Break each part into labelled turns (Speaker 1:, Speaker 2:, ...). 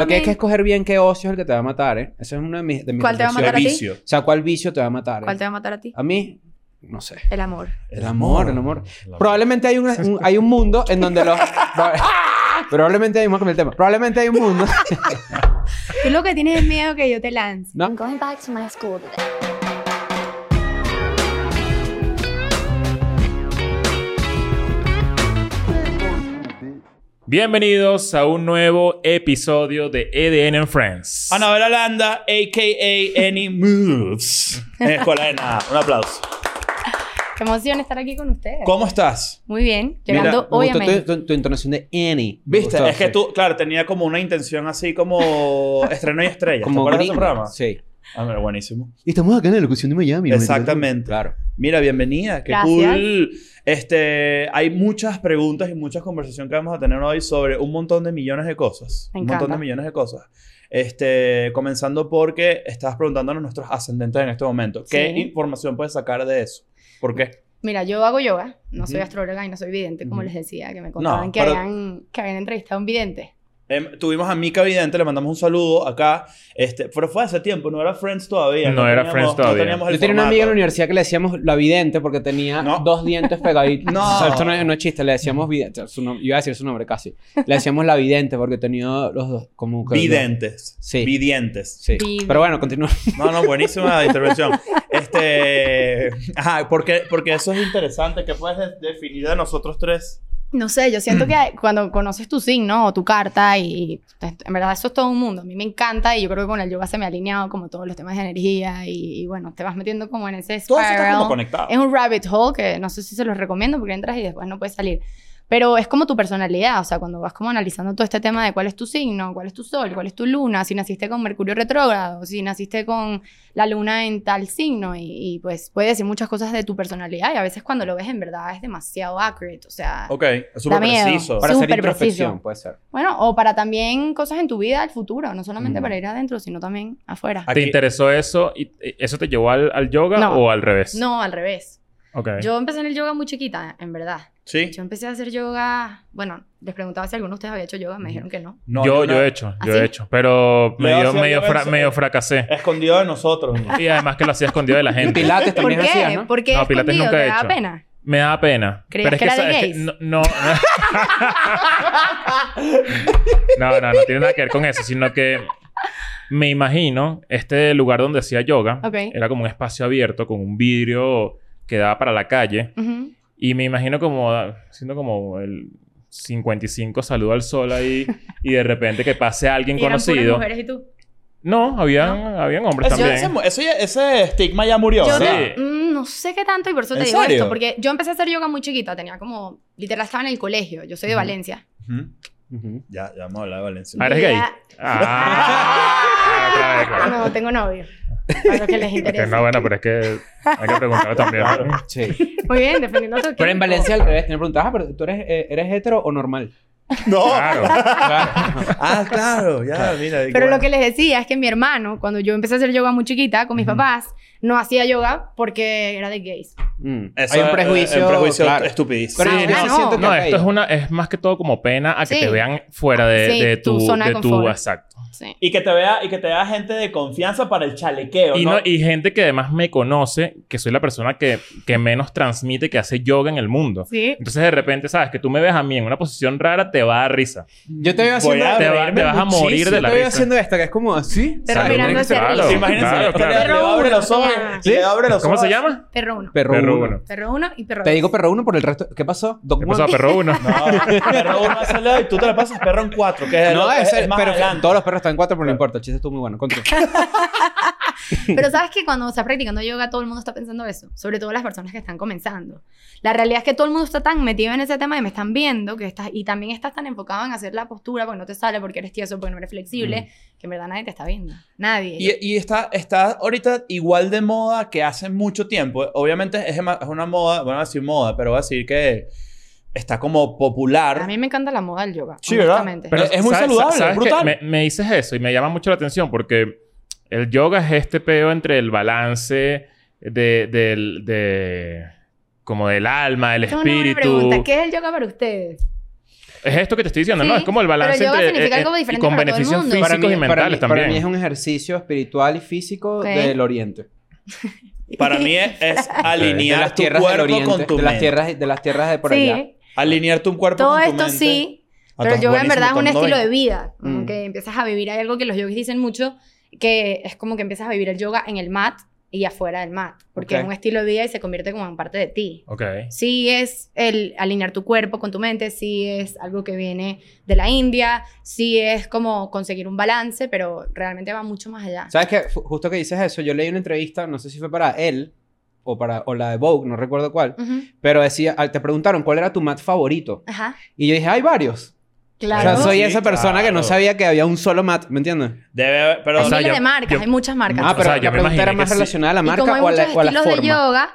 Speaker 1: Lo que hay que escoger bien qué ocio es el que te va a matar, ¿eh? Ese es uno de mis, de mis
Speaker 2: ¿Cuál te va a
Speaker 1: reflexiones.
Speaker 2: matar a ti?
Speaker 3: vicio.
Speaker 1: O sea, ¿cuál vicio te va a matar? eh?
Speaker 2: ¿Cuál te va a matar a ti?
Speaker 1: A mí, no sé.
Speaker 2: El amor.
Speaker 1: El amor, el amor. Probablemente hay un, un- hay un mundo en donde los... proba- Probablemente hay un... el tema. Probablemente hay un mundo...
Speaker 2: Tú lo que tienes es miedo que yo te lance.
Speaker 1: No.
Speaker 4: I'm going back to my school today.
Speaker 3: Bienvenidos a un nuevo episodio de E EDN and Friends.
Speaker 5: Anabel Holanda, a.k.a. Any Moves. En Escuela de Nada. Un aplauso.
Speaker 2: Qué emoción estar aquí con ustedes.
Speaker 5: ¿Cómo estás?
Speaker 2: Muy bien.
Speaker 1: Mira,
Speaker 2: Llegando
Speaker 1: me
Speaker 2: hoy a
Speaker 1: gustó tu,
Speaker 5: este-
Speaker 2: México.
Speaker 1: tu- tu entonación de Annie. Me
Speaker 5: ¿Viste?
Speaker 1: gustó,
Speaker 5: es que
Speaker 1: sí.
Speaker 5: tú, claro, tenía como una intención así como estreno y estrella.
Speaker 1: Como
Speaker 5: ¿Te acuerdas de ese
Speaker 1: gringo.
Speaker 5: programa?
Speaker 1: Sí.
Speaker 5: Ah, mira, buenísimo.
Speaker 1: Y estamos acá en la locución de Miami.
Speaker 5: ¿no? Exactamente.
Speaker 1: Claro.
Speaker 5: Mira, bienvenida. Qué
Speaker 2: Gracias.
Speaker 5: cool. Este, hay muchas preguntas y muchas conversaciones que vamos a tener hoy sobre un montón de millones de cosas.
Speaker 2: Me
Speaker 5: un montón
Speaker 2: encanta.
Speaker 5: de millones de cosas. Este, comenzando porque estabas preguntándonos nuestros ascendentes en este momento. ¿Qué
Speaker 2: Sí.
Speaker 5: información puedes sacar de eso? ¿Por qué?
Speaker 2: Mira, yo hago yoga. No soy
Speaker 5: Ujú.
Speaker 2: astróloga y no soy vidente, como
Speaker 5: Ujú.
Speaker 2: les decía, que me contaban que,
Speaker 5: pero-
Speaker 2: habían, que habían entrevistado a un vidente.
Speaker 5: Em, tuvimos a Mika Vidente, le mandamos un saludo acá. Este, pero fue hace tiempo, no era Friends todavía.
Speaker 3: No era Friends todavía.
Speaker 5: No teníamos el
Speaker 1: Yo tenía una
Speaker 5: formato.
Speaker 1: amiga en la universidad que le decíamos la vidente porque tenía
Speaker 5: No.
Speaker 1: dos dientes pegaditos.
Speaker 5: No.
Speaker 1: O sea, esto no, es- no es chiste, le decíamos vidente. Su nom- iba a decir su nombre casi. Le decíamos la vidente porque tenía los dos como. que-
Speaker 5: Videntes.
Speaker 1: Sí.
Speaker 5: Videntes.
Speaker 1: Sí.
Speaker 2: Vid-
Speaker 1: Pero bueno, continúa.
Speaker 5: No, no, buenísima intervención. Este. Ajá, porque, porque eso es interesante. ¿Qué puedes de- definir de nosotros tres?
Speaker 2: No sé, yo siento que cuando conoces tu signo o tu carta y en verdad eso es todo un mundo. A mí me encanta y yo creo que con el yoga se me ha alineado como todos los temas de energía y, y bueno, te vas metiendo como en ese
Speaker 5: Todo eso está como
Speaker 2: spiral.
Speaker 5: conectado.
Speaker 2: Es un rabbit hole que no sé si se los recomiendo porque entras y después no puedes salir. Pero es como tu personalidad, o sea, cuando vas como analizando todo este tema de cuál es tu signo, cuál es tu sol, cuál es tu luna, si naciste con Mercurio retrógrado, si naciste con la luna en tal signo, y, y, pues puede decir muchas cosas de tu personalidad y a veces cuando lo ves en verdad es demasiado accurate, o sea...
Speaker 5: Ok, es súper
Speaker 2: Da miedo.
Speaker 5: preciso.
Speaker 1: Para hacer
Speaker 2: Súper
Speaker 1: introspección,
Speaker 2: preciso.
Speaker 1: puede ser.
Speaker 2: Bueno, o para también cosas en tu vida, al futuro, no solamente
Speaker 1: Mm.
Speaker 2: para ir adentro, sino también afuera.
Speaker 3: ¿Te interesó eso? ¿Y y eso te llevó al, al yoga
Speaker 2: No.
Speaker 3: o al revés?
Speaker 2: No, al revés.
Speaker 3: Ok.
Speaker 2: Yo empecé en el yoga muy chiquita, en verdad.
Speaker 5: Sí.
Speaker 2: Yo empecé a hacer yoga, bueno, les preguntaba si alguno de ustedes había hecho yoga, me dijeron que no.
Speaker 5: No,
Speaker 3: yo,
Speaker 5: no.
Speaker 3: yo he hecho,
Speaker 2: ¿Ah,
Speaker 3: yo
Speaker 2: sí?
Speaker 3: he hecho. Pero
Speaker 5: Le
Speaker 3: medio,
Speaker 5: hacía
Speaker 3: medio,
Speaker 5: yoga
Speaker 3: fra-
Speaker 5: en-
Speaker 3: medio fracasé.
Speaker 5: Escondido de nosotros.
Speaker 3: Y además que lo hacía escondido de la gente.
Speaker 1: Pilates
Speaker 2: ¿Por
Speaker 1: Ah, también
Speaker 2: qué?
Speaker 1: hacías, ¿no?
Speaker 2: ¿Por qué
Speaker 3: No, Pilates
Speaker 2: escondido?
Speaker 3: nunca he
Speaker 2: ¿Te da
Speaker 3: hecho.
Speaker 2: pena?
Speaker 3: Me da pena.
Speaker 2: ¿Creías
Speaker 3: Pero es
Speaker 2: que
Speaker 3: que,
Speaker 2: era de
Speaker 3: sa- es que
Speaker 2: gays?
Speaker 3: no, no, no, no, no tiene nada que ver con eso, sino que me imagino este lugar donde hacía yoga
Speaker 2: Ok.
Speaker 3: era como un espacio abierto con un vidrio que daba para la calle
Speaker 2: Ujú.
Speaker 3: y me imagino como siendo como el 55 saludo al sol ahí y de repente que pase alguien
Speaker 2: Y eran puras
Speaker 3: conocido.
Speaker 2: mujeres Pues y tú.
Speaker 3: No, habían habían hombres
Speaker 5: Eso ya-
Speaker 3: también.
Speaker 5: ese, mu- eso ya- ese estigma ya murió.
Speaker 2: Yo
Speaker 5: ¿verdad?
Speaker 3: Sí.
Speaker 2: no, mm, no sé qué tanto y por eso te
Speaker 5: ¿En
Speaker 2: digo
Speaker 5: serio?
Speaker 2: esto, porque yo empecé a hacer yoga muy chiquita, tenía como, literal estaba en el colegio, yo soy de
Speaker 1: Ujú.
Speaker 2: Valencia.
Speaker 5: Ujú.
Speaker 1: Ujú.
Speaker 5: Ya, ya vamos a hablar de Valencia.
Speaker 3: Ah, ¿Eres
Speaker 2: Y
Speaker 3: gay?
Speaker 2: era-
Speaker 3: Ah, otra vez, claro.
Speaker 2: No, tengo novio. Para los que les
Speaker 3: Ok,
Speaker 2: interesa.
Speaker 3: no, bueno, pero es que hay que preguntar también.
Speaker 1: Sí.
Speaker 2: Muy bien, defendiendo tu
Speaker 1: Pero en
Speaker 2: equipo.
Speaker 1: Valencia al revés. Te me preguntabas, ah, pero tú eres, eh, eres hetero o normal.
Speaker 5: No.
Speaker 3: Claro.
Speaker 1: Claro.
Speaker 5: Ah, claro, ya, mira.
Speaker 2: Pero
Speaker 5: bueno.
Speaker 2: lo que les decía es que mi hermano, cuando yo empecé a hacer yoga muy chiquita con mis papás, no hacía yoga porque era de gays.
Speaker 1: Mm.
Speaker 5: Eso
Speaker 1: Hay un
Speaker 5: es-
Speaker 1: prejuicio.
Speaker 5: es un prejuicio
Speaker 1: claro.
Speaker 5: estupidísimo.
Speaker 1: Pero
Speaker 2: Sí,
Speaker 1: yo
Speaker 2: no,
Speaker 1: sí siento que
Speaker 3: No,
Speaker 1: ha
Speaker 3: esto es
Speaker 1: caído.
Speaker 3: una es más que todo como pena a que
Speaker 2: Sí.
Speaker 3: te vean fuera de,
Speaker 2: Sí,
Speaker 3: de tu,
Speaker 2: tu zona
Speaker 3: de
Speaker 2: de
Speaker 3: tu-
Speaker 2: confort.
Speaker 3: exacto.
Speaker 2: Sí.
Speaker 5: Y que te vea y que te vea gente de confianza para el chalequeo,
Speaker 3: Y,
Speaker 5: ¿no?
Speaker 3: no- y gente que además me conoce, que soy la persona que, que menos transmite que hace yoga en el mundo.
Speaker 2: Sí.
Speaker 3: Entonces de repente, sabes, que tú me ves a mí en una posición rara, te va a dar risa.
Speaker 1: Yo te veo haciendo...
Speaker 5: a
Speaker 3: Te, va-
Speaker 5: reírme
Speaker 3: te vas a morir
Speaker 1: Yo
Speaker 3: de la
Speaker 1: te veo
Speaker 3: risa.
Speaker 1: haciendo esta, que es como así.
Speaker 2: Pero
Speaker 3: Claro,
Speaker 2: mirando hacia
Speaker 3: claro,
Speaker 2: arriba.
Speaker 5: Imagínense,
Speaker 3: claro,
Speaker 5: que le-
Speaker 3: claro.
Speaker 5: le, abre los ojos,
Speaker 2: ¿Sí?
Speaker 5: le abre los
Speaker 3: ¿Cómo
Speaker 5: ojos.
Speaker 3: se llama?
Speaker 2: Perro uno.
Speaker 1: Perro,
Speaker 3: Perro
Speaker 1: uno.
Speaker 3: uno.
Speaker 2: Perro uno y perro
Speaker 1: Te
Speaker 2: dos.
Speaker 1: digo perro uno por el resto. ¿qué pasó? Doc
Speaker 3: ¿Qué pasó
Speaker 1: Juan.
Speaker 3: perro uno?
Speaker 5: No, perro uno hace lado y tú te la pasas perro en cuatro, que es el-
Speaker 1: No,
Speaker 5: es,
Speaker 1: es,
Speaker 5: Eh, es más
Speaker 1: pero
Speaker 5: adelante.
Speaker 1: todos los perros están en cuatro, pero no importa. El chiste estuvo muy bueno. Contra.
Speaker 2: Pero sabes que cuando estás practicando yoga todo el mundo está pensando eso, sobre todo las personas que están comenzando. La realidad es que todo el mundo está tan metido en ese tema y me están viendo que estás y también estás tan enfocado en hacer la postura porque no te sale, porque eres tieso, porque no eres flexible, que en verdad nadie te está viendo. Nadie.
Speaker 5: Y, y está, está ahorita igual de moda que hace mucho tiempo. Obviamente es, ema- es una moda, bueno, no voy a decir moda, pero voy a decir que está como popular.
Speaker 2: a mí me encanta la moda del yoga,
Speaker 5: Sí, ¿verdad?
Speaker 2: honestamente.
Speaker 5: Pero- es muy
Speaker 3: ¿sabes-
Speaker 5: saludable,
Speaker 3: sabes
Speaker 5: es brutal.
Speaker 3: qué? Me, me dices eso y me llama mucho la atención porque el yoga es este peo entre el balance de, del- de- como del alma, del
Speaker 2: Tengo una buena
Speaker 3: espíritu.
Speaker 2: pregunta. ¿Qué es el yoga para ustedes?
Speaker 3: Es esto que te estoy diciendo, ¿no?
Speaker 2: Sí,
Speaker 3: Es como el balance
Speaker 2: pero yoga
Speaker 3: entre... eh,
Speaker 2: significa algo
Speaker 3: y
Speaker 2: diferente
Speaker 3: con
Speaker 2: para todo el
Speaker 3: beneficios
Speaker 2: mundo.
Speaker 3: físicos
Speaker 2: Para
Speaker 3: y mentales
Speaker 1: para mí,
Speaker 3: también.
Speaker 1: para mí es un ejercicio espiritual y físico
Speaker 2: Ok.
Speaker 1: del oriente.
Speaker 5: Para mí es, es
Speaker 1: De
Speaker 5: alinear
Speaker 1: las
Speaker 5: tu
Speaker 1: tierras del
Speaker 5: cuerpo con
Speaker 1: oriente.
Speaker 5: tu
Speaker 1: De las
Speaker 5: mente.
Speaker 1: tierras, de las tierras de por
Speaker 2: sí,
Speaker 1: allá.
Speaker 5: Alinear tu cuerpo
Speaker 2: todo
Speaker 5: con tu
Speaker 2: esto
Speaker 5: mente.
Speaker 2: sí.
Speaker 5: Ah,
Speaker 2: Pero
Speaker 5: estás
Speaker 2: el yoga en
Speaker 5: buenísimo,
Speaker 2: verdad es
Speaker 5: estás
Speaker 2: un
Speaker 5: dando
Speaker 2: estilo de
Speaker 5: veinte.
Speaker 2: vida.
Speaker 1: Mm.
Speaker 2: Como que empiezas a vivir. Hay algo que los yogis dicen mucho, que es como que empiezas a vivir el yoga en el mat y afuera del mat. Porque
Speaker 1: Ok.
Speaker 2: es un estilo de vida y se convierte como en parte de ti.
Speaker 3: Ok.
Speaker 2: Sí es el alinear tu cuerpo con tu mente, sí es algo que viene de la India, sí es como conseguir un balance, pero realmente va mucho más allá.
Speaker 1: ¿Sabes qué? Fu- Justo que dices eso, yo leí una entrevista, no sé si fue para él o para o la de Vogue, no recuerdo cuál,
Speaker 2: Ujú.
Speaker 1: pero decía, al- te preguntaron cuál era tu mat favorito
Speaker 2: Ajá,
Speaker 1: y yo dije, hay varios.
Speaker 2: claro.
Speaker 1: O sea, soy
Speaker 5: Sí,
Speaker 1: esa persona que no
Speaker 5: claro.
Speaker 1: sabía que había un solo mat, ¿me entiendes?
Speaker 5: Debe haber... Pero,
Speaker 2: hay
Speaker 3: o sea,
Speaker 2: miles
Speaker 3: yo-
Speaker 2: de marcas,
Speaker 3: yo-
Speaker 2: hay muchas marcas.
Speaker 1: Ah,
Speaker 3: O
Speaker 1: pero
Speaker 3: sea, yo
Speaker 1: la
Speaker 3: me
Speaker 1: pregunta era
Speaker 3: imaginé
Speaker 1: más
Speaker 3: que sí.
Speaker 1: relacionada a la
Speaker 2: Y
Speaker 1: marca
Speaker 2: como hay
Speaker 1: o a la,
Speaker 2: muchos
Speaker 1: o a la
Speaker 2: estilos de
Speaker 1: forma.
Speaker 2: yoga,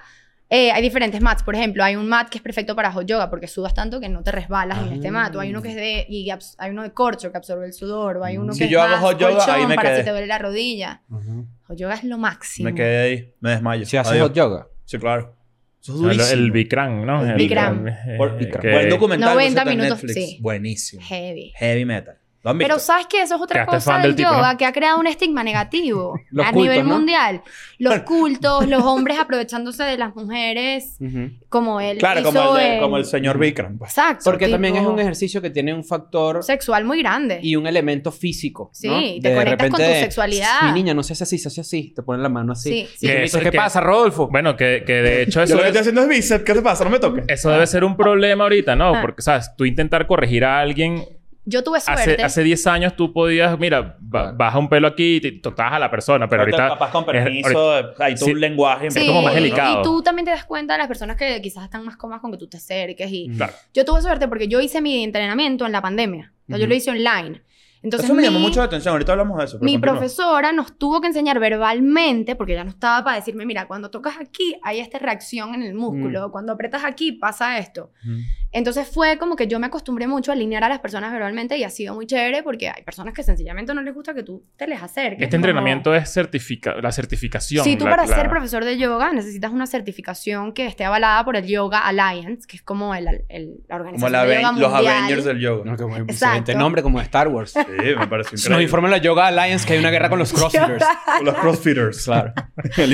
Speaker 2: eh, hay diferentes mats. Por ejemplo, hay un mat que es perfecto para hot yoga porque sudas tanto que no te resbalas en este mat. O hay uno que es de y abs- hay uno de corcho que absorbe el sudor. O hay uno
Speaker 1: Mm.
Speaker 5: Si
Speaker 2: que es
Speaker 5: yo hago
Speaker 2: más
Speaker 5: hot yoga,
Speaker 2: colchón
Speaker 5: ahí me
Speaker 2: para
Speaker 5: quedé.
Speaker 2: si te duele la rodilla.
Speaker 1: Ujú.
Speaker 2: Hot yoga es lo máximo.
Speaker 5: me quedé ahí. Me desmayo.
Speaker 1: Si haces
Speaker 5: Adiós.
Speaker 1: hot yoga.
Speaker 5: Sí, claro. Eso es
Speaker 3: El,
Speaker 5: durísimo.
Speaker 3: el Bikram, ¿no?
Speaker 5: El
Speaker 3: El-
Speaker 2: Bikram.
Speaker 3: eh,
Speaker 5: Por-
Speaker 3: que-
Speaker 5: Buen documental.
Speaker 2: 90
Speaker 5: por cierto, en
Speaker 2: minutos,
Speaker 5: Netflix.
Speaker 2: sí.
Speaker 5: Buenísimo.
Speaker 2: Heavy.
Speaker 5: Heavy metal. ¿Lo han visto?
Speaker 2: Pero sabes que eso es otra
Speaker 3: Quedaste
Speaker 2: cosa
Speaker 3: fan
Speaker 2: del
Speaker 3: del tipo,
Speaker 2: yoga
Speaker 3: ¿no?
Speaker 2: que ha creado un estigma negativo
Speaker 1: Los
Speaker 2: a
Speaker 1: cultos,
Speaker 2: nivel
Speaker 1: ¿no?
Speaker 2: mundial. Los cultos, los hombres aprovechándose de las mujeres,
Speaker 1: Ujú.
Speaker 2: como él
Speaker 5: claro, como
Speaker 2: hizo
Speaker 5: el, de-
Speaker 2: en-
Speaker 5: como el señor Bikram. pues.
Speaker 2: Exacto.
Speaker 1: Porque también es
Speaker 2: tipo,
Speaker 1: un ejercicio que tiene un factor
Speaker 2: sexual muy grande.
Speaker 1: y un elemento físico.
Speaker 2: Sí,
Speaker 1: ¿no?
Speaker 2: te conectas con tu sexualidad.
Speaker 1: Mi niña, no seas así, se hace así. Te ponen la mano así.
Speaker 2: Sí,
Speaker 1: Y
Speaker 2: sí.
Speaker 1: tú
Speaker 3: Que
Speaker 1: dices,
Speaker 3: es-
Speaker 1: ¿qué
Speaker 3: que-
Speaker 1: pasa, Rodolfo?
Speaker 3: Bueno, que, que de hecho
Speaker 5: Yo
Speaker 3: eso
Speaker 5: lo que
Speaker 3: es- Eh,
Speaker 5: estoy haciendo es bíceps. ¿Qué te pasa? No me toques.
Speaker 3: Eso debe ser un problema ahorita, ¿no?
Speaker 2: Ah.
Speaker 3: Porque, ¿sabes? Tú intentar corregir a alguien...
Speaker 2: Yo tuve suerte.
Speaker 3: Hace, hace 10 años tú podías... Mira, ba-
Speaker 1: Claro.
Speaker 3: baja un pelo aquí y te tocabas a la persona. Pero ahorita...
Speaker 5: Capaz con
Speaker 3: es- ahorita-
Speaker 5: permiso. eh, Hay todo
Speaker 3: Sí.
Speaker 5: un lenguaje.
Speaker 3: es como más
Speaker 2: y-
Speaker 3: delicado.
Speaker 2: Y tú también te das cuenta de las personas que quizás están más cómodas con que tú te acerques. Y
Speaker 3: Claro.
Speaker 2: yo tuve suerte porque yo hice mi entrenamiento en la pandemia. O sea, Yo
Speaker 1: Ujú.
Speaker 2: lo hice online. Entonces,
Speaker 5: Eso me
Speaker 2: mi-
Speaker 5: llamó mucho la atención. Ahorita hablamos de eso. pero
Speaker 2: Mi
Speaker 5: continúa.
Speaker 2: profesora nos tuvo que enseñar verbalmente, porque ya no estaba para decirme, mira, cuando tocas aquí hay esta reacción en el músculo, cuando apretas aquí pasa esto.
Speaker 5: Ujú.
Speaker 2: Entonces fue como que yo me acostumbré mucho a alinear a las personas verbalmente y ha sido muy chévere porque hay personas que sencillamente no les gusta que tú te les acerques.
Speaker 3: Este
Speaker 2: como-
Speaker 3: entrenamiento es certifica la certificación.
Speaker 2: Sí, tú
Speaker 3: la-
Speaker 2: para
Speaker 3: la-
Speaker 2: ser profesor de yoga necesitas una certificación que esté avalada por el Yoga Alliance, que es como el, el- la
Speaker 5: Como
Speaker 2: organización
Speaker 5: la
Speaker 2: de yoga
Speaker 5: Aven- los
Speaker 2: mundial.
Speaker 5: Avengers del yoga.
Speaker 1: No, que muy
Speaker 2: Exacto.
Speaker 1: excelente nombre como de Star Wars.
Speaker 5: Sí, me parece
Speaker 1: Nos
Speaker 5: increíble.
Speaker 1: informa la Yoga Alliance que hay una guerra con los crossfitters.
Speaker 5: Los crossfitters.
Speaker 1: claro.
Speaker 5: El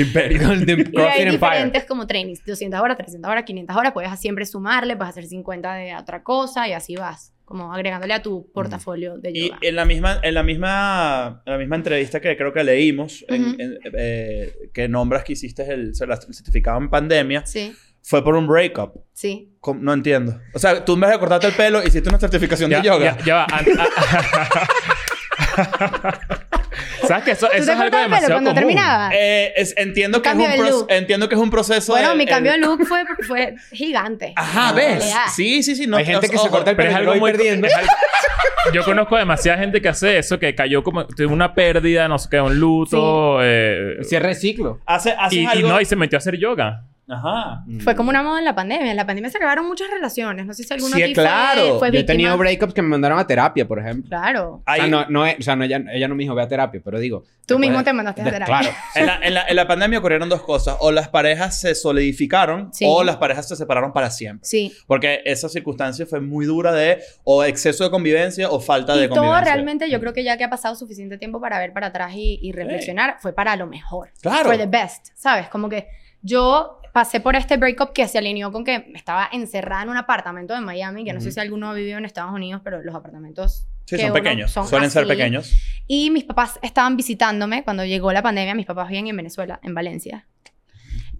Speaker 5: imperio.
Speaker 1: El de
Speaker 2: Y hay
Speaker 1: Crossfit Empire.
Speaker 2: diferentes como trainings, 200 horas, 300 horas, 500 horas, puedes siempre sumarle, puedes hacer 50 de otra cosa y así vas, como agregándole a tu portafolio de
Speaker 5: Mm. Y
Speaker 2: yoga.
Speaker 5: en la misma, en la misma, en la misma entrevista que creo que leímos, en-
Speaker 2: Ujú.
Speaker 5: en- eh, que nombras que hiciste el, el certificado en pandemia,
Speaker 2: Sí,
Speaker 5: fue por un breakup.
Speaker 2: sí.
Speaker 5: Com- No entiendo. O sea, tú en vez de cortarte el pelo, hiciste una certificación
Speaker 3: Ya,
Speaker 5: de yoga.
Speaker 3: ya, ya va. An- a- ¿Sabes que Eso,
Speaker 2: ¿Tú te
Speaker 3: eso es algo
Speaker 2: cortas el
Speaker 3: demasiado
Speaker 2: pelo cuando
Speaker 3: común.
Speaker 2: terminabas?
Speaker 5: Eh, es- entiendo,
Speaker 2: Un
Speaker 5: que es un
Speaker 2: cambio de
Speaker 5: proce-
Speaker 2: look.
Speaker 5: entiendo que es un proceso
Speaker 2: Bueno,
Speaker 5: de-
Speaker 2: mi cambio
Speaker 5: el-
Speaker 2: de
Speaker 5: Ah.
Speaker 2: look fue, fue gigante.
Speaker 5: Ajá,
Speaker 2: En
Speaker 5: ¿ves?
Speaker 2: realidad.
Speaker 5: Sí, sí, sí. no-
Speaker 1: Ah. Hay gente que se
Speaker 5: ojo,
Speaker 1: corta el
Speaker 3: Pero
Speaker 1: pelo
Speaker 3: es
Speaker 1: y lo
Speaker 3: algo
Speaker 1: voy
Speaker 3: muy...
Speaker 1: perdiendo.
Speaker 3: es algo- Yo conozco demasiada gente que hace eso, que cayó como... Tuvo una pérdida, no sé qué, un luto. eh,
Speaker 1: Cierre de ciclo.
Speaker 5: Hace, haces
Speaker 3: y, y
Speaker 5: algo...
Speaker 3: no, y se metió a hacer yoga.
Speaker 5: Ajá.
Speaker 2: Mm. Fue como una moda en la pandemia. En la pandemia se acabaron muchas relaciones. No sé si alguno
Speaker 5: Sí,
Speaker 2: aquí fue-
Speaker 5: claro.
Speaker 2: fue,
Speaker 1: Yo he tenido
Speaker 2: víctima.
Speaker 1: breakups que me mandaron a terapia, por ejemplo.
Speaker 2: Claro.
Speaker 1: O sea,
Speaker 5: Ahí-
Speaker 1: Ah, no, no, es- o sea, no, ella, ella no me dijo, ve a terapia, pero digo...
Speaker 2: Tú
Speaker 1: después-
Speaker 2: mismo te mandaste a
Speaker 1: de-
Speaker 2: terapia.
Speaker 1: Claro.
Speaker 5: En la, en la- en la pandemia ocurrieron dos cosas. O las parejas se solidificaron
Speaker 2: Sí.
Speaker 5: o las parejas se separaron para siempre.
Speaker 2: Sí.
Speaker 5: Porque esa circunstancia fue muy dura de o exceso de convivencia o falta de
Speaker 2: Y
Speaker 5: convivencia.
Speaker 2: todo realmente, yo creo que ya que ha pasado suficiente tiempo para ver para atrás y, y reflexionar, fue para lo mejor.
Speaker 5: Claro.
Speaker 2: For the best, ¿sabes? Como que yo pasé por este breakup que se alineó con que estaba encerrada en un apartamento de Miami, que no sé si alguno ha vivido en Estados Unidos, pero los apartamentos
Speaker 5: Sí,
Speaker 2: que
Speaker 5: son
Speaker 2: uno-
Speaker 5: pequeños.
Speaker 2: son
Speaker 5: Suelen ser
Speaker 2: así.
Speaker 5: pequeños.
Speaker 2: Y mis papás estaban visitándome cuando llegó la pandemia, mis papás vivían en Venezuela, en Valencia.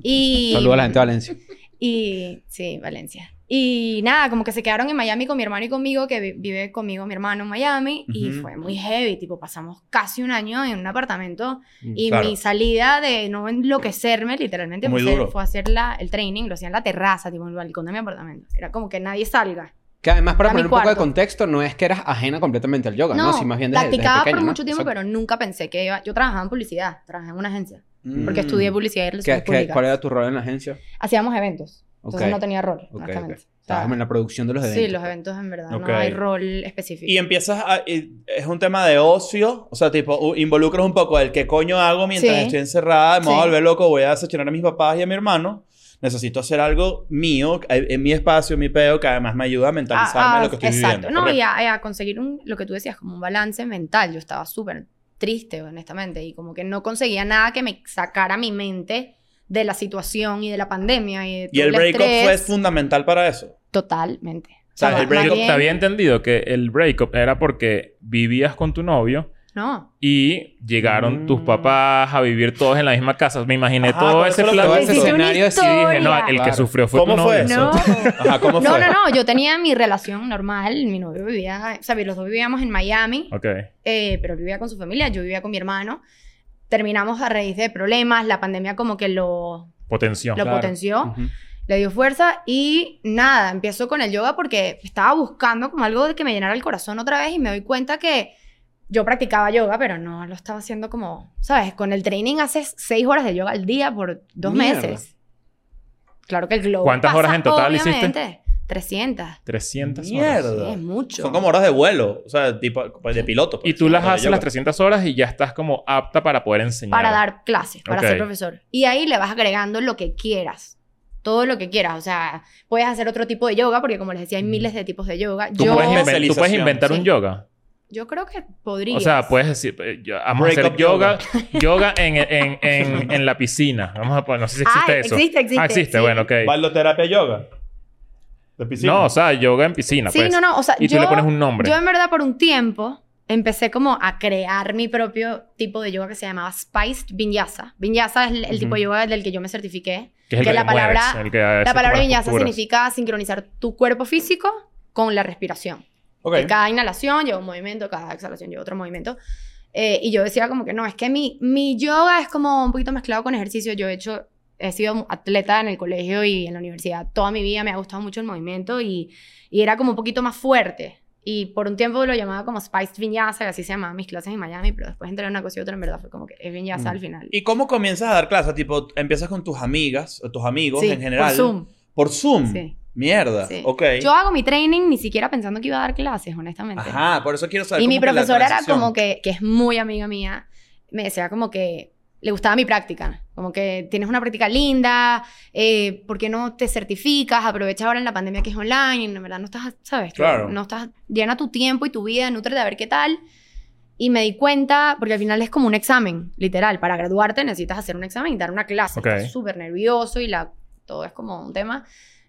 Speaker 2: Y
Speaker 1: Saludos a la gente de Valencia.
Speaker 2: y sí, Valencia. Y nada, como que se quedaron en Miami con mi hermano y conmigo, que vi- vive conmigo mi hermano en Miami, y
Speaker 5: Ujú.
Speaker 2: fue muy heavy, tipo, pasamos casi un año en un apartamento
Speaker 1: Mm,
Speaker 2: y
Speaker 5: claro.
Speaker 2: mi salida de no enloquecerme, literalmente,
Speaker 5: Muy
Speaker 2: fue, hacer-
Speaker 5: duro.
Speaker 2: fue hacer la, el training, lo hacía en la terraza, tipo, en el balcón de mi apartamento. Era como que nadie salga.
Speaker 1: Que además, para
Speaker 2: Era mi
Speaker 1: poner un poco de
Speaker 2: cuarto.
Speaker 1: contexto, no es que eras ajena completamente al yoga, ¿no?
Speaker 2: no,
Speaker 1: Sí, más bien desde, desde
Speaker 2: practicaba
Speaker 1: pequeña,
Speaker 2: por
Speaker 1: ¿no?
Speaker 2: mucho tiempo,
Speaker 1: Exacto.
Speaker 2: pero nunca pensé que iba... Yo trabajaba en publicidad, trabajaba en una agencia, porque
Speaker 5: Mm.
Speaker 2: estudié publicidad y relaciones
Speaker 1: ¿Qué- qué-
Speaker 2: públicas.
Speaker 1: ¿Cuál era tu rol en la agencia?
Speaker 2: Hacíamos eventos, entonces
Speaker 1: Ok.
Speaker 2: no tenía rol,
Speaker 1: Ok, ok.
Speaker 2: honestamente. O sea,
Speaker 1: Estabas en la producción de los eventos.
Speaker 2: Sí, los eventos en verdad.
Speaker 5: pues. Ok.
Speaker 2: No hay rol específico.
Speaker 5: Y empiezas a, y es un tema de ocio, o sea, tipo, u- involucras un poco el qué coño hago mientras
Speaker 2: Sí.
Speaker 5: estoy encerrada, me voy a
Speaker 2: Sí.
Speaker 5: volver loco, voy a decepcionar a mis papás y a mi hermano. necesito hacer algo mío, eh, en mi espacio, mi peo, que además me ayuda a mentalizarme
Speaker 2: Ah, ah,
Speaker 5: lo que estoy
Speaker 2: exacto.
Speaker 5: viviendo.
Speaker 2: No,
Speaker 5: ¿correcto?
Speaker 2: y a, y a conseguir un, lo que tú decías, como un balance mental. Yo estaba súper triste, honestamente, y como que no conseguía nada que me sacara mi mente de la situación y de la pandemia y de
Speaker 5: Y
Speaker 2: todo
Speaker 5: el breakup
Speaker 2: estrés.
Speaker 5: fue fundamental para eso.
Speaker 2: Totalmente. O
Speaker 5: sea, el
Speaker 2: ma- más
Speaker 5: breakup
Speaker 2: bien-
Speaker 3: Te había entendido que el breakup era porque vivías con tu novio
Speaker 2: No.
Speaker 3: y llegaron
Speaker 5: Mm.
Speaker 3: tus papás a vivir todos en la misma casa. Me imaginé
Speaker 5: Ajá,
Speaker 3: todo
Speaker 5: por
Speaker 3: ese
Speaker 5: eso lo
Speaker 3: plan.
Speaker 1: Todo
Speaker 2: Te
Speaker 1: ese
Speaker 2: hiciste una
Speaker 1: escenario sí
Speaker 3: Y dije, no,
Speaker 2: historia.
Speaker 3: el que
Speaker 1: Claro.
Speaker 3: sufrió fue
Speaker 5: ¿Cómo
Speaker 3: tu
Speaker 5: fue
Speaker 3: novio.
Speaker 5: eso?
Speaker 2: No.
Speaker 5: Ajá, ¿cómo
Speaker 2: No,
Speaker 5: fue?
Speaker 2: no, no, yo tenía mi relación normal, mi novio vivía, o sea, los dos vivíamos en Miami,
Speaker 3: Ok.
Speaker 2: eh, pero él vivía con su familia, yo vivía con mi hermano, terminamos a raíz de problemas, la pandemia como que lo,
Speaker 3: Potención.
Speaker 2: lo
Speaker 5: Claro.
Speaker 2: potenció,
Speaker 3: Mm.
Speaker 5: Ujú.
Speaker 2: le dio fuerza y nada, empiezo con el yoga porque estaba buscando como algo de que me llenara el corazón otra vez y me doy cuenta que yo practicaba yoga, pero no lo estaba haciendo como, ¿sabes? Con el training haces seis horas de yoga al día por dos
Speaker 5: Mierda.
Speaker 2: meses. Claro que el globo.
Speaker 3: ¿Cuántas horas en total hiciste?
Speaker 2: obviamente, 300.
Speaker 3: 300 horas.
Speaker 5: Mierda.
Speaker 2: Sí, es mucho.
Speaker 5: Son como horas de vuelo, o sea, tipo pues, de piloto. pues.
Speaker 3: Y tú las
Speaker 5: Pero
Speaker 3: haces
Speaker 5: yo-
Speaker 3: las 300 horas y ya estás como apta para poder enseñar.
Speaker 2: Para dar clases, para
Speaker 3: Ok.
Speaker 2: ser profesor. Y ahí le vas agregando lo que quieras. Todo lo que quieras. O sea, puedes hacer otro tipo de yoga, porque como les decía, hay miles de tipos de yoga.
Speaker 3: Mm. Tú,
Speaker 2: Yo,
Speaker 3: puedes, inven- tú puedes
Speaker 5: Especialización,
Speaker 3: inventar un
Speaker 2: sí.
Speaker 3: yoga.
Speaker 2: yo creo que podría.
Speaker 3: O sea, puedes decir, eh, yo- vamos a
Speaker 5: Break
Speaker 3: hacer
Speaker 5: up
Speaker 3: yoga, yoga en, en, en, en la piscina. Vamos a poner, no sé si existe
Speaker 2: Ah,
Speaker 3: eso.
Speaker 2: existe, existe,
Speaker 3: Ah, existe,
Speaker 2: sí.
Speaker 3: bueno, ok.
Speaker 5: ¿Bailoterapia yoga? ¿De piscina?
Speaker 3: No, o sea, yoga en piscina.
Speaker 2: sí,
Speaker 3: pues.
Speaker 2: no, no. O sea,
Speaker 3: Y tú
Speaker 2: yo,
Speaker 3: le pones un nombre.
Speaker 2: yo en verdad por un tiempo empecé como a crear mi propio tipo de yoga que se llamaba Spiced Vinyasa. Vinyasa es el, el tipo de yoga del que yo me certifiqué.
Speaker 3: que es el que,
Speaker 2: que la
Speaker 3: te mueves,
Speaker 2: palabra-
Speaker 3: el que hace
Speaker 2: La palabra
Speaker 3: como las
Speaker 2: vinyasa
Speaker 3: posturas.
Speaker 2: significa sincronizar tu cuerpo físico con la respiración.
Speaker 5: Ok.
Speaker 2: Que cada inhalación lleva un movimiento, cada exhalación lleva otro movimiento. Eh, y yo decía como que no, es que mi, mi yoga es como un poquito mezclado con ejercicio. Yo he hecho, he sido atleta en el colegio y en la universidad toda mi vida, me ha gustado mucho el movimiento y, y era como un poquito más fuerte. Y por un tiempo lo llamaba como Spiced Vinyasa, y así se llamaban mis clases en Miami, pero después entre una cosa y otra en verdad fue como que es Vinyasa
Speaker 5: Mm.
Speaker 2: al final.
Speaker 5: ¿Y cómo comienzas a dar clases? Tipo, empiezas con tus amigas, o tus amigos
Speaker 2: Sí,
Speaker 5: en general.
Speaker 2: por Zoom.
Speaker 5: Por Zoom.
Speaker 2: Sí.
Speaker 5: Mierda.
Speaker 2: Sí.
Speaker 5: Ok.
Speaker 2: Yo hago mi training ni siquiera pensando que iba a dar clases, honestamente.
Speaker 5: Ajá, por eso quiero saber.
Speaker 2: Y mi
Speaker 5: cómo que la
Speaker 2: profesora era
Speaker 5: transición.
Speaker 2: como que, que es muy amiga mía, me decía como que le gustaba mi práctica, como que tienes una práctica linda, eh, ¿por qué no te certificas? Aprovecha ahora en la pandemia que es online, y en verdad no estás, ¿sabes?
Speaker 5: Claro.
Speaker 2: No estás, llena tu tiempo y tu vida, nutrete a ver qué tal. Y me di cuenta, porque al final es como un examen, literal, para graduarte necesitas hacer un examen y dar una clase,
Speaker 3: Ok.
Speaker 2: estás súper nervioso y la, todo es como un tema.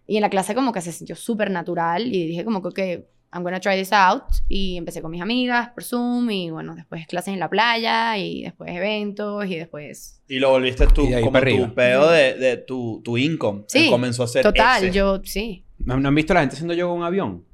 Speaker 2: Y en la clase como que se sintió súper natural y dije como que, ok, I'm gonna try this out. Y empecé con mis amigas por Zoom y bueno, después clases en la playa y después eventos y después...
Speaker 5: Y lo volviste tú,
Speaker 1: Y de ahí
Speaker 5: como
Speaker 1: para arriba.
Speaker 5: tu pedo de, de tu, tu income.
Speaker 2: Sí,
Speaker 5: Eh, Comenzó a ser.
Speaker 2: Total,
Speaker 5: ese.
Speaker 2: yo sí.
Speaker 1: ¿No, no han visto la gente haciendo yoga en un avión?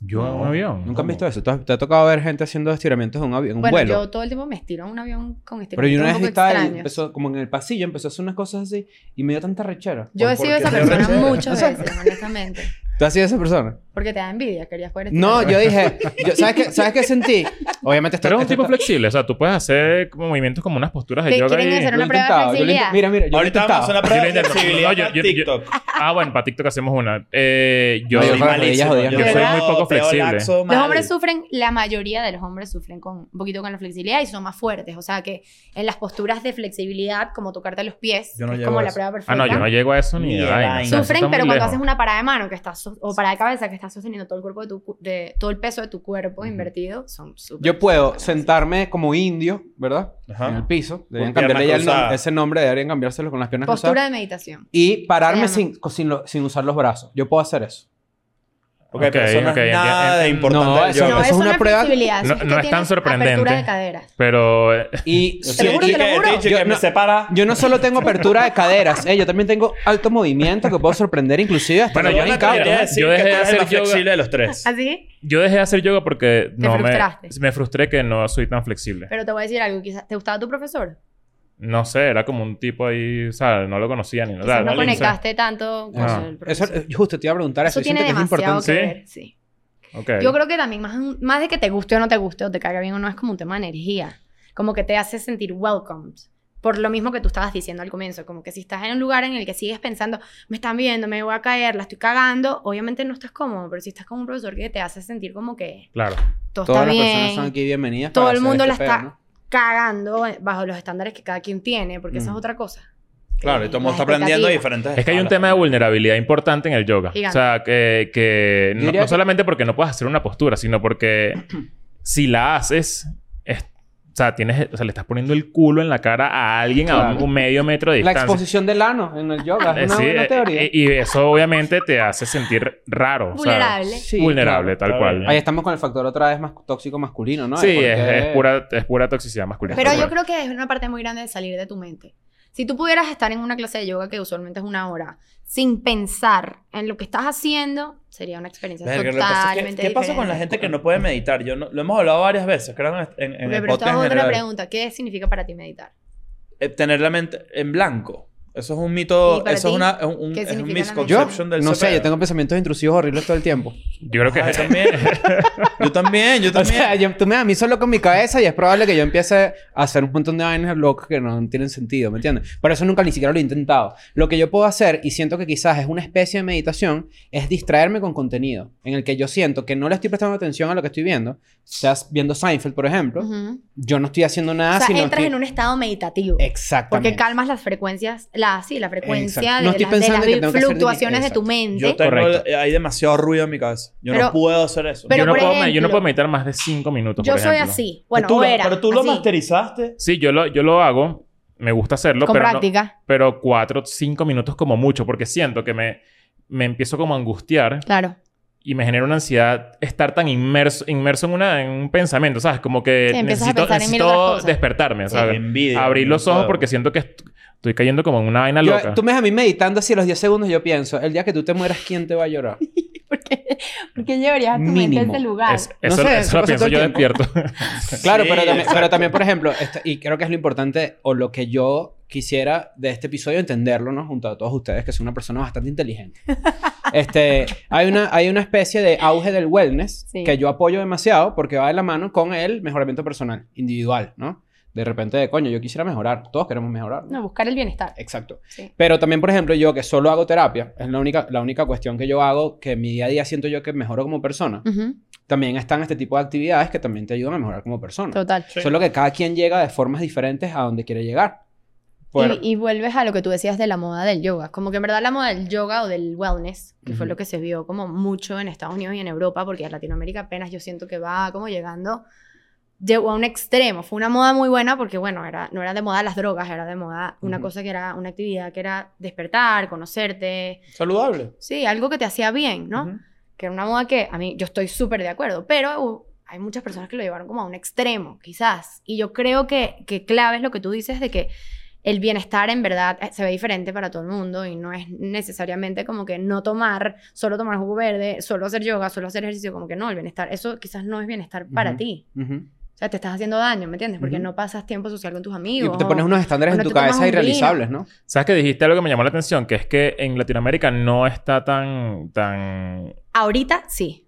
Speaker 3: Yo en
Speaker 5: No,
Speaker 3: un avión.
Speaker 1: ¿Nunca han visto eso? ¿Te, has- te ha tocado ver gente haciendo estiramientos en un avión, en un
Speaker 2: Bueno,
Speaker 1: vuelo?
Speaker 2: yo todo el tiempo me estiro a un avión con este
Speaker 1: Pero yo una vez estaba, ahí,
Speaker 2: extraño.
Speaker 1: empezó, como en el pasillo, empezó a hacer unas cosas así y me dio tanta rechera.
Speaker 2: Yo he sido
Speaker 5: porque
Speaker 2: esa
Speaker 5: te
Speaker 2: persona
Speaker 5: rechera.
Speaker 2: muchas veces, honestamente.
Speaker 1: ¿Tú has sido esa persona?
Speaker 2: Porque te da envidia, querías poder
Speaker 1: No,
Speaker 2: estirarte.
Speaker 1: yo dije, yo- ¿sabes, qué, ¿sabes qué sentí? Obviamente esto
Speaker 3: Pero es un
Speaker 1: esto
Speaker 3: tipo
Speaker 1: está-
Speaker 3: flexible. O sea, tú puedes hacer como movimientos como unas posturas de
Speaker 2: ¿Qué
Speaker 3: yoga
Speaker 2: quieren
Speaker 3: y...
Speaker 1: Yo
Speaker 2: hacer?
Speaker 1: lo he
Speaker 2: Una prueba
Speaker 1: intentado,
Speaker 2: de
Speaker 1: yo lo he
Speaker 2: flexibilidad.
Speaker 1: int- Mira, mira, yo lo he
Speaker 5: Ahorita vamos a hacer
Speaker 1: intentado.
Speaker 5: una prueba
Speaker 3: Yo lo
Speaker 5: de
Speaker 3: intento.
Speaker 5: flexibilidad
Speaker 3: No, yo-
Speaker 5: para
Speaker 3: yo- yo-
Speaker 5: TikTok.
Speaker 3: Ah, bueno, para TikTok hacemos una. Eh, yo...
Speaker 1: No,
Speaker 5: soy
Speaker 1: yo-
Speaker 5: malísimo,
Speaker 1: yo
Speaker 5: yo
Speaker 3: soy
Speaker 5: peo
Speaker 3: muy poco
Speaker 5: peo
Speaker 3: flexible.
Speaker 5: laxo
Speaker 2: Los
Speaker 5: mal.
Speaker 2: hombres sufren, la mayoría de los hombres sufren con un poquito con la flexibilidad y son más fuertes. O sea que en las posturas de flexibilidad, como tocarte los pies,
Speaker 5: Yo no
Speaker 2: que es
Speaker 5: llego
Speaker 2: como
Speaker 5: a
Speaker 2: la
Speaker 5: eso.
Speaker 2: prueba perfecta.
Speaker 3: Ah, no, yo no llego a eso ni
Speaker 5: Ni
Speaker 3: de
Speaker 5: de
Speaker 3: vaina.
Speaker 5: vaina.
Speaker 3: O sea, eso está
Speaker 2: Sufren,
Speaker 3: muy
Speaker 2: pero cuando
Speaker 3: lejos.
Speaker 2: haces una parada de mano que estás sos- o parada de cabeza que estás sosteniendo todo el cuerpo de tu cu- de todo el peso de tu cuerpo invertido, son súper.
Speaker 1: Yo puedo
Speaker 2: súper
Speaker 1: sentarme como indio, ¿verdad?
Speaker 5: Ajá.
Speaker 1: En el piso. Deberían
Speaker 5: piernas
Speaker 1: cambiarle ya el nom-
Speaker 5: cruzadas.
Speaker 1: ese nombre, deberían cambiárselo con las piernas
Speaker 2: fáciles. Postura
Speaker 1: cruzadas.
Speaker 2: de meditación.
Speaker 1: Y pararme
Speaker 2: Se
Speaker 1: sin, sin, lo- sin usar los brazos. Yo puedo hacer eso.
Speaker 5: Ok, pero
Speaker 3: Ok,
Speaker 5: eso no
Speaker 3: ok, enti-
Speaker 5: es nada
Speaker 3: enti-
Speaker 5: de importante.
Speaker 1: No,
Speaker 5: del
Speaker 1: eso
Speaker 5: yoga.
Speaker 1: no es una prueba-
Speaker 2: flexibilidad, eso
Speaker 3: No-
Speaker 2: que
Speaker 3: no es tan
Speaker 2: tienes
Speaker 3: sorprendente.
Speaker 2: Apertura de cadera.
Speaker 3: Pero... eh,
Speaker 1: Y
Speaker 5: Yo
Speaker 2: Te
Speaker 5: soy
Speaker 2: lo
Speaker 5: el
Speaker 2: juro, te
Speaker 5: chique
Speaker 2: lo
Speaker 5: de
Speaker 2: juro.
Speaker 5: teacher
Speaker 1: Yo
Speaker 5: que me
Speaker 1: no-
Speaker 5: separa.
Speaker 1: Yo no solo tengo apertura de caderas, eh, yo también tengo alto movimiento que puedo sorprender inclusive hasta
Speaker 3: Bueno,
Speaker 1: los
Speaker 3: yo
Speaker 1: dos
Speaker 3: no
Speaker 1: hincados.
Speaker 3: atrevería- yo dejé de hacer yoga.
Speaker 5: flexible de los tres.
Speaker 2: Así.
Speaker 3: Yo dejé de hacer yoga porque no me,
Speaker 2: frustraste.
Speaker 3: me frustré que no soy tan flexible.
Speaker 2: Pero te voy a decir algo, quizás te gustaba tu profesor.
Speaker 3: No sé, era como un tipo ahí, o sea, no lo conocía ni
Speaker 2: Quizás
Speaker 3: nada.
Speaker 2: no
Speaker 5: dale, no sé.
Speaker 2: conectaste tanto con
Speaker 3: Ah.
Speaker 2: el
Speaker 1: Eso,
Speaker 2: profesor.
Speaker 1: eh, justo te iba a preguntar eso.
Speaker 2: Eso
Speaker 1: yo
Speaker 2: tiene
Speaker 1: siento que es
Speaker 2: demasiado
Speaker 1: importante.
Speaker 2: que
Speaker 3: importante.
Speaker 2: ver, sí. Yo creo que también, más, más de que te guste o no te guste, o te caiga bien o no, es como un tema de energía. Como que te hace sentir welcomed. Por lo mismo que tú estabas diciendo al comienzo. Como que si estás en un lugar en el que sigues pensando, me están viendo, me voy a caer, la estoy cagando, obviamente no estás cómodo. Pero si estás con un profesor que te hace sentir como que
Speaker 3: Claro.
Speaker 2: todo
Speaker 1: Todas
Speaker 2: está
Speaker 1: las
Speaker 2: bien.
Speaker 1: personas son aquí bienvenidas.
Speaker 2: Todo
Speaker 1: para
Speaker 2: el
Speaker 1: hacer
Speaker 2: mundo
Speaker 1: este
Speaker 2: la está
Speaker 1: peo, ¿no?
Speaker 2: cagando bajo los estándares que cada quien tiene, porque esa
Speaker 1: Mm.
Speaker 2: es otra cosa.
Speaker 5: Claro, y todo el mundo
Speaker 2: Las
Speaker 5: está aprendiendo de
Speaker 2: expectativas.
Speaker 5: diferentes.
Speaker 3: Es que hay un
Speaker 5: escalas
Speaker 3: tema de
Speaker 5: también.
Speaker 3: vulnerabilidad importante en el yoga.
Speaker 2: Gigante.
Speaker 3: O sea, que, que
Speaker 1: Yo
Speaker 3: no,
Speaker 1: diría
Speaker 3: no
Speaker 1: que-
Speaker 3: solamente porque no puedas hacer una postura, sino porque si la haces, es- o, sea, tienes, o sea, le estás poniendo el culo en la cara a alguien
Speaker 1: Claro.
Speaker 3: a un medio metro de
Speaker 1: La
Speaker 3: distancia.
Speaker 1: exposición del ano en el yoga
Speaker 3: Eh,
Speaker 1: es una
Speaker 3: sí,
Speaker 1: buena
Speaker 3: eh,
Speaker 1: teoría.
Speaker 3: eh, y eso obviamente te hace sentir raro. o sea,
Speaker 2: Vulnerable.
Speaker 1: Sí,
Speaker 3: vulnerable,
Speaker 1: claro.
Speaker 3: tal
Speaker 5: Está
Speaker 3: cual.
Speaker 5: bien.
Speaker 1: Ahí estamos con el factor otra vez más tóxico masculino, ¿no?
Speaker 3: sí,
Speaker 1: Porque-
Speaker 3: es, es pura, es pura toxicidad masculina.
Speaker 2: Pero
Speaker 3: tal
Speaker 2: yo creo
Speaker 3: cual.
Speaker 2: que es una parte muy grande de salir de tu mente. Si tú pudieras estar en una clase de yoga que usualmente es una hora, sin pensar en lo que estás haciendo, sería una experiencia
Speaker 5: Verga, lo que pasa es que-
Speaker 2: totalmente
Speaker 5: ¿Qué pasa con la
Speaker 2: diferente.
Speaker 5: gente que no puede meditar? Yo no- lo hemos hablado varias veces, creo, en, en- en
Speaker 2: Ok,
Speaker 5: el
Speaker 2: pero esta es
Speaker 5: podcast en
Speaker 2: otra
Speaker 5: general.
Speaker 2: pregunta. ¿Qué significa para ti meditar?
Speaker 5: Eh, Tener la mente en blanco. Eso es un
Speaker 2: ¿Y
Speaker 5: mito,
Speaker 2: para
Speaker 5: eso
Speaker 2: ti?
Speaker 5: es, una, es un,
Speaker 2: ¿Qué
Speaker 5: es
Speaker 2: significa
Speaker 5: un
Speaker 2: la
Speaker 1: Yo
Speaker 5: misconception del
Speaker 1: no sé,
Speaker 5: CPR.
Speaker 1: yo tengo pensamientos intrusivos horribles todo el tiempo.
Speaker 3: Yo creo que
Speaker 5: Ah,
Speaker 3: es-
Speaker 5: yo también. yo también, yo
Speaker 1: O
Speaker 5: también.
Speaker 1: sea, yo- tú me das a mí solo con mi cabeza y es probable que yo empiece a hacer un montón de vainas locas que no tienen sentido, ¿me entiendes? Por eso nunca ni siquiera lo he intentado. Lo que yo puedo hacer, y siento que quizás es una especie de meditación, es distraerme con contenido en el que yo siento que no le estoy prestando atención a lo que estoy viendo. Estás viendo Seinfeld, por ejemplo.
Speaker 2: Ujú.
Speaker 1: Yo no estoy haciendo
Speaker 5: Ah,
Speaker 1: nada,
Speaker 2: Ah, o sea,
Speaker 1: sino
Speaker 2: entras
Speaker 1: estoy-
Speaker 2: en un estado meditativo.
Speaker 1: Exactamente.
Speaker 2: Porque calmas las frecuencias, la, sí, la frecuencia
Speaker 1: Exacto.
Speaker 2: de,
Speaker 1: No estoy
Speaker 2: las- de
Speaker 1: pensando
Speaker 2: las
Speaker 1: que tengo que hacer de mi-
Speaker 2: fluctuaciones de tu
Speaker 1: Exacto.
Speaker 2: mente.
Speaker 5: Yo tengo,
Speaker 3: Correcto.
Speaker 5: eh, hay demasiado ruido en mi cabeza. Yo no
Speaker 2: Pero-
Speaker 5: puedo hacer eso.
Speaker 2: pero
Speaker 3: yo, no
Speaker 2: por
Speaker 3: puedo, me- yo no
Speaker 2: ejemplo-
Speaker 3: puedo meditar más de cinco minutos.
Speaker 2: Yo
Speaker 3: por
Speaker 2: soy
Speaker 3: ejemplo.
Speaker 2: así. Bueno,
Speaker 5: tú
Speaker 2: o
Speaker 5: lo-
Speaker 2: era
Speaker 5: pero tú lo
Speaker 2: así,
Speaker 5: masterizaste.
Speaker 3: Sí, yo lo, yo lo hago. Me gusta hacerlo,
Speaker 2: con
Speaker 3: pero no-
Speaker 2: práctica.
Speaker 3: pero cuatro, cinco minutos como mucho, porque siento que me, me empiezo como a angustiar
Speaker 2: Claro.
Speaker 3: y me genera una ansiedad estar tan inmerso, inmerso en, una, en un pensamiento, ¿sabes? Como que
Speaker 2: Sí, empiezas a
Speaker 3: necesito,
Speaker 2: pensar en mil
Speaker 3: necesito
Speaker 2: otras cosas.
Speaker 3: despertarme, ¿sabes?
Speaker 5: Envidia.
Speaker 3: Abrir los ojos
Speaker 5: Claro.
Speaker 3: porque siento que est- estoy cayendo como en una vaina
Speaker 1: Yo-
Speaker 3: loca.
Speaker 1: tú me ves a mí meditando así a los 10 segundos, yo pienso, el día que tú te mueras, ¿quién te va a llorar?
Speaker 2: Porque, porque llevarías tu mente a
Speaker 1: Mínimo.
Speaker 2: ese lugar.
Speaker 3: Es- eso
Speaker 1: sé, eso
Speaker 3: eso lo
Speaker 1: pasa todo
Speaker 3: pienso
Speaker 1: el
Speaker 3: yo
Speaker 1: tiempo.
Speaker 3: despierto.
Speaker 1: Claro,
Speaker 5: Sí,
Speaker 1: pero, también,
Speaker 5: exacto.
Speaker 1: pero también, por ejemplo, esto- y creo que es lo importante o lo que yo quisiera de este episodio entenderlo, ¿no? Junto a todos ustedes, que son una persona bastante inteligente. Este, hay, una, hay una especie de auge del wellness
Speaker 2: Sí.
Speaker 1: que yo apoyo demasiado porque va de la mano con el mejoramiento personal, individual, ¿no? De repente, de coño, yo quisiera mejorar, todos queremos mejorar. ¿no?
Speaker 2: No, buscar el bienestar.
Speaker 1: Exacto.
Speaker 2: Sí.
Speaker 1: Pero también, por ejemplo, yo que solo hago terapia, es la única, la única cuestión que yo hago que en mi día a día siento yo que mejoro como persona.
Speaker 2: Ujú,
Speaker 1: También están este tipo de actividades que también te ayudan a mejorar como persona.
Speaker 2: Total.
Speaker 1: Solo que cada quien llega de formas diferentes a donde quiere llegar. Bueno,
Speaker 2: Y, y vuelves a lo que tú decías de la moda del yoga. Como que en verdad la moda del yoga o del wellness, que fue
Speaker 1: Ujú.
Speaker 2: lo que se vio como mucho en Estados Unidos y en Europa, porque a Latinoamérica apenas yo siento que va como llegando, llegó a un extremo. Fue una moda muy buena porque, bueno, era, no era de moda las drogas, era de moda una
Speaker 1: Ujú.
Speaker 2: cosa que era una actividad que era despertar, conocerte.
Speaker 5: Saludable.
Speaker 2: Sí, algo que te hacía bien, ¿no?
Speaker 5: Ujú.
Speaker 2: que era una moda que a mí yo estoy súper de acuerdo, pero uh, hay muchas personas que lo llevaron como a un extremo, quizás. Y yo creo que, que clave es lo que tú dices de que el bienestar en verdad eh, se ve diferente para todo el mundo y no es necesariamente como que no tomar, solo tomar jugo verde, solo hacer yoga, solo hacer ejercicio, como que no, el bienestar, eso quizás no es bienestar para
Speaker 1: Ujú.
Speaker 2: ti.
Speaker 1: ujú.
Speaker 2: O sea, te estás haciendo daño, ¿me entiendes? Porque
Speaker 1: Ujú.
Speaker 2: no pasas tiempo social con tus
Speaker 1: Y
Speaker 2: amigos.
Speaker 1: te pones unos estándares
Speaker 2: Bueno,
Speaker 1: en tu
Speaker 2: tú tomas
Speaker 1: cabeza
Speaker 2: un
Speaker 1: irrealizables, ¿no?
Speaker 3: ¿Sabes que dijiste algo que me llamó la atención? Que es que en Latinoamérica no está tan... tan...
Speaker 2: Ahorita sí.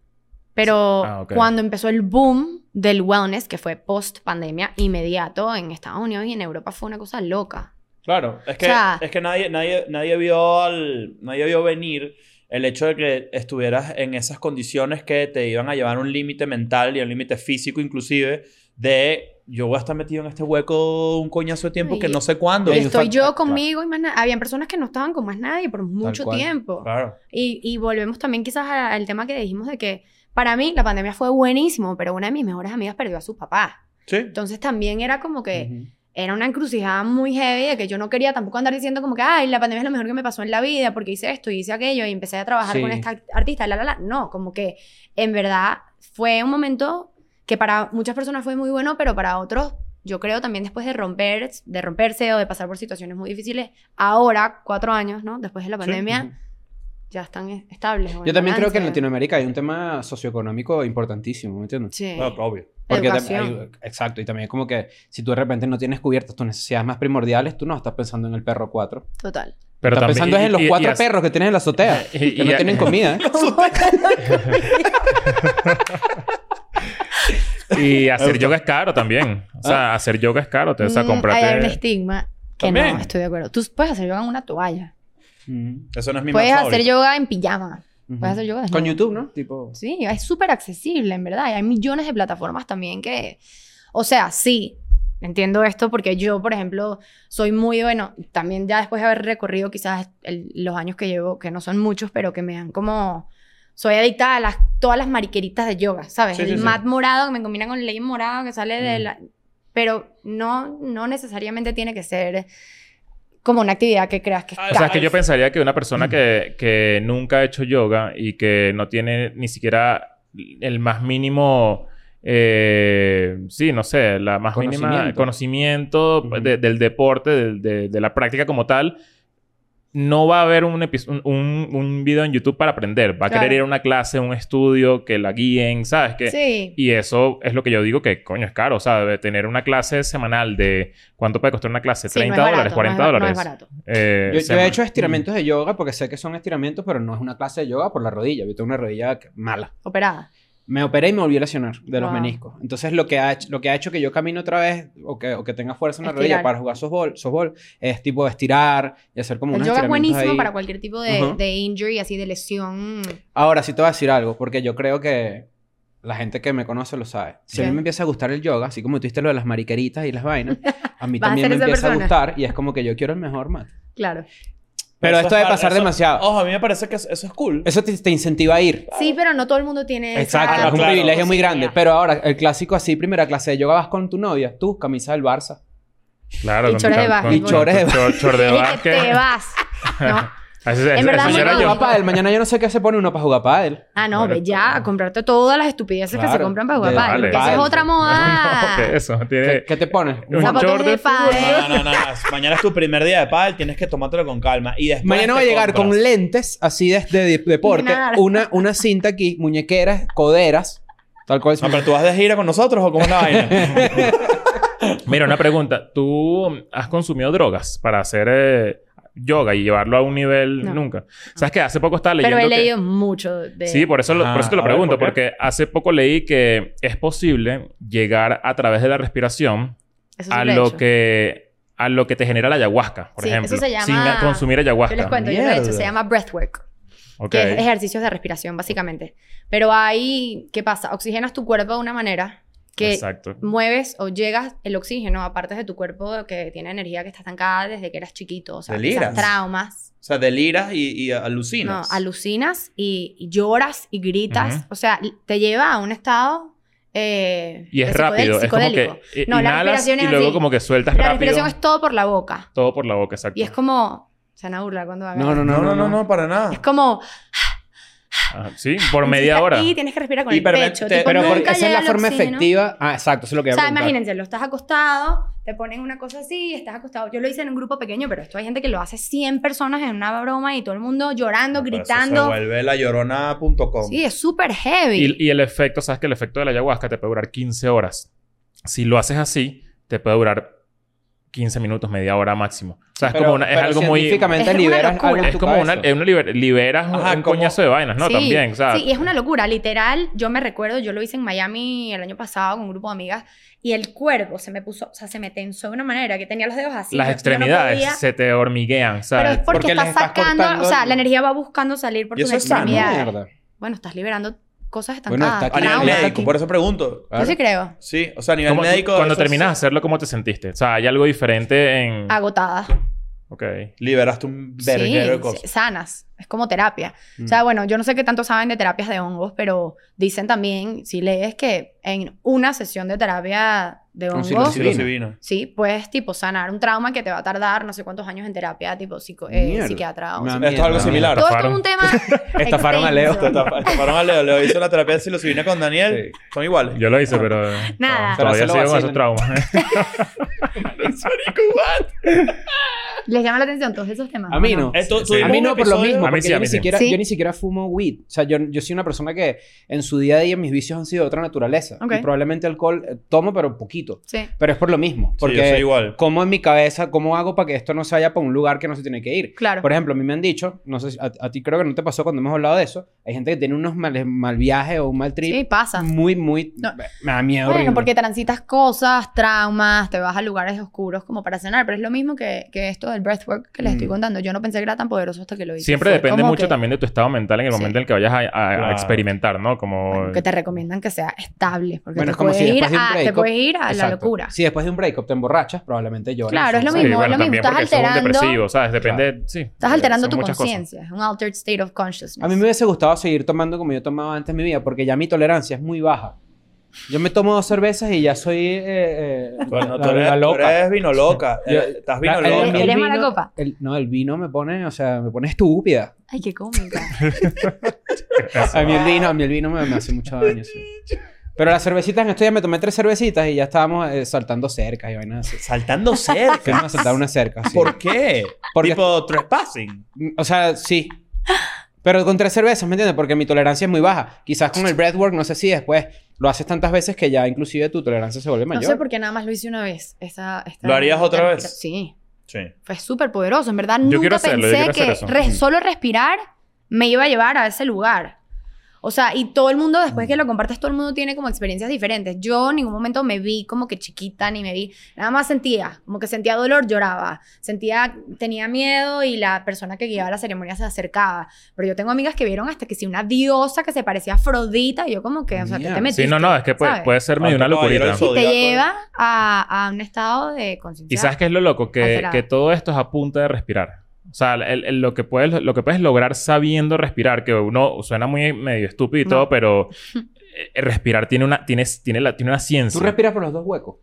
Speaker 2: Pero
Speaker 3: Ah, ok.
Speaker 2: cuando empezó el boom del wellness, que fue post pandemia, inmediato en Estados Unidos y en Europa fue una cosa loca.
Speaker 5: Claro, es que,
Speaker 2: O sea-
Speaker 5: es que nadie, nadie, nadie, vio al, nadie vio venir el hecho de que estuvieras en esas condiciones que te iban a llevar a un límite mental y a un límite físico inclusive de yo voy a estar metido en este hueco un coñazo de tiempo
Speaker 2: Y-
Speaker 5: que no sé cuándo.
Speaker 1: Doy un
Speaker 2: Estoy
Speaker 1: fact-
Speaker 2: yo
Speaker 1: claro.
Speaker 2: conmigo y más nada. Habían personas que no estaban con más nadie por mucho
Speaker 1: cual.
Speaker 2: tiempo.
Speaker 5: Claro.
Speaker 2: Y, y volvemos también quizás a- al tema que dijimos de que para mí la pandemia fue buenísimo, pero una de mis mejores amigas perdió a su papá.
Speaker 5: Sí.
Speaker 2: Entonces también era como que...
Speaker 1: Ujú.
Speaker 2: era una encrucijada muy heavy de que yo no quería tampoco andar diciendo como que, ay, la pandemia es lo mejor que me pasó en la vida porque hice esto y hice aquello y empecé a trabajar
Speaker 1: Sí.
Speaker 2: con esta art- artista, la, la, la. No, como que en verdad fue un momento que para muchas personas fue muy bueno, pero para otros, yo creo también después de, romper, de romperse o de pasar por situaciones muy difíciles, ahora, cuatro años, ¿no? Después de la pandemia,
Speaker 1: ujú.
Speaker 2: ya están e-, estables. o
Speaker 1: Yo también creo que en
Speaker 2: balance.
Speaker 1: Latinoamérica hay un tema socioeconómico importantísimo, ¿me entiendes?
Speaker 2: Sí.
Speaker 5: Claro, obvio.
Speaker 1: Porque tam-
Speaker 2: Educación.
Speaker 1: hay- exacto, y también como que si tú de repente no tienes cubiertas tus necesidades más primordiales, tú no estás pensando en el perro cuatro.
Speaker 2: Total.
Speaker 3: Pero
Speaker 1: estás
Speaker 3: también-
Speaker 1: pensando es en
Speaker 3: y-
Speaker 1: los
Speaker 3: y- y
Speaker 1: cuatro
Speaker 3: así-
Speaker 1: perros que tienes en la azotea,
Speaker 3: y-
Speaker 1: que
Speaker 3: y-
Speaker 1: no tienen comida. ¿eh?
Speaker 3: Y hacer yoga es caro también. O
Speaker 1: Ah.
Speaker 3: sea, hacer yoga es caro. te- O sea,
Speaker 2: Mm,
Speaker 3: cómprate...
Speaker 2: Hay un estigma que
Speaker 5: También.
Speaker 2: no, estoy de acuerdo. Tú puedes hacer yoga en una toalla.
Speaker 1: Ujú.
Speaker 5: Eso no es mi
Speaker 2: Puedes
Speaker 5: más
Speaker 2: hacer
Speaker 5: favorito.
Speaker 2: yoga en pijama.
Speaker 1: Ujú.
Speaker 2: Puedes hacer yoga desnudo.
Speaker 1: Con YouTube, ¿no? Tipo...
Speaker 2: Sí, es súper accesible, en verdad. Y hay millones de plataformas también que... O sea, sí, entiendo esto porque yo, por ejemplo, soy muy, bueno, también ya después de haber recorrido quizás el- los años que llevo, que no son muchos, pero que me dan como... Soy adicta a las, todas las mariqueritas de yoga, ¿sabes?
Speaker 5: Sí,
Speaker 2: el
Speaker 5: sí, sí.
Speaker 2: mat morado que me combina con el ley morado que sale de
Speaker 5: Mm.
Speaker 2: la... Pero no, no necesariamente tiene que ser como una actividad que creas que es...
Speaker 5: Ah,
Speaker 3: O sea, es que
Speaker 5: Al-
Speaker 3: yo pensaría que una persona
Speaker 2: Mm.
Speaker 3: que, que nunca ha hecho yoga y que no tiene ni siquiera el más mínimo... eh, sí, no sé, la más mínima
Speaker 1: Conocimiento.
Speaker 3: conocimiento
Speaker 1: Ujú.
Speaker 3: de- del deporte, del- de, de la práctica como tal, no va a haber un, epi- un, un- un video en YouTube para aprender. Va a
Speaker 2: Claro.
Speaker 3: querer ir a una clase, un estudio, que la guíen, ¿sabes? Que,
Speaker 2: Sí.
Speaker 3: y eso es lo que yo digo que, coño, es caro. O sea, de tener una clase semanal de... ¿Cuánto puede costar una clase? ¿30
Speaker 2: Sí, no es barato,
Speaker 3: dólares?
Speaker 2: no es
Speaker 3: ¿40
Speaker 2: ba-
Speaker 3: dólares?
Speaker 2: No es barato.
Speaker 3: Eh,
Speaker 1: Yo, yo he
Speaker 3: semanal.
Speaker 1: hecho estiramientos de yoga porque sé que son estiramientos, pero no es una clase de yoga por la rodilla. Yo tengo una rodilla que- mala.
Speaker 2: Operada.
Speaker 1: Me operé y me volví a lesionar de los
Speaker 2: Wow.
Speaker 1: meniscos. Entonces, lo que, ha hecho, lo que ha hecho que yo camine otra vez o que, o que tenga fuerza en la rodilla
Speaker 2: Estirar.
Speaker 1: para jugar softball, softball es tipo estirar y hacer como
Speaker 2: El
Speaker 1: unos
Speaker 2: yoga es
Speaker 1: estiramientos
Speaker 2: buenísimo
Speaker 1: ahí.
Speaker 2: para cualquier tipo de,
Speaker 1: Ujú.
Speaker 2: de injury, así de lesión.
Speaker 1: Ahora sí te voy a decir algo, porque yo creo que la gente que me conoce lo sabe. Si a mí
Speaker 2: ¿Qué?
Speaker 1: me empieza a gustar el yoga, así como tú dijiste lo de las mariqueritas y las vainas, a mí
Speaker 2: Vas a
Speaker 1: también
Speaker 2: ser
Speaker 1: me empieza
Speaker 2: esa
Speaker 1: a
Speaker 2: persona.
Speaker 1: gustar y es como que yo quiero el mejor mate.
Speaker 2: Claro.
Speaker 1: Pero
Speaker 5: Eso
Speaker 1: esto
Speaker 5: es
Speaker 1: debe
Speaker 5: par-
Speaker 1: pasar
Speaker 5: eso-
Speaker 1: demasiado.
Speaker 5: Ojo, a mí me parece que es- eso es cool.
Speaker 1: Eso te, te incentiva a ir.
Speaker 2: Sí, pero no todo el mundo tiene esa
Speaker 1: Exacto,
Speaker 5: Ah,
Speaker 1: es un
Speaker 5: claro.
Speaker 1: privilegio muy grande.
Speaker 2: posibilidad.
Speaker 1: Pero ahora, el clásico así, primera clase de yoga, vas con tu novia, tú, camisa del Barça.
Speaker 3: Mm, Claro,
Speaker 2: Y
Speaker 3: con
Speaker 2: chores de
Speaker 3: con-
Speaker 2: básquetbol.
Speaker 1: Y chores de
Speaker 3: con- chor- chor de
Speaker 2: Es que te
Speaker 3: básquet.
Speaker 2: vas. No.
Speaker 3: Así se-
Speaker 2: En
Speaker 3: eso
Speaker 2: verdad,
Speaker 3: ya
Speaker 2: no,
Speaker 3: era
Speaker 2: no.
Speaker 3: yo.
Speaker 1: Jugar pádel, mañana yo no sé qué se pone uno para jugar pádel.
Speaker 2: Ah, no,
Speaker 3: Bueno,
Speaker 2: ve ya a
Speaker 3: claro.
Speaker 2: comprarte todas las estupideces que se
Speaker 1: Claro,
Speaker 2: compran para jugar
Speaker 1: de-
Speaker 2: pádel.
Speaker 3: vale.
Speaker 2: Esa es
Speaker 1: Pádel.
Speaker 2: otra
Speaker 3: moda.
Speaker 2: moda.
Speaker 3: No, que eso.
Speaker 1: ¿Qué,
Speaker 3: Tiene...
Speaker 1: qué te pones?
Speaker 3: Un
Speaker 2: Zapatos
Speaker 3: short
Speaker 2: de
Speaker 3: de fútbol.
Speaker 2: pádel.
Speaker 5: No, no, no, no. Mañana es tu primer día de pádel, tienes que tomártelo con calma. Y después
Speaker 1: Mañana va a
Speaker 5: te
Speaker 1: llegar
Speaker 5: compras.
Speaker 1: con lentes así de, de- de deporte,
Speaker 2: Nada.
Speaker 1: una, una cinta aquí, muñequeras, coderas, tal cual.
Speaker 5: No, pero tú vas de gira con nosotros o con una vaina.
Speaker 3: Mira, una pregunta. ¿Tú has consumido drogas para hacer eh, yoga y llevarlo a un nivel
Speaker 2: No.
Speaker 3: nunca? ¿Sabes que Hace poco estaba leyendo
Speaker 2: Pero he
Speaker 3: que-
Speaker 2: leído mucho de...
Speaker 3: Sí, por eso, lo-
Speaker 5: Ajá,
Speaker 3: por eso te lo
Speaker 5: a ver,
Speaker 3: pregunto,
Speaker 5: ¿por
Speaker 3: porque hace poco leí que es posible llegar a través de la respiración
Speaker 2: eso sí
Speaker 3: a
Speaker 2: lo he
Speaker 3: lo
Speaker 2: hecho.
Speaker 3: que a lo que te genera la ayahuasca, por
Speaker 2: Sí, eso
Speaker 3: ejemplo,
Speaker 2: se llama-
Speaker 3: sin a- consumir
Speaker 2: Yo les
Speaker 3: ayahuasca.
Speaker 2: cuento, yo lo he hecho.
Speaker 5: Mierda.
Speaker 2: Se llama breathwork.
Speaker 3: Ok.
Speaker 2: que es ejercicios de respiración, básicamente. Pero ahí, ¿qué pasa? Oxigenas tu cuerpo de una manera que
Speaker 3: Exacto.
Speaker 2: mueves o llegas el oxígeno a partes de tu cuerpo que tiene energía que está estancada desde que eras chiquito, o sea,
Speaker 5: Deliras.
Speaker 2: quizás traumas.
Speaker 5: O sea, deliras y, y
Speaker 2: No,
Speaker 5: alucinas.
Speaker 2: alucinas y, y lloras y gritas.
Speaker 3: Ujú.
Speaker 2: O sea, l- te lleva a un estado eh,
Speaker 3: Y es
Speaker 2: psicodél-
Speaker 3: rápido, es como que
Speaker 2: psicodélico.
Speaker 3: eh,
Speaker 2: No, la
Speaker 3: inhalas
Speaker 2: respiración
Speaker 3: y
Speaker 2: es
Speaker 3: luego
Speaker 2: así.
Speaker 3: como que sueltas
Speaker 2: La
Speaker 3: rápido
Speaker 2: respiración es todo por la boca.
Speaker 3: todo por la boca, exacto.
Speaker 2: Y es como... Se van a burlar cuando haga
Speaker 1: No, no,
Speaker 5: No, no, no, no, para nada.
Speaker 2: Es como...
Speaker 3: Ajá, sí, por media hora.
Speaker 2: Y tienes que respirar con
Speaker 5: Y
Speaker 2: el
Speaker 5: pero-
Speaker 2: pecho.
Speaker 5: te-
Speaker 2: tipo,
Speaker 1: Pero
Speaker 2: nunca
Speaker 1: porque esa es
Speaker 2: llega
Speaker 1: la
Speaker 2: el
Speaker 1: forma
Speaker 2: oxígeno.
Speaker 1: efectiva. Ah, exacto, eso es lo que
Speaker 2: O
Speaker 1: iba a
Speaker 2: sea,
Speaker 1: preguntar.
Speaker 2: imagínense, lo estás acostado, te ponen una cosa así, estás acostado. Yo lo hice en un grupo pequeño, pero esto hay gente que lo hace 100 personas en una broma y todo el mundo llorando,
Speaker 5: Pero pues, eso Se
Speaker 2: gritando.
Speaker 5: vuelve la llorona.com.
Speaker 2: Sí, es súper heavy.
Speaker 3: Y, y el efecto, sabes que el efecto de la ayahuasca te puede durar 15 horas. Si lo haces así, te puede durar 15 minutos, media hora máximo. O sea, es
Speaker 1: Pero-
Speaker 3: como una- es
Speaker 1: pero
Speaker 3: algo muy
Speaker 1: científicamente
Speaker 2: Es una
Speaker 1: liberas
Speaker 2: locura.
Speaker 1: algo en
Speaker 3: es
Speaker 1: tu
Speaker 3: como una,
Speaker 1: cabeza.
Speaker 3: es una liber- liberas un-
Speaker 5: Ajá,
Speaker 3: un
Speaker 5: como-
Speaker 3: coñazo de vainas, ¿no?
Speaker 2: Sí,
Speaker 3: También, o sea,
Speaker 2: Sí, y es una locura. Literal, yo me recuerdo, yo lo hice en Miami el año pasado con un grupo de amigas y el cuerpo se me puso, o sea, se me tensó de una manera que tenía los dedos así.
Speaker 3: las
Speaker 2: yo- yo no
Speaker 3: extremidades
Speaker 2: podía,
Speaker 3: se te hormiguean,
Speaker 2: pero
Speaker 3: ¿sabes?
Speaker 2: es porque,
Speaker 1: Porque les
Speaker 2: estás
Speaker 1: estás
Speaker 2: sacando,
Speaker 1: cortando
Speaker 2: o sea,
Speaker 1: el-
Speaker 2: la energía va buscando salir por
Speaker 5: Y
Speaker 2: tus
Speaker 5: eso es sano.
Speaker 2: extremidades.
Speaker 1: Mierda.
Speaker 2: Bueno, estás liberando cosas
Speaker 1: Bueno,
Speaker 2: estancadas.
Speaker 1: está
Speaker 5: A
Speaker 1: aquí.
Speaker 5: nivel
Speaker 1: Trauma.
Speaker 2: traumas.
Speaker 5: médico, por eso pregunto.
Speaker 2: Yo sí creo.
Speaker 5: Sí, o sea, a nivel
Speaker 3: ¿Cómo-
Speaker 5: médico.
Speaker 3: cuando
Speaker 5: eso
Speaker 3: terminas de
Speaker 5: sí.
Speaker 3: hacerlo, ¿cómo te sentiste? O sea, hay algo diferente en...
Speaker 2: Agotada.
Speaker 3: Ok.
Speaker 5: Liberaste un verguero de
Speaker 2: sí,
Speaker 5: cosas.
Speaker 2: sí, sanas. Es como terapia.
Speaker 1: Mm.
Speaker 2: O sea, bueno, yo no sé qué tanto saben de terapias de hongos, pero dicen también, si lees que en una sesión de terapia de
Speaker 1: Con
Speaker 2: hongos,
Speaker 1: psilocibina.
Speaker 5: Psilocibina.
Speaker 2: sí, puedes tipo sanar un trauma que te va a tardar no sé cuántos años en terapia, tipo psico- eh,
Speaker 1: Mierda.
Speaker 2: psiquiatra o
Speaker 1: Mami,
Speaker 2: psico-
Speaker 5: Esto es algo
Speaker 1: mami.
Speaker 5: similar.
Speaker 2: Todo esto
Speaker 3: estafaron.
Speaker 2: es un tema.
Speaker 1: Estafaron a Leo.
Speaker 2: extenso.
Speaker 5: Estafa- Estafaron a Leo. Leo hizo la terapia de psilocibina con Daniel.
Speaker 1: Sí.
Speaker 5: Son iguales.
Speaker 3: Yo lo hice, pero... eh,
Speaker 2: Nada.
Speaker 1: Pero se
Speaker 3: Todavía
Speaker 1: lo
Speaker 3: sigo con esos
Speaker 1: vacilan.
Speaker 3: traumas.
Speaker 2: Les llama la atención todos esos temas.
Speaker 1: A mí no.
Speaker 5: Eh, tú-
Speaker 3: Sí,
Speaker 5: tú
Speaker 3: sí.
Speaker 1: A
Speaker 5: tuvimos
Speaker 1: mí
Speaker 5: un
Speaker 1: no por lo
Speaker 5: episodio-
Speaker 1: mismo,
Speaker 3: A mí
Speaker 1: porque
Speaker 3: sí, a
Speaker 1: yo,
Speaker 3: mí
Speaker 1: ni
Speaker 3: sí.
Speaker 1: siquiera,
Speaker 2: Sí.
Speaker 1: yo ni siquiera fumo weed. O sea, yo, yo soy una persona que en su día a día mis vicios han sido de otra naturaleza.
Speaker 2: Ok.
Speaker 1: Y probablemente alcohol eh, tomo, pero poquito.
Speaker 2: Sí.
Speaker 1: Pero es por lo mismo.
Speaker 5: Sí,
Speaker 1: Porque
Speaker 5: yo soy igual.
Speaker 1: ¿Cómo en mi cabeza, cómo hago para que esto no se vaya para un lugar que no se tiene que ir?
Speaker 2: Claro.
Speaker 1: Por ejemplo, a mí me han dicho, no sé, si- a, a ti creo que no te pasó cuando hemos hablado de eso, hay gente que tiene unos mal, mal viajes o un mal
Speaker 2: Sí,
Speaker 1: trip
Speaker 2: pasa.
Speaker 1: muy, muy...
Speaker 2: No.
Speaker 1: Me da miedo
Speaker 2: Bueno,
Speaker 1: horrible.
Speaker 2: porque transitas cosas, traumas, te vas a lugares oscuros como para cenar, pero es lo mismo que, que esto del del breathwork que les estoy
Speaker 1: Mm.
Speaker 2: contando. Yo no pensé que era tan poderoso hasta que lo hice.
Speaker 3: Siempre
Speaker 2: Fue
Speaker 3: depende
Speaker 2: como
Speaker 3: mucho
Speaker 2: que-
Speaker 3: también de tu estado mental en el
Speaker 2: Sí.
Speaker 3: momento en el que vayas a, a- a
Speaker 5: Claro.
Speaker 3: experimentar, ¿no? Como...
Speaker 2: Bueno, que te recomiendan que sea estable. Porque
Speaker 1: Bueno,
Speaker 2: te,
Speaker 1: es como
Speaker 2: puede
Speaker 1: si
Speaker 2: ir
Speaker 1: después de un
Speaker 2: a, te
Speaker 1: breakup-
Speaker 2: puede ir a la
Speaker 1: Exacto.
Speaker 2: locura.
Speaker 1: Si después de un breakup te emborrachas, probablemente lloras.
Speaker 2: Claro, es lo
Speaker 1: Sí,
Speaker 2: mismo, es
Speaker 1: bueno.
Speaker 2: lo mismo, estás
Speaker 3: porque eso es un
Speaker 2: alterando-
Speaker 3: depresivo, ¿sabes? Depende, sí.
Speaker 2: Estás alterando
Speaker 3: son
Speaker 2: tu
Speaker 3: muchas cosas.
Speaker 2: conciencia. Es un altered state of consciousness.
Speaker 1: A mí me hubiese gustado seguir tomando como yo tomaba antes en mi vida, porque ya mi tolerancia es muy baja. Yo me tomo dos cervezas y ya soy eh, eh,
Speaker 5: Bueno,
Speaker 1: la-
Speaker 5: tú,
Speaker 1: la
Speaker 5: eres, tú
Speaker 1: loca.
Speaker 5: eres vino loca.
Speaker 1: Yo-
Speaker 5: Eh, Estás
Speaker 1: La-
Speaker 5: vino
Speaker 1: el-
Speaker 5: loca.
Speaker 1: el
Speaker 2: ¿Eres
Speaker 1: vino-
Speaker 2: mala copa?
Speaker 1: el- no, el vino me pone, o sea, me pone estúpida.
Speaker 2: Ay, qué cómica.
Speaker 1: A mí el vino, a mí el vino me, me hace mucho daño. sí. Pero las cervecitas en esto ya me tomé tres cervecitas y ya estábamos eh, saltando cercas y vainas así.
Speaker 5: Saltando cerca.
Speaker 1: Fuimos a saltar una cerca. sí.
Speaker 5: ¿Por qué?
Speaker 1: Porque-
Speaker 5: Tipo trespassing.
Speaker 1: O sea, sí. Pero con tres cervezas, ¿me entiendes? Porque mi tolerancia es muy baja. Quizás con el breathwork, no sé si después lo haces tantas veces que ya inclusive tu tolerancia se vuelve
Speaker 2: no
Speaker 1: mayor.
Speaker 2: sé por qué nada más lo hice una vez. Esa, esta-
Speaker 5: ¿Lo harías otra
Speaker 2: esta-
Speaker 5: vez?
Speaker 2: Sí.
Speaker 5: Sí.
Speaker 2: Fue súper poderoso. En verdad,
Speaker 3: Yo
Speaker 2: nunca
Speaker 3: quiero hacerlo, yo
Speaker 2: pensé
Speaker 3: quiero hacer
Speaker 2: que
Speaker 3: eso.
Speaker 2: re-
Speaker 3: Mm.
Speaker 2: solo respirar me iba a llevar a ese lugar. O sea, y todo el mundo, después
Speaker 3: Mm.
Speaker 2: que lo compartes, todo el mundo tiene como experiencias diferentes. Yo en ningún momento me vi como que chiquita, ni me vi. Nada más sentía, como que sentía dolor, lloraba. Sentía, tenía miedo y la persona que guiaba la ceremonia se acercaba. Pero yo tengo amigas que vieron hasta que si una diosa que se parecía a Afrodita, y yo como que, o sea, ¿qué te
Speaker 1: Mierda.
Speaker 2: metiste?
Speaker 3: Sí, no, no, es que puede,
Speaker 2: ¿Sabes?
Speaker 3: puede ser medio
Speaker 5: Ah,
Speaker 3: una
Speaker 5: no, yo
Speaker 3: locurita.
Speaker 5: lo hice.
Speaker 2: Te
Speaker 5: Zodíaco.
Speaker 2: lleva a, a un estado de conciencia.
Speaker 3: ¿Y sabes qué es lo loco? Que,
Speaker 2: Alterado.
Speaker 3: que todo esto es a punta de respirar. O sea, el- el- lo, que puedes, lo que puedes lograr sabiendo respirar, que uno suena muy medio estúpido y
Speaker 2: No.
Speaker 3: todo, pero eh, respirar tiene una, tiene, tiene la, tiene una ciencia.
Speaker 1: Tú respiras por los dos huecos.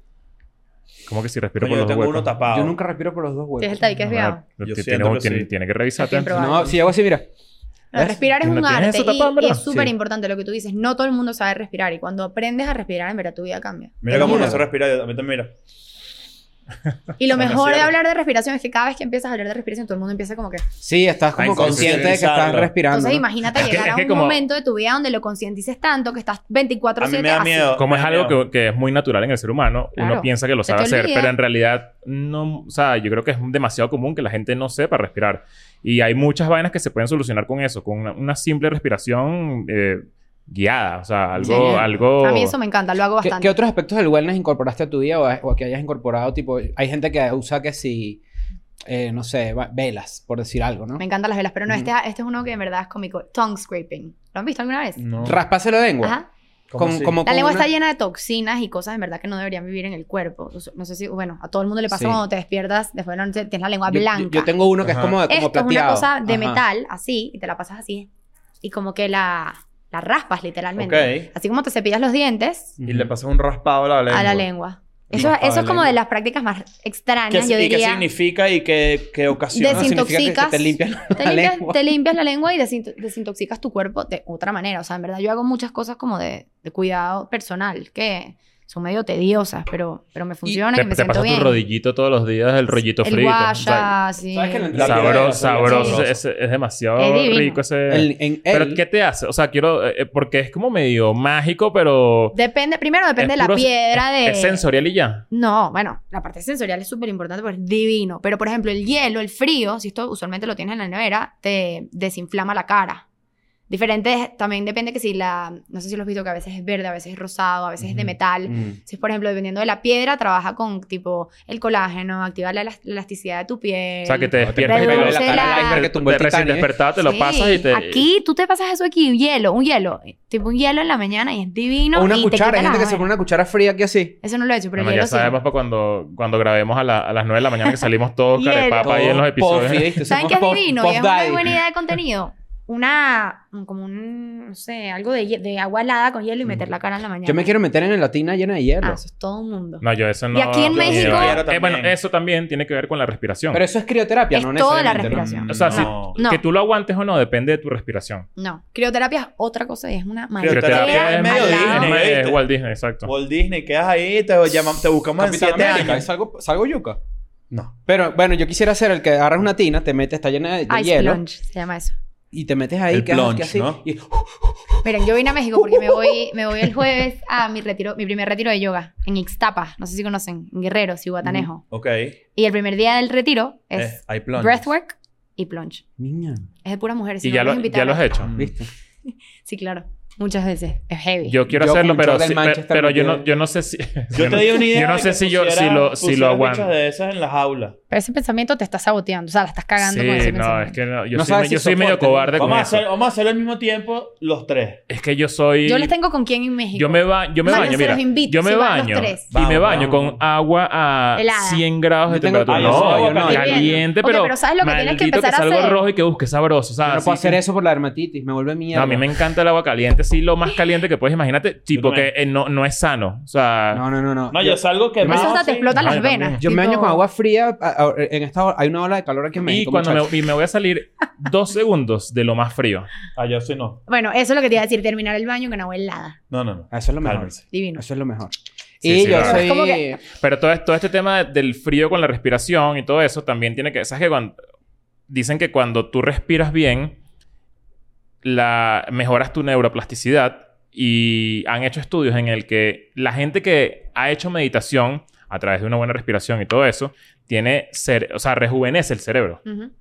Speaker 3: ¿Cómo que si respiro
Speaker 5: Coño,
Speaker 3: por
Speaker 5: yo
Speaker 3: los
Speaker 5: tengo
Speaker 3: huecos?
Speaker 5: uno tapado.
Speaker 1: Yo nunca respiro por los dos
Speaker 2: Sí, es el
Speaker 1: huecos.
Speaker 2: tabique
Speaker 3: Pues, No,
Speaker 2: desviado.
Speaker 5: Yo
Speaker 3: no, tiene-
Speaker 5: siento que
Speaker 3: tiene,
Speaker 5: sí.
Speaker 3: tiene que revisarte.
Speaker 2: Hay que
Speaker 1: No, si hago así, mira.
Speaker 2: No,
Speaker 1: ¿Ves?
Speaker 2: respirar es
Speaker 3: ¿No
Speaker 2: un
Speaker 3: tienes
Speaker 2: arte
Speaker 3: eso tapado, en
Speaker 2: y, y
Speaker 3: verdad?
Speaker 2: es súper
Speaker 3: Sí.
Speaker 2: importante lo que tú dices. No todo el mundo sabe respirar y cuando aprendes a respirar, en verdad tu vida cambia.
Speaker 5: Mira cómo no
Speaker 1: Mira.
Speaker 5: se respira. yo- A mí también, mira.
Speaker 2: Y lo
Speaker 5: Bueno,
Speaker 2: mejor de
Speaker 5: cierto.
Speaker 2: hablar de respiración es que cada vez que empiezas a hablar de respiración, todo el mundo empieza como que...
Speaker 1: Sí, estás como
Speaker 5: A
Speaker 1: consciente de que estás
Speaker 5: inconscientizarlo.
Speaker 1: respirando.
Speaker 2: Entonces
Speaker 1: ¿no?
Speaker 2: imagínate
Speaker 3: Es que-
Speaker 2: llegar
Speaker 3: es
Speaker 2: a
Speaker 3: que
Speaker 2: un
Speaker 3: como-
Speaker 2: momento de tu vida donde lo concientices tanto que estás 24-7
Speaker 5: A mí me da
Speaker 2: así.
Speaker 5: miedo.
Speaker 3: Como es
Speaker 5: Me da
Speaker 3: algo
Speaker 5: miedo.
Speaker 3: que, que es muy natural en el ser humano,
Speaker 2: Claro.
Speaker 3: uno piensa que lo
Speaker 2: Se
Speaker 3: sabe
Speaker 2: te
Speaker 3: hacer,
Speaker 2: olvida.
Speaker 3: pero en realidad no, o sea, yo creo que es demasiado común que la gente no sepa respirar. Y hay muchas vainas que se pueden solucionar con eso, con una, una simple respiración eh, guiada, o sea, algo...
Speaker 2: Sí.
Speaker 3: algo...
Speaker 2: A mí eso me encanta, lo hago
Speaker 1: ¿Qué,
Speaker 2: bastante.
Speaker 1: qué otros aspectos del wellness incorporaste a tu vida o, a- o que hayas incorporado? Tipo, hay gente que usa que si, eh, no sé, va- velas, por decir algo, ¿no?
Speaker 2: Me encantan las velas, pero no,
Speaker 1: Ujú.
Speaker 2: este, este es uno que en verdad es cómico. Tongue scraping. ¿Lo han visto alguna vez?
Speaker 3: Mm,
Speaker 5: No.
Speaker 1: Rasparse la lengua.
Speaker 2: Ajá.
Speaker 5: ¿Cómo
Speaker 1: Con-
Speaker 5: así?
Speaker 1: como
Speaker 2: La
Speaker 1: con
Speaker 2: lengua
Speaker 1: una-
Speaker 2: está llena de toxinas y cosas en verdad que no deberían vivir en el cuerpo. O sea, No sé si, bueno, a todo el mundo le pasa
Speaker 1: Sí.
Speaker 2: cuando te despiertas después de la noche, tienes la lengua
Speaker 1: Yo- yo-
Speaker 2: blanca.
Speaker 1: Yo, tengo uno que
Speaker 5: Ajá.
Speaker 1: es Ah, como, como
Speaker 2: Esto
Speaker 1: plateado.
Speaker 2: es una cosa de
Speaker 1: Ajá.
Speaker 2: metal, así, y te la pasas así. Y como que la, la raspas literalmente.
Speaker 5: Ok.
Speaker 2: Así como te cepillas los dientes
Speaker 5: Y le pasas un raspado a la lengua.
Speaker 2: a la lengua.
Speaker 5: Un
Speaker 2: Eso,
Speaker 5: raspado
Speaker 2: eso
Speaker 5: de
Speaker 2: es como
Speaker 5: lengua.
Speaker 2: de las prácticas más
Speaker 5: ¿Qué,
Speaker 2: extrañas, yo
Speaker 5: ¿Y qué
Speaker 2: diría.
Speaker 5: significa y qué, qué ocasiona?
Speaker 1: No, significa que- que
Speaker 2: Desintoxicas.
Speaker 1: te limpian la
Speaker 2: Te limpias,
Speaker 1: lengua.
Speaker 2: te limpias la lengua y desinto- desintoxicas tu cuerpo de otra manera. O sea, en verdad yo hago muchas cosas como de, de cuidado personal que son medio tediosas, pero, pero me funcionan y,
Speaker 3: Te,
Speaker 2: me
Speaker 3: te
Speaker 2: siento
Speaker 3: pasas
Speaker 2: bien.
Speaker 3: tu rodillito todos los días, el rollito
Speaker 2: el
Speaker 3: frito.
Speaker 2: guaya,
Speaker 3: o sea,
Speaker 2: sí.
Speaker 1: ¿Sabes que en el-
Speaker 5: La
Speaker 3: sabroso,
Speaker 5: piedra,
Speaker 3: sabroso.
Speaker 5: sí.
Speaker 3: Es, es demasiado
Speaker 2: Es divino.
Speaker 3: rico ese...
Speaker 1: El- en
Speaker 3: Pero
Speaker 1: él-
Speaker 3: ¿qué te hace? O sea, quiero... eh, eh, porque es como medio mágico, pero...
Speaker 2: Depende, primero depende de
Speaker 3: es
Speaker 2: la
Speaker 3: puro-
Speaker 2: piedra
Speaker 3: es-
Speaker 2: de...
Speaker 3: Es sensorial y ya.
Speaker 2: No, bueno, la parte sensorial es súper importante porque es divino. Pero, por ejemplo, el hielo, el frío, si esto usualmente lo tienes en la nevera, te desinflama la cara. Diferente, también depende que si la... No sé si lo has visto que a veces es verde, a veces es rosado, a veces es de
Speaker 5: Ujú.
Speaker 2: metal.
Speaker 1: Mm.
Speaker 2: Si, por ejemplo, dependiendo de la piedra, trabaja con, tipo, el colágeno, activa la, elas- la elasticidad de tu piel.
Speaker 3: O sea, que te
Speaker 1: No, te
Speaker 3: despiertas y
Speaker 2: reduce
Speaker 3: ves
Speaker 2: la-
Speaker 3: cara del iceberg
Speaker 1: que tumbó el
Speaker 3: te recién
Speaker 1: Titanic, ¿eh?
Speaker 3: despertada, te lo
Speaker 2: Sí,
Speaker 3: pasas y te...
Speaker 2: Aquí tú te pasas eso aquí, un hielo, un hielo. Tipo, un hielo en la mañana y es divino.
Speaker 1: o una
Speaker 2: y te
Speaker 1: cuchara.
Speaker 2: quita
Speaker 1: Hay gente
Speaker 2: la
Speaker 1: que se
Speaker 2: vaina.
Speaker 1: pone una cuchara fría aquí así.
Speaker 2: Eso no lo he hecho, pero
Speaker 3: Bueno,
Speaker 2: el hielo
Speaker 3: ya
Speaker 2: sí.
Speaker 3: sabemos para cuando, cuando grabemos a, la- a las 9 de la mañana que salimos todos
Speaker 2: Hielo.
Speaker 3: carepapa ahí
Speaker 1: Oh,
Speaker 3: en los episodios. ¿eh?
Speaker 2: ¿Saben qué es divino? Y es una muy buena idea de contenido. Una, como un, no sé, algo de, hie- de agua helada con hielo y meter la cara en la mañana.
Speaker 1: Yo me quiero meter en la latina llena de hielo.
Speaker 2: Ah, eso es todo un mundo.
Speaker 3: No, yo eso no...
Speaker 2: Y aquí en
Speaker 3: yo-
Speaker 2: México-
Speaker 3: yo-
Speaker 5: Quiero
Speaker 3: eh, bueno,
Speaker 5: también.
Speaker 3: eso también tiene que ver con la respiración.
Speaker 1: Pero eso es crioterapia,
Speaker 2: Es
Speaker 1: no
Speaker 2: toda la
Speaker 1: necesariamente, ¿no?
Speaker 2: respiración.
Speaker 3: O sea,
Speaker 5: No.
Speaker 3: si-
Speaker 2: No.
Speaker 3: que tú lo aguantes o no depende de tu respiración.
Speaker 2: No. Crioterapia es otra cosa y es una
Speaker 5: Crioterapia
Speaker 2: maldita
Speaker 5: es medio
Speaker 2: al lado.
Speaker 5: Disney.
Speaker 3: es- es
Speaker 5: ¿viste?
Speaker 3: Walt Disney, exacto.
Speaker 5: Walt Disney, quedas ahí, te, llamamos, te buscamos en
Speaker 1: Capitán
Speaker 5: siete
Speaker 1: América,
Speaker 5: años.
Speaker 1: ¿salgo, salgo yuca.
Speaker 5: No.
Speaker 1: Pero bueno, yo quisiera hacer el que agarras una tina, te metes, está llena de, de
Speaker 2: Ice
Speaker 1: hielo.
Speaker 2: plunge, se llama eso.
Speaker 1: Y te metes ahí,
Speaker 5: El
Speaker 1: que haces
Speaker 5: plunge,
Speaker 1: que así.
Speaker 5: ¿no?
Speaker 1: y- oh,
Speaker 2: Miren, yo vine a México porque me voy, me voy el jueves a mi retiro, mi primer retiro de yoga en Ixtapa. No sé si conocen, en Guerrero, Cihuatanejo.
Speaker 5: Ok.
Speaker 2: Y el primer día del retiro
Speaker 5: Eh,
Speaker 2: es
Speaker 5: hay plunge.
Speaker 2: breathwork y plunge.
Speaker 1: Niña,
Speaker 2: Es de puras mujeres. si
Speaker 3: Y
Speaker 2: no
Speaker 3: ya
Speaker 2: las
Speaker 3: lo, ya
Speaker 2: invitaran.
Speaker 3: lo has hecho.
Speaker 1: ¿viste?
Speaker 2: Sí, claro. Muchas veces. Es heavy.
Speaker 3: Yo quiero
Speaker 1: Yo
Speaker 3: hacerlo,
Speaker 1: con
Speaker 3: pero,
Speaker 1: short del
Speaker 3: sí- pe-
Speaker 1: Manchester
Speaker 3: pero yo,
Speaker 1: metido.
Speaker 3: no, yo no sé si...
Speaker 5: Yo te di una idea.
Speaker 3: Yo no
Speaker 5: de
Speaker 3: sé
Speaker 5: que
Speaker 3: si yo si
Speaker 5: pusieras-
Speaker 3: lo, si lo
Speaker 5: pusieras bichas
Speaker 3: aguanto.
Speaker 5: de esas en las aulas.
Speaker 2: Pero ese pensamiento te está saboteando, o sea, la estás cagando con ese
Speaker 3: Sí, no,
Speaker 2: pensamiento.
Speaker 3: es que no, yo
Speaker 1: No
Speaker 3: soy,
Speaker 1: sabes
Speaker 3: me-
Speaker 1: si
Speaker 3: yo soy medio
Speaker 1: soportan.
Speaker 3: cobarde con
Speaker 5: Vamos a, hacer,
Speaker 3: eso.
Speaker 5: vamos a hacerlo al mismo tiempo los tres.
Speaker 3: Es que yo soy...
Speaker 2: Yo les tengo con quién en México.
Speaker 3: Yo me, ba- yo me
Speaker 2: Vale,
Speaker 3: baño,
Speaker 2: se
Speaker 3: mira.
Speaker 2: los invito,
Speaker 3: yo me
Speaker 2: si van los
Speaker 3: baño.
Speaker 2: tres.
Speaker 3: Y
Speaker 5: Vamos,
Speaker 3: me baño
Speaker 5: vamos.
Speaker 3: con agua a
Speaker 2: Helada.
Speaker 3: 100 grados de
Speaker 1: Yo tengo-
Speaker 3: temperatura.
Speaker 1: Ah, yo
Speaker 3: no,
Speaker 1: soy, yo no.
Speaker 3: caliente,
Speaker 2: Ok,
Speaker 3: pero.
Speaker 2: pero ¿sabes lo que tienes que
Speaker 3: maldito
Speaker 2: empezar a
Speaker 3: salga
Speaker 2: hacer?
Speaker 3: rojo y que busque sabroso.
Speaker 1: Yo
Speaker 3: ¿sabes?
Speaker 1: no puedo
Speaker 3: Así
Speaker 1: hacer
Speaker 3: que-
Speaker 1: eso por la dermatitis. Me vuelve
Speaker 3: Ah, No,
Speaker 1: mierda.
Speaker 3: a mí me encanta el agua caliente, sí, lo más caliente que puedes imaginarte, tipo que
Speaker 5: también.
Speaker 3: eh, no, no es sano. O sea,
Speaker 1: No, no, no. no.
Speaker 5: No, yo salgo que
Speaker 2: Eso hasta te explotan las
Speaker 3: Ajá, yo
Speaker 2: venas.
Speaker 3: también.
Speaker 1: Ah, Yo me
Speaker 2: tipo-
Speaker 1: baño con agua fría. a- a- en esta hora- hay una ola de calor aquí en
Speaker 3: y
Speaker 1: México.
Speaker 3: cuando
Speaker 1: muchachos.
Speaker 3: me, y me voy a salir dos segundos de lo más frío.
Speaker 5: Ah, yo sí no.
Speaker 2: Bueno, eso es lo que te iba a decir, terminar el baño con agua helada.
Speaker 5: No, no, no.
Speaker 1: Eso es lo mejor.
Speaker 5: Cálmense.
Speaker 2: Divino.
Speaker 1: Eso es lo mejor.
Speaker 3: Sí,
Speaker 1: y
Speaker 3: sí,
Speaker 1: yo
Speaker 3: claro.
Speaker 1: soy...
Speaker 2: Es como que-
Speaker 3: Pero todo, es- todo este tema de- del frío con la respiración y todo eso también tiene que... ¿Sabes que cuando... Dicen que cuando tú respiras bien, la, mejoras tu neuroplasticidad y han hecho estudios en el que la gente que ha hecho meditación a través de una buena respiración y todo eso, tiene... cere- o sea, rejuvenece el cerebro.
Speaker 2: Ujú.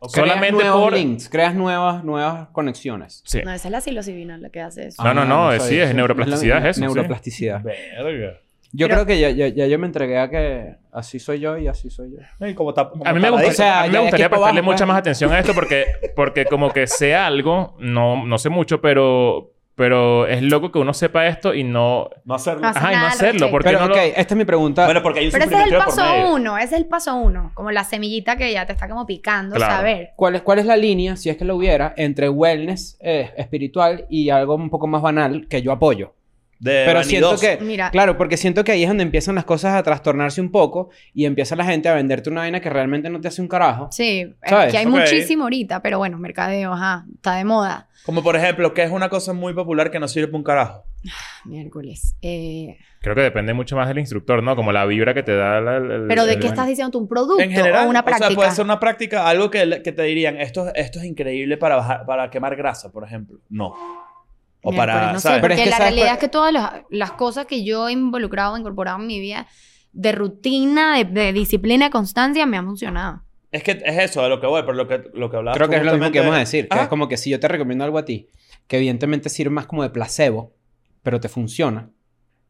Speaker 5: Ok.
Speaker 1: Creas
Speaker 3: solamente
Speaker 1: nuevos
Speaker 3: por-
Speaker 1: links, creas nuevas, nuevas conexiones.
Speaker 3: Sí.
Speaker 2: No, esa es la psilocibina la que hace
Speaker 1: Ah,
Speaker 2: eso.
Speaker 3: No, no, no, es- sí,
Speaker 1: sabía.
Speaker 3: es neuroplasticidad,
Speaker 1: la-
Speaker 3: es eso, sí.
Speaker 1: Neuroplasticidad.
Speaker 5: Verga.
Speaker 1: Yo
Speaker 2: Pero-
Speaker 1: creo que ya, ya, ya yo me entregué a que así soy yo y así soy yo.
Speaker 5: Ay, como tap- como
Speaker 3: A mí me, gusta-
Speaker 5: tapadito.
Speaker 1: O sea,
Speaker 3: a mí me
Speaker 1: ya de aquí
Speaker 3: gustaría
Speaker 1: para
Speaker 3: prestarle
Speaker 1: abajo,
Speaker 3: mucha
Speaker 1: pues.
Speaker 3: más atención a esto porque, porque como que sé algo, no, no sé mucho, pero, pero es loco que uno sepa esto y no...
Speaker 5: No hacerlo.
Speaker 2: No hacer
Speaker 3: Ajá, y no
Speaker 2: nada al
Speaker 3: hacerlo.
Speaker 2: respecto.
Speaker 3: Porque
Speaker 1: Pero,
Speaker 3: no
Speaker 1: ok,
Speaker 3: lo-
Speaker 1: esta es mi pregunta.
Speaker 5: Bueno, porque hay un
Speaker 2: Pero ese es el
Speaker 5: sufrimiento de por
Speaker 2: paso
Speaker 5: medio.
Speaker 2: uno, ese es el paso uno. Como la semillita que ya te está como picando,
Speaker 3: Claro.
Speaker 2: saber.
Speaker 1: ¿Cuál es, ¿Cuál es la línea, si es que lo hubiera, entre wellness eh, espiritual y algo un poco más banal que yo apoyo?
Speaker 5: De
Speaker 1: Pero siento
Speaker 5: Eh, vanidoso.
Speaker 1: que,
Speaker 2: Mira.
Speaker 1: claro, porque siento que ahí es donde empiezan las cosas a trastornarse un poco y empieza la gente a venderte una vaina que realmente no te hace un carajo.
Speaker 2: Sí, eh,
Speaker 1: ¿Sabes?
Speaker 2: que hay
Speaker 5: Ok.
Speaker 2: muchísimo ahorita, pero bueno, mercadeo, ajá, está de moda.
Speaker 5: Como por ejemplo, que es una cosa muy popular que no sirve para un carajo.
Speaker 2: Miércoles. Eh,
Speaker 3: Creo que depende mucho más del instructor, ¿no? Como la vibra que te da la- la- la-
Speaker 2: pero ¿de
Speaker 3: la-
Speaker 2: qué estás diciendo tú? ¿Un producto
Speaker 5: en general,
Speaker 2: o una práctica?
Speaker 5: o sea, puede ser una práctica, algo que, le- que te dirían, esto, esto es increíble para bajar, para quemar grasa, por ejemplo. No. O
Speaker 2: Miércoles,
Speaker 5: para,
Speaker 2: no sé,
Speaker 5: ¿sabes?
Speaker 1: Pero
Speaker 2: porque
Speaker 1: es que
Speaker 2: la
Speaker 1: sabes
Speaker 2: realidad
Speaker 1: cuál-
Speaker 2: es que todas las, las cosas que yo he involucrado, incorporado en mi vida, de rutina, de, de disciplina, de constancia, me han funcionado.
Speaker 5: Es que es eso de lo que voy, pero lo que, lo que hablabas
Speaker 1: Creo que
Speaker 5: tú
Speaker 1: es lo mismo
Speaker 5: justamente
Speaker 1: que vamos a decir. Que
Speaker 5: Ah.
Speaker 1: es como que si yo te recomiendo algo a ti, que evidentemente sirve más como de placebo, pero te funciona,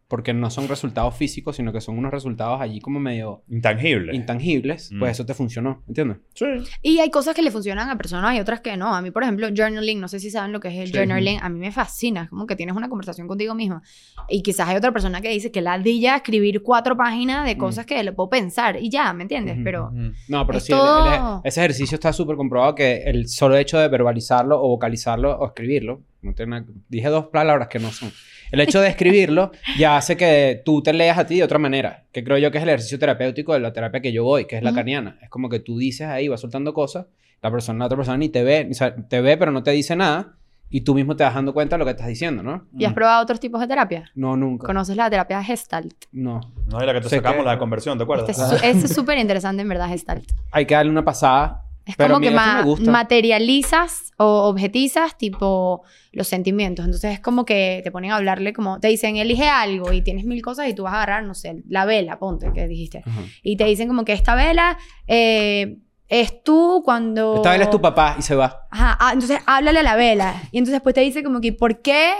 Speaker 1: porque no son resultados físicos, sino que son unos resultados allí como medio
Speaker 5: Intangible.
Speaker 1: intangibles,
Speaker 5: Mm.
Speaker 1: pues eso te funcionó, ¿entiendes?
Speaker 5: sí.
Speaker 2: Y hay cosas que le funcionan a personas y otras que no. A mí, por ejemplo, journaling, no sé si saben lo que es el
Speaker 1: Sí.
Speaker 2: journaling, a mí me fascina, es como que tienes una conversación contigo misma. Y quizás hay otra persona que dice que ladilla escribir cuatro páginas de cosas que le puedo pensar y ya, ¿me entiendes?
Speaker 1: Mm. Ujú,
Speaker 2: Pero
Speaker 1: No, pero
Speaker 2: Es
Speaker 1: sí, el- el-
Speaker 2: todo-
Speaker 1: ese ejercicio está súper comprobado que el solo hecho de verbalizarlo o vocalizarlo o escribirlo, no tiene nada- dije dos palabras que no son. El hecho de escribirlo ya hace que tú te leas a ti de otra manera, que creo yo que es el ejercicio terapéutico de la terapia que yo voy, que es la
Speaker 2: Ujú.
Speaker 1: caniana. Es como que tú dices ahí, vas soltando cosas, la persona, la otra persona ni te ve, o sea, te ve pero no te dice nada y tú mismo te vas dando cuenta de lo que estás diciendo, ¿no? Mm.
Speaker 2: ¿y has probado otros tipos de terapia?
Speaker 1: No, nunca.
Speaker 2: ¿Conoces la terapia Gestalt?
Speaker 1: No.
Speaker 5: No, y la que te
Speaker 1: Sé
Speaker 5: sacamos,
Speaker 1: que-
Speaker 5: la de conversión, ¿te acuerdas?
Speaker 2: Este es su- este es súper interesante, en verdad, Gestalt.
Speaker 1: Hay que darle una pasada.
Speaker 2: Es
Speaker 1: Pero
Speaker 2: como
Speaker 1: mira,
Speaker 2: que
Speaker 1: esto
Speaker 2: ma-
Speaker 1: me gusta.
Speaker 2: materializas o objetizas tipo los sentimientos. Entonces es como que te ponen a hablarle como, te dicen, elige algo y tienes mil cosas y tú vas a agarrar, no sé, la vela, ponte, que dijiste.
Speaker 1: Ajá.
Speaker 2: Y te dicen como que esta vela eh, es tú cuando...
Speaker 1: Esta vez es tu papá y se va.
Speaker 2: Ajá, ah, entonces háblale a la vela. Y entonces después te dice como que, ¿por qué?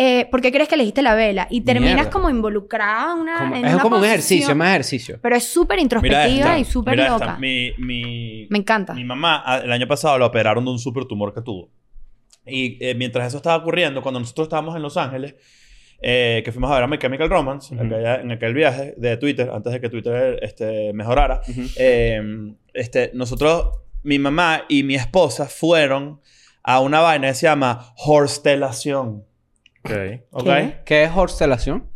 Speaker 2: eh, ¿Por qué crees que elegiste la vela? Y terminas
Speaker 1: Mierda.
Speaker 2: como involucrada en una,
Speaker 1: Como-
Speaker 2: Ah, en
Speaker 1: es
Speaker 2: una
Speaker 1: como un
Speaker 2: posición,
Speaker 1: ejercicio, es más ejercicio.
Speaker 2: Pero es súper introspectiva y súper
Speaker 5: mira
Speaker 2: loca.
Speaker 5: esta. Mi, mi,
Speaker 2: Me encanta.
Speaker 5: mi mamá a- el año pasado la operaron de un super tumor que tuvo. Y eh, mientras eso estaba ocurriendo, cuando nosotros estábamos en Los Ángeles, eh, que fuimos a ver a My Chemical Romance,
Speaker 1: Ujú.
Speaker 5: aquella- en aquel viaje de Twitter, antes de que Twitter este, mejorara,
Speaker 1: Ujú.
Speaker 5: eh, este, nosotros, mi mamá y mi esposa fueron a una vaina que se llama horstelación.
Speaker 3: Ok.
Speaker 5: ¿Ok?
Speaker 2: ¿Qué?
Speaker 1: ¿Qué es horstelación?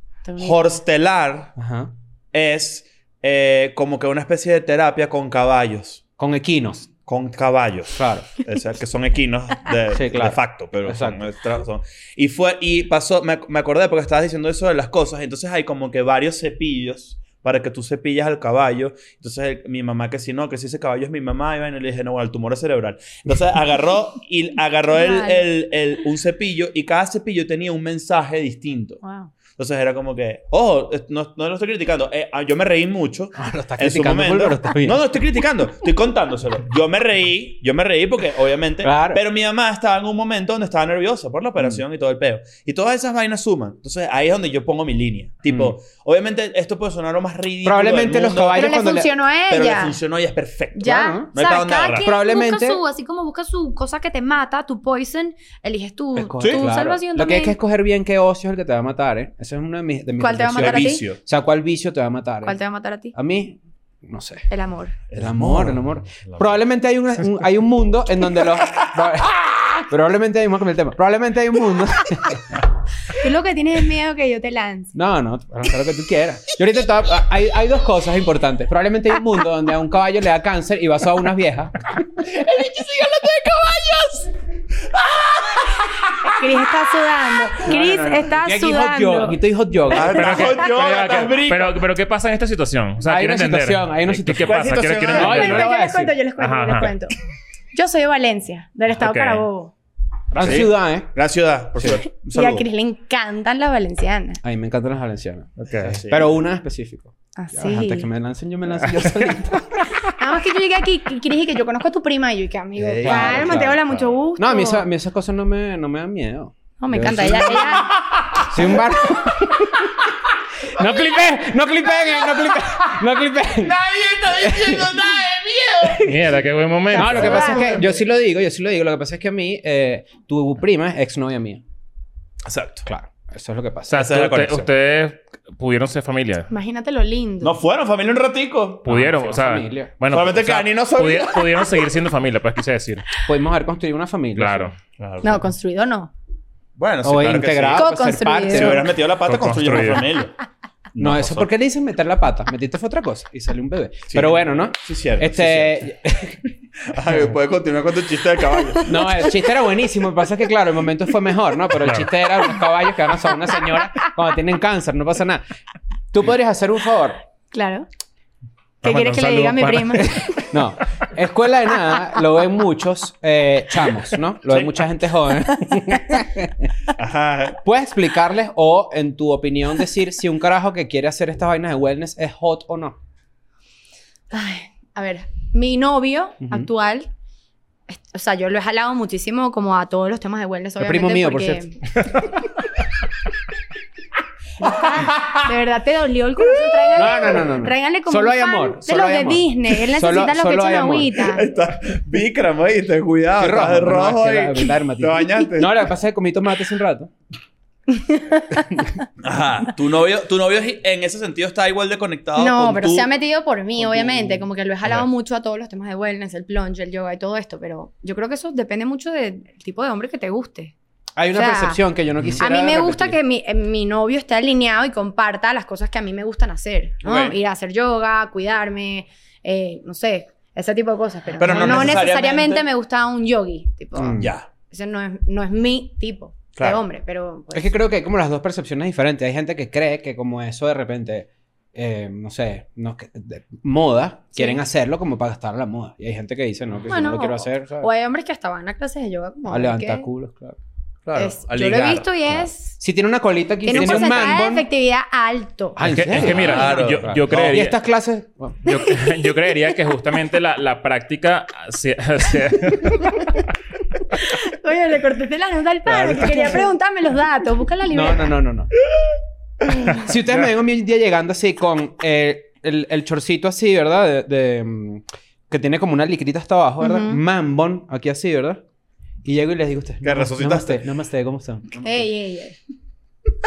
Speaker 5: Horstelar
Speaker 1: Ajá.
Speaker 5: es eh, como que una especie de terapia con caballos.
Speaker 1: Con equinos,
Speaker 5: Con caballos.
Speaker 1: claro.
Speaker 5: O sea, que son equinos de,
Speaker 1: Sí, claro.
Speaker 5: de facto, pero son,
Speaker 1: Exacto.
Speaker 5: extra- son- Y fue, y pasó, me, ac- me acordé porque estabas diciendo eso de las cosas, entonces hay como que varios cepillos para que tú cepillas al caballo. Entonces el- mi mamá que si no, que si ese caballo es mi mamá, y bueno, le dije, no, bueno, el tumor es cerebral. Entonces agarró, y agarró el,
Speaker 2: Vale.
Speaker 5: el- el- un cepillo y cada cepillo tenía un mensaje distinto.
Speaker 2: Wow.
Speaker 5: Entonces era como que, ojo, eh, no, no lo estoy criticando. Eh, ah, yo me reí mucho.
Speaker 1: lo estás
Speaker 5: En su
Speaker 1: criticando, full,
Speaker 5: momento-
Speaker 1: pero está bien.
Speaker 5: No, no estoy criticando, estoy contándoselo. Yo me reí, yo me reí porque obviamente,
Speaker 1: Claro. Mm.
Speaker 5: pero mi mamá estaba en un momento donde estaba nerviosa por la operación y todo el peo. Y todas esas vainas suman. Entonces ahí es donde yo pongo mi línea. Tipo, obviamente esto puede sonar lo más ridículo.
Speaker 1: Mm. Probablemente
Speaker 5: del
Speaker 1: los
Speaker 5: mundo,
Speaker 1: caballos
Speaker 2: Pero le
Speaker 1: cuando le-
Speaker 2: funcionó a
Speaker 5: Pero le
Speaker 2: ella.
Speaker 5: funcionó y es perfecto.
Speaker 1: Claro,
Speaker 2: Ya,
Speaker 5: no hay pa'
Speaker 2: ¿sabes?
Speaker 5: dónde
Speaker 2: Cada
Speaker 5: agarrar.
Speaker 2: quien
Speaker 1: Probablemente-
Speaker 2: busca su, así como busca su cosa que te mata, tu poison, eliges tu, tu
Speaker 1: Escoge, claro.
Speaker 2: salvación
Speaker 1: Lo que hay
Speaker 2: también.
Speaker 1: que escoger bien qué ocio es el que te va a matar, ¿eh? Eso es uno de mis... de mis
Speaker 2: ¿Cuál te va a
Speaker 5: El
Speaker 2: matar a ti?
Speaker 5: vicio.
Speaker 1: reflexiones. O sea, ¿cuál vicio te va a matar? eh?
Speaker 2: ¿Cuál te va a matar a ti?
Speaker 1: A mí, no sé.
Speaker 2: El amor.
Speaker 1: El amor, el amor. Probablemente hay un, un- hay un mundo en donde los... Probablemente hay... Vamos a cambiar el tema. Probablemente hay un mundo...
Speaker 2: Tú lo que tienes es miedo que yo te lance.
Speaker 1: No, no, para hacer lo que tú quieras. Yo ahorita estaba- ah, hay, hay dos cosas importantes. Probablemente hay un mundo donde a un caballo le da cáncer y vas a unas viejas.
Speaker 2: Cris está sudando. Chris está
Speaker 1: Y aquí hot yoga,
Speaker 2: sudando.
Speaker 1: aquí estoy hot yoga.
Speaker 5: Ah,
Speaker 3: Pero,
Speaker 5: Estás
Speaker 3: ¿qué,
Speaker 5: jodido,
Speaker 3: pero, ya,
Speaker 5: estás
Speaker 3: ¿qué-
Speaker 5: brico.
Speaker 3: pero, pero ¿qué pasa en esta situación? O sea,
Speaker 1: Hay
Speaker 3: quiero
Speaker 1: una
Speaker 3: entender.
Speaker 1: situación, hay una
Speaker 3: ¿Qué-
Speaker 1: situación.
Speaker 3: ¿Qué,
Speaker 5: ¿Cuál
Speaker 3: pasa? Quiero,
Speaker 5: situación
Speaker 3: quiero
Speaker 5: hay?
Speaker 1: No,
Speaker 3: entender.
Speaker 1: yo
Speaker 2: Bueno,
Speaker 1: lo voy
Speaker 2: yo
Speaker 1: a
Speaker 2: les cuento,
Speaker 1: decir.
Speaker 2: yo les cuento,
Speaker 3: Ajá,
Speaker 2: yo les
Speaker 3: ajá.
Speaker 2: cuento. Yo soy de Valencia, del estado
Speaker 3: Ok.
Speaker 2: Carabobo.
Speaker 1: Gran
Speaker 5: Sí.
Speaker 1: ciudad, ¿eh?
Speaker 5: Gran ciudad, por suerte. Un saludo.
Speaker 2: Y a Cris le encantan las valencianas.
Speaker 1: Ay, me encantan las valencianas.
Speaker 3: Ok.
Speaker 5: Sí.
Speaker 1: Pero una en específico. Ya,
Speaker 2: Así.
Speaker 1: Antes que me lancen, yo me lanzo yo solito.
Speaker 2: Nada más que yo llegué aquí, Cris dije que yo conozco a tu prima y yo dije, amigo,
Speaker 5: Ey,
Speaker 2: calma,
Speaker 1: claro,
Speaker 2: te
Speaker 1: claro,
Speaker 2: habla mucho gusto.
Speaker 1: No, a mí, esa- a mí esas cosas no me, no me dan miedo.
Speaker 2: No, me
Speaker 1: Yo
Speaker 2: encanta.
Speaker 1: soy-
Speaker 2: Ella, ella,
Speaker 1: Soy un barco. no clipeen, no clipeen, eh, no clipeen, no clipeen.
Speaker 3: Mierda, qué buen momento.
Speaker 1: No, lo que pasa es que yo sí lo digo, yo sí lo digo. Lo que pasa es que a mí, eh, tu prima es exnovia mía.
Speaker 5: Exacto.
Speaker 1: Claro, eso es lo que
Speaker 3: O
Speaker 1: pasa.
Speaker 3: sea,
Speaker 5: Esa es la
Speaker 3: usted-
Speaker 5: conexión.
Speaker 3: ustedes pudieron ser familia.
Speaker 2: Imagínate lo lindo.
Speaker 5: No fueron familia un ratico.
Speaker 3: Pudieron,
Speaker 1: Ah,
Speaker 3: o sea,
Speaker 1: familia.
Speaker 3: bueno,
Speaker 5: Solamente
Speaker 3: o sea,
Speaker 5: que Dani no sabía.
Speaker 3: pudi- pudieron seguir siendo familia, pues quise decir.
Speaker 1: Podemos haber construido una familia.
Speaker 3: Claro.
Speaker 2: No, construido no.
Speaker 5: Bueno, sí,
Speaker 1: O
Speaker 5: claro que sí.
Speaker 1: integrado, pues, ser
Speaker 2: Co-construido.
Speaker 1: parte.
Speaker 5: Si
Speaker 1: ¿no?
Speaker 5: hubieras metido la pata, construye una
Speaker 3: Construido.
Speaker 5: familia.
Speaker 1: No,
Speaker 5: No,
Speaker 1: eso
Speaker 5: pasó.
Speaker 1: porque le dicen meter la pata. Metiste fue otra cosa y salió un bebé. Pero bueno, ¿no?
Speaker 5: Sí, cierto. sí,
Speaker 1: Este,
Speaker 5: cierto. Ay, puedes continuar con tu chiste de caballo.
Speaker 1: no, el chiste era buenísimo. Lo que pasa es que, claro, el momento fue mejor, ¿no? Pero el
Speaker 3: Claro.
Speaker 1: chiste era unos caballos que van a ser una señora cuando tienen cáncer, no pasa nada. Tú podrías hacer un favor.
Speaker 2: Claro. ¿Qué
Speaker 3: Vamos,
Speaker 2: quieres
Speaker 3: un
Speaker 2: que le diga a mi
Speaker 3: saludo
Speaker 2: prima?
Speaker 1: No, escuela de nada lo ven muchos eh, chamos, ¿no? Lo ven
Speaker 5: Sí.
Speaker 1: mucha gente joven.
Speaker 5: Ajá.
Speaker 1: ¿Puedes explicarles o, en tu opinión, decir si un carajo que quiere hacer estas vainas de wellness es hot o no?
Speaker 2: Ay, a ver, mi novio
Speaker 1: Ujú.
Speaker 2: actual, es- o sea, yo lo he jalado muchísimo como a todos los temas de wellness,
Speaker 1: Es
Speaker 2: obviamente.
Speaker 1: primo mío, por
Speaker 2: cierto. De verdad te dolió el corazón.
Speaker 1: No, no,
Speaker 2: Tráigale,
Speaker 1: no, no, no.
Speaker 2: tráigale como
Speaker 1: Solo
Speaker 2: un
Speaker 1: hay
Speaker 2: fan
Speaker 1: amor,
Speaker 2: De
Speaker 1: solo
Speaker 2: los
Speaker 1: hay
Speaker 2: de
Speaker 1: amor.
Speaker 2: Disney. Él necesita
Speaker 1: Solo-
Speaker 2: los que
Speaker 1: solo hay
Speaker 2: echan
Speaker 1: amor.
Speaker 2: agüita.
Speaker 5: Está Bikram, oíste, cuidado.
Speaker 1: Estoy
Speaker 5: Estás
Speaker 1: rojo, pero no,
Speaker 5: Ah, de rojo
Speaker 1: es que la-
Speaker 5: y...
Speaker 1: me da dermatitis.
Speaker 5: ¿Te bañaste?
Speaker 1: No, lo que pasa es que comí tomate hace un rato.
Speaker 5: Ajá. Tu novio, tu novio en ese sentido está igual de conectado
Speaker 2: No,
Speaker 5: con
Speaker 2: pero
Speaker 5: tu-
Speaker 2: se ha metido por mí,
Speaker 5: con
Speaker 2: obviamente.
Speaker 5: tu-
Speaker 2: Como que lo he jalado
Speaker 5: Ok.
Speaker 2: mucho a todos los temas de wellness, el plunge, el yoga y todo esto. Pero yo creo que eso depende mucho del tipo de hombre que te guste.
Speaker 1: Hay una
Speaker 2: O sea,
Speaker 1: percepción que yo no quisiera.
Speaker 2: a mí me gusta
Speaker 1: repetir.
Speaker 2: que mi, eh, mi novio esté alineado y comparta las cosas que a mí me gustan hacer. ¿no?
Speaker 5: Ok.
Speaker 2: Ir a hacer yoga, cuidarme, eh, no sé, ese tipo de cosas. Pero,
Speaker 5: Pero
Speaker 2: no,
Speaker 5: no
Speaker 2: no necesariamente...
Speaker 5: necesariamente
Speaker 2: me gusta un yogi. Tipo,
Speaker 1: Mm.
Speaker 5: Ya.
Speaker 2: Ese no es, no es mi tipo
Speaker 5: Claro.
Speaker 2: de hombre, pero... pues,
Speaker 1: Es que creo que hay como las dos percepciones diferentes. Hay gente que cree que, como eso de repente, eh, no sé, no, que- de- moda,
Speaker 2: Sí.
Speaker 1: quieren hacerlo como para gastar la moda. Y hay gente que dice, no, que yo
Speaker 2: Bueno,
Speaker 1: no lo quiero hacer. ¿sabes?
Speaker 2: O hay hombres que hasta van a clases de yoga como...
Speaker 1: a levantar
Speaker 2: ¿qué?
Speaker 1: culos, claro.
Speaker 5: Claro.
Speaker 2: Es-
Speaker 5: a
Speaker 2: yo lo he
Speaker 5: ligar.
Speaker 2: visto y es...
Speaker 1: Si tiene una colita aquí,
Speaker 2: Tiene un
Speaker 1: tiene un
Speaker 2: porcentaje de
Speaker 1: mango.
Speaker 2: efectividad alto.
Speaker 1: Ah,
Speaker 3: Es que,
Speaker 1: ¿en serio?
Speaker 3: es que mira,
Speaker 5: Claro.
Speaker 3: yo, yo
Speaker 1: No, Y
Speaker 3: creería...
Speaker 1: estas clases. bueno,
Speaker 3: Yo, yo creería que justamente la, la práctica... se- se-
Speaker 2: Oye, le corté la nota al padre que quería preguntarme los datos. Busca la
Speaker 1: No,
Speaker 2: libreta.
Speaker 1: no, no, no, no. si ustedes me ven un día llegando así con eh, el, el chorcito así, ¿verdad? De, de, mm, que tiene como una licrita hasta abajo, ¿verdad?
Speaker 2: Ujú.
Speaker 1: Mambón, aquí así, ¿verdad? Y llego y les digo a ustedes.
Speaker 5: Que resucitaste.
Speaker 1: No más ¿cómo están?
Speaker 2: Ey, ey, ey.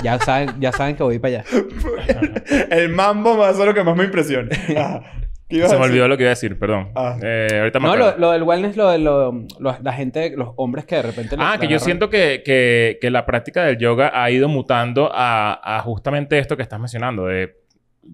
Speaker 1: Ya saben, ya saben que voy para allá.
Speaker 5: El mambo más es lo que más me impresiona. Ajá. ¿Qué ibas
Speaker 3: se
Speaker 5: a
Speaker 3: me
Speaker 5: decir?
Speaker 3: olvidó lo que iba a decir, perdón.
Speaker 5: Ah.
Speaker 3: Eh, ahorita me
Speaker 1: No,
Speaker 3: acuerdo.
Speaker 1: lo, lo del wellness, lo de lo- lo- la gente, los hombres que de repente.
Speaker 3: Ah, que yo siento que, que- que la práctica del yoga ha ido mutando a, a justamente esto que estás mencionando. de-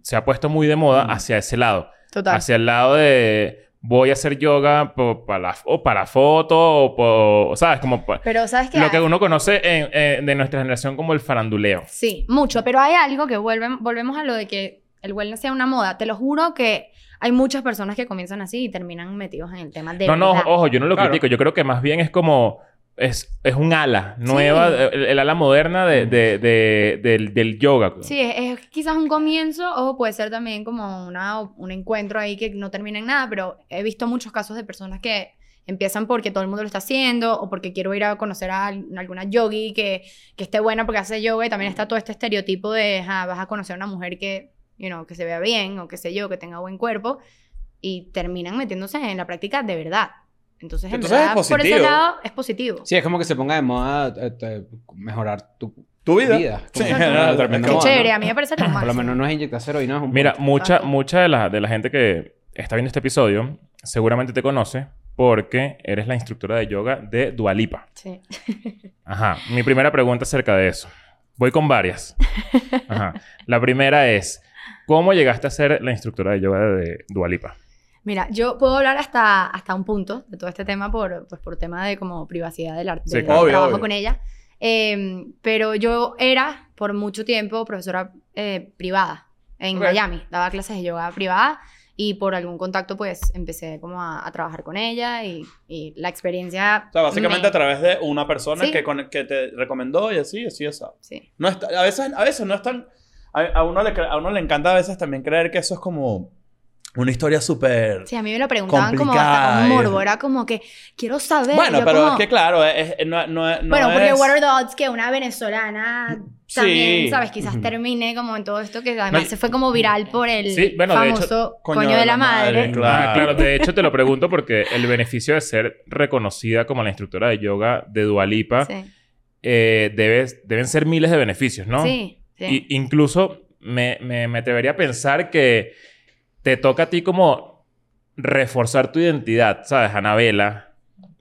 Speaker 3: se ha puesto muy de moda
Speaker 1: Mm.
Speaker 3: hacia ese lado.
Speaker 2: Total.
Speaker 3: Hacia el lado de voy a hacer yoga po- para, la- o para foto o, po- ¿sabes? Como pa-
Speaker 2: Pero ¿sabes qué?
Speaker 3: lo que uno conoce en- en- de nuestra generación como el faranduleo.
Speaker 2: Sí, mucho. Pero hay algo que vuelven, volvemos a lo de que el wellness sea una moda. Te lo juro que hay muchas personas que comienzan así y terminan metidos en el tema de
Speaker 3: No, no,
Speaker 2: verdad.
Speaker 3: ojo, yo no lo
Speaker 1: Claro.
Speaker 3: critico. Yo creo que más bien es como es, es un ala nueva,
Speaker 2: Sí.
Speaker 3: el, el ala moderna de, de- de- del, del yoga.
Speaker 2: Sí, es, es quizás un comienzo o puede ser también como una, un encuentro ahí que no termina en nada, pero he visto muchos casos de personas que empiezan porque todo el mundo lo está haciendo o porque quiero ir a conocer a al- alguna yogi que, que esté buena porque hace yoga y también está todo este estereotipo de "Ah, vas a conocer a una mujer que, you know, que se vea bien o qué sé yo, que tenga buen cuerpo y terminan metiéndose en la práctica de verdad. Entonces, en
Speaker 5: Entonces es
Speaker 2: verdad, por ese
Speaker 5: positivo.
Speaker 2: lado, es positivo.
Speaker 1: Sí, es como que se ponga de moda eh, eh, mejorar tu
Speaker 5: Tu vida.
Speaker 1: vida.
Speaker 5: Sí,
Speaker 1: Como-
Speaker 5: no,
Speaker 1: tremendo.
Speaker 5: es
Speaker 2: Qué
Speaker 5: como-
Speaker 2: chévere, a mí me parece lo
Speaker 1: Por lo
Speaker 2: máximo.
Speaker 1: menos no es inyectarse heroína. Es un
Speaker 3: Mira,
Speaker 1: punto.
Speaker 3: mucha,
Speaker 2: Exacto.
Speaker 3: mucha de la, de la gente que está viendo este episodio seguramente te conoce porque eres la instructora de yoga de Dualipa.
Speaker 2: Sí.
Speaker 3: Ajá. Mi primera pregunta acerca de eso. Voy con varias. Ajá. La primera es, ¿cómo llegaste a ser la instructora de yoga de Dualipa?
Speaker 2: Mira, yo puedo hablar hasta, hasta un punto de todo este tema por, pues, por tema de como privacidad del arte.
Speaker 3: Sí,
Speaker 2: del
Speaker 5: claro. Obvio,
Speaker 2: trabajo
Speaker 5: obvio.
Speaker 2: con ella. Eh, pero yo era por mucho tiempo profesora eh, privada en
Speaker 5: Ok.
Speaker 2: Miami. Daba clases de yoga privada y por algún contacto pues empecé como a, a trabajar con ella y, y la experiencia...
Speaker 5: O sea, básicamente
Speaker 2: me-
Speaker 5: a través de una persona
Speaker 2: Sí.
Speaker 5: que, con- que te recomendó y así, así, así.
Speaker 2: Sí.
Speaker 5: No está- a, veces, a veces no están. A, a uno le, cre- a uno le encanta a veces también creer que eso es como una historia súper.
Speaker 2: Sí, a mí me lo preguntaban como hasta
Speaker 5: Complicada,
Speaker 2: con morbo.
Speaker 5: eh.
Speaker 2: Era como que quiero saber.
Speaker 5: bueno,
Speaker 2: yo
Speaker 5: pero
Speaker 2: como-
Speaker 5: es que claro, eh, es, es- no, no, no
Speaker 2: bueno, porque
Speaker 5: es-
Speaker 2: what are the odds que una venezolana
Speaker 5: Sí.
Speaker 2: también, ¿sabes? Quizás
Speaker 1: Ujú.
Speaker 2: termine como en todo esto que además
Speaker 3: No, y-
Speaker 2: se fue como viral por el
Speaker 3: Sí, bueno, de hecho,
Speaker 2: famoso coño de la madre.
Speaker 5: Claro.
Speaker 3: Ah, claro, de hecho te lo pregunto porque el beneficio de ser reconocida como la instructora de yoga de Dualipa eh,
Speaker 2: Sí,
Speaker 3: deben ser miles de beneficios, ¿no?
Speaker 2: sí. sí.
Speaker 3: Y- incluso me, me, me atrevería a pensar que te toca a ti como reforzar tu identidad, ¿sabes? Anabela,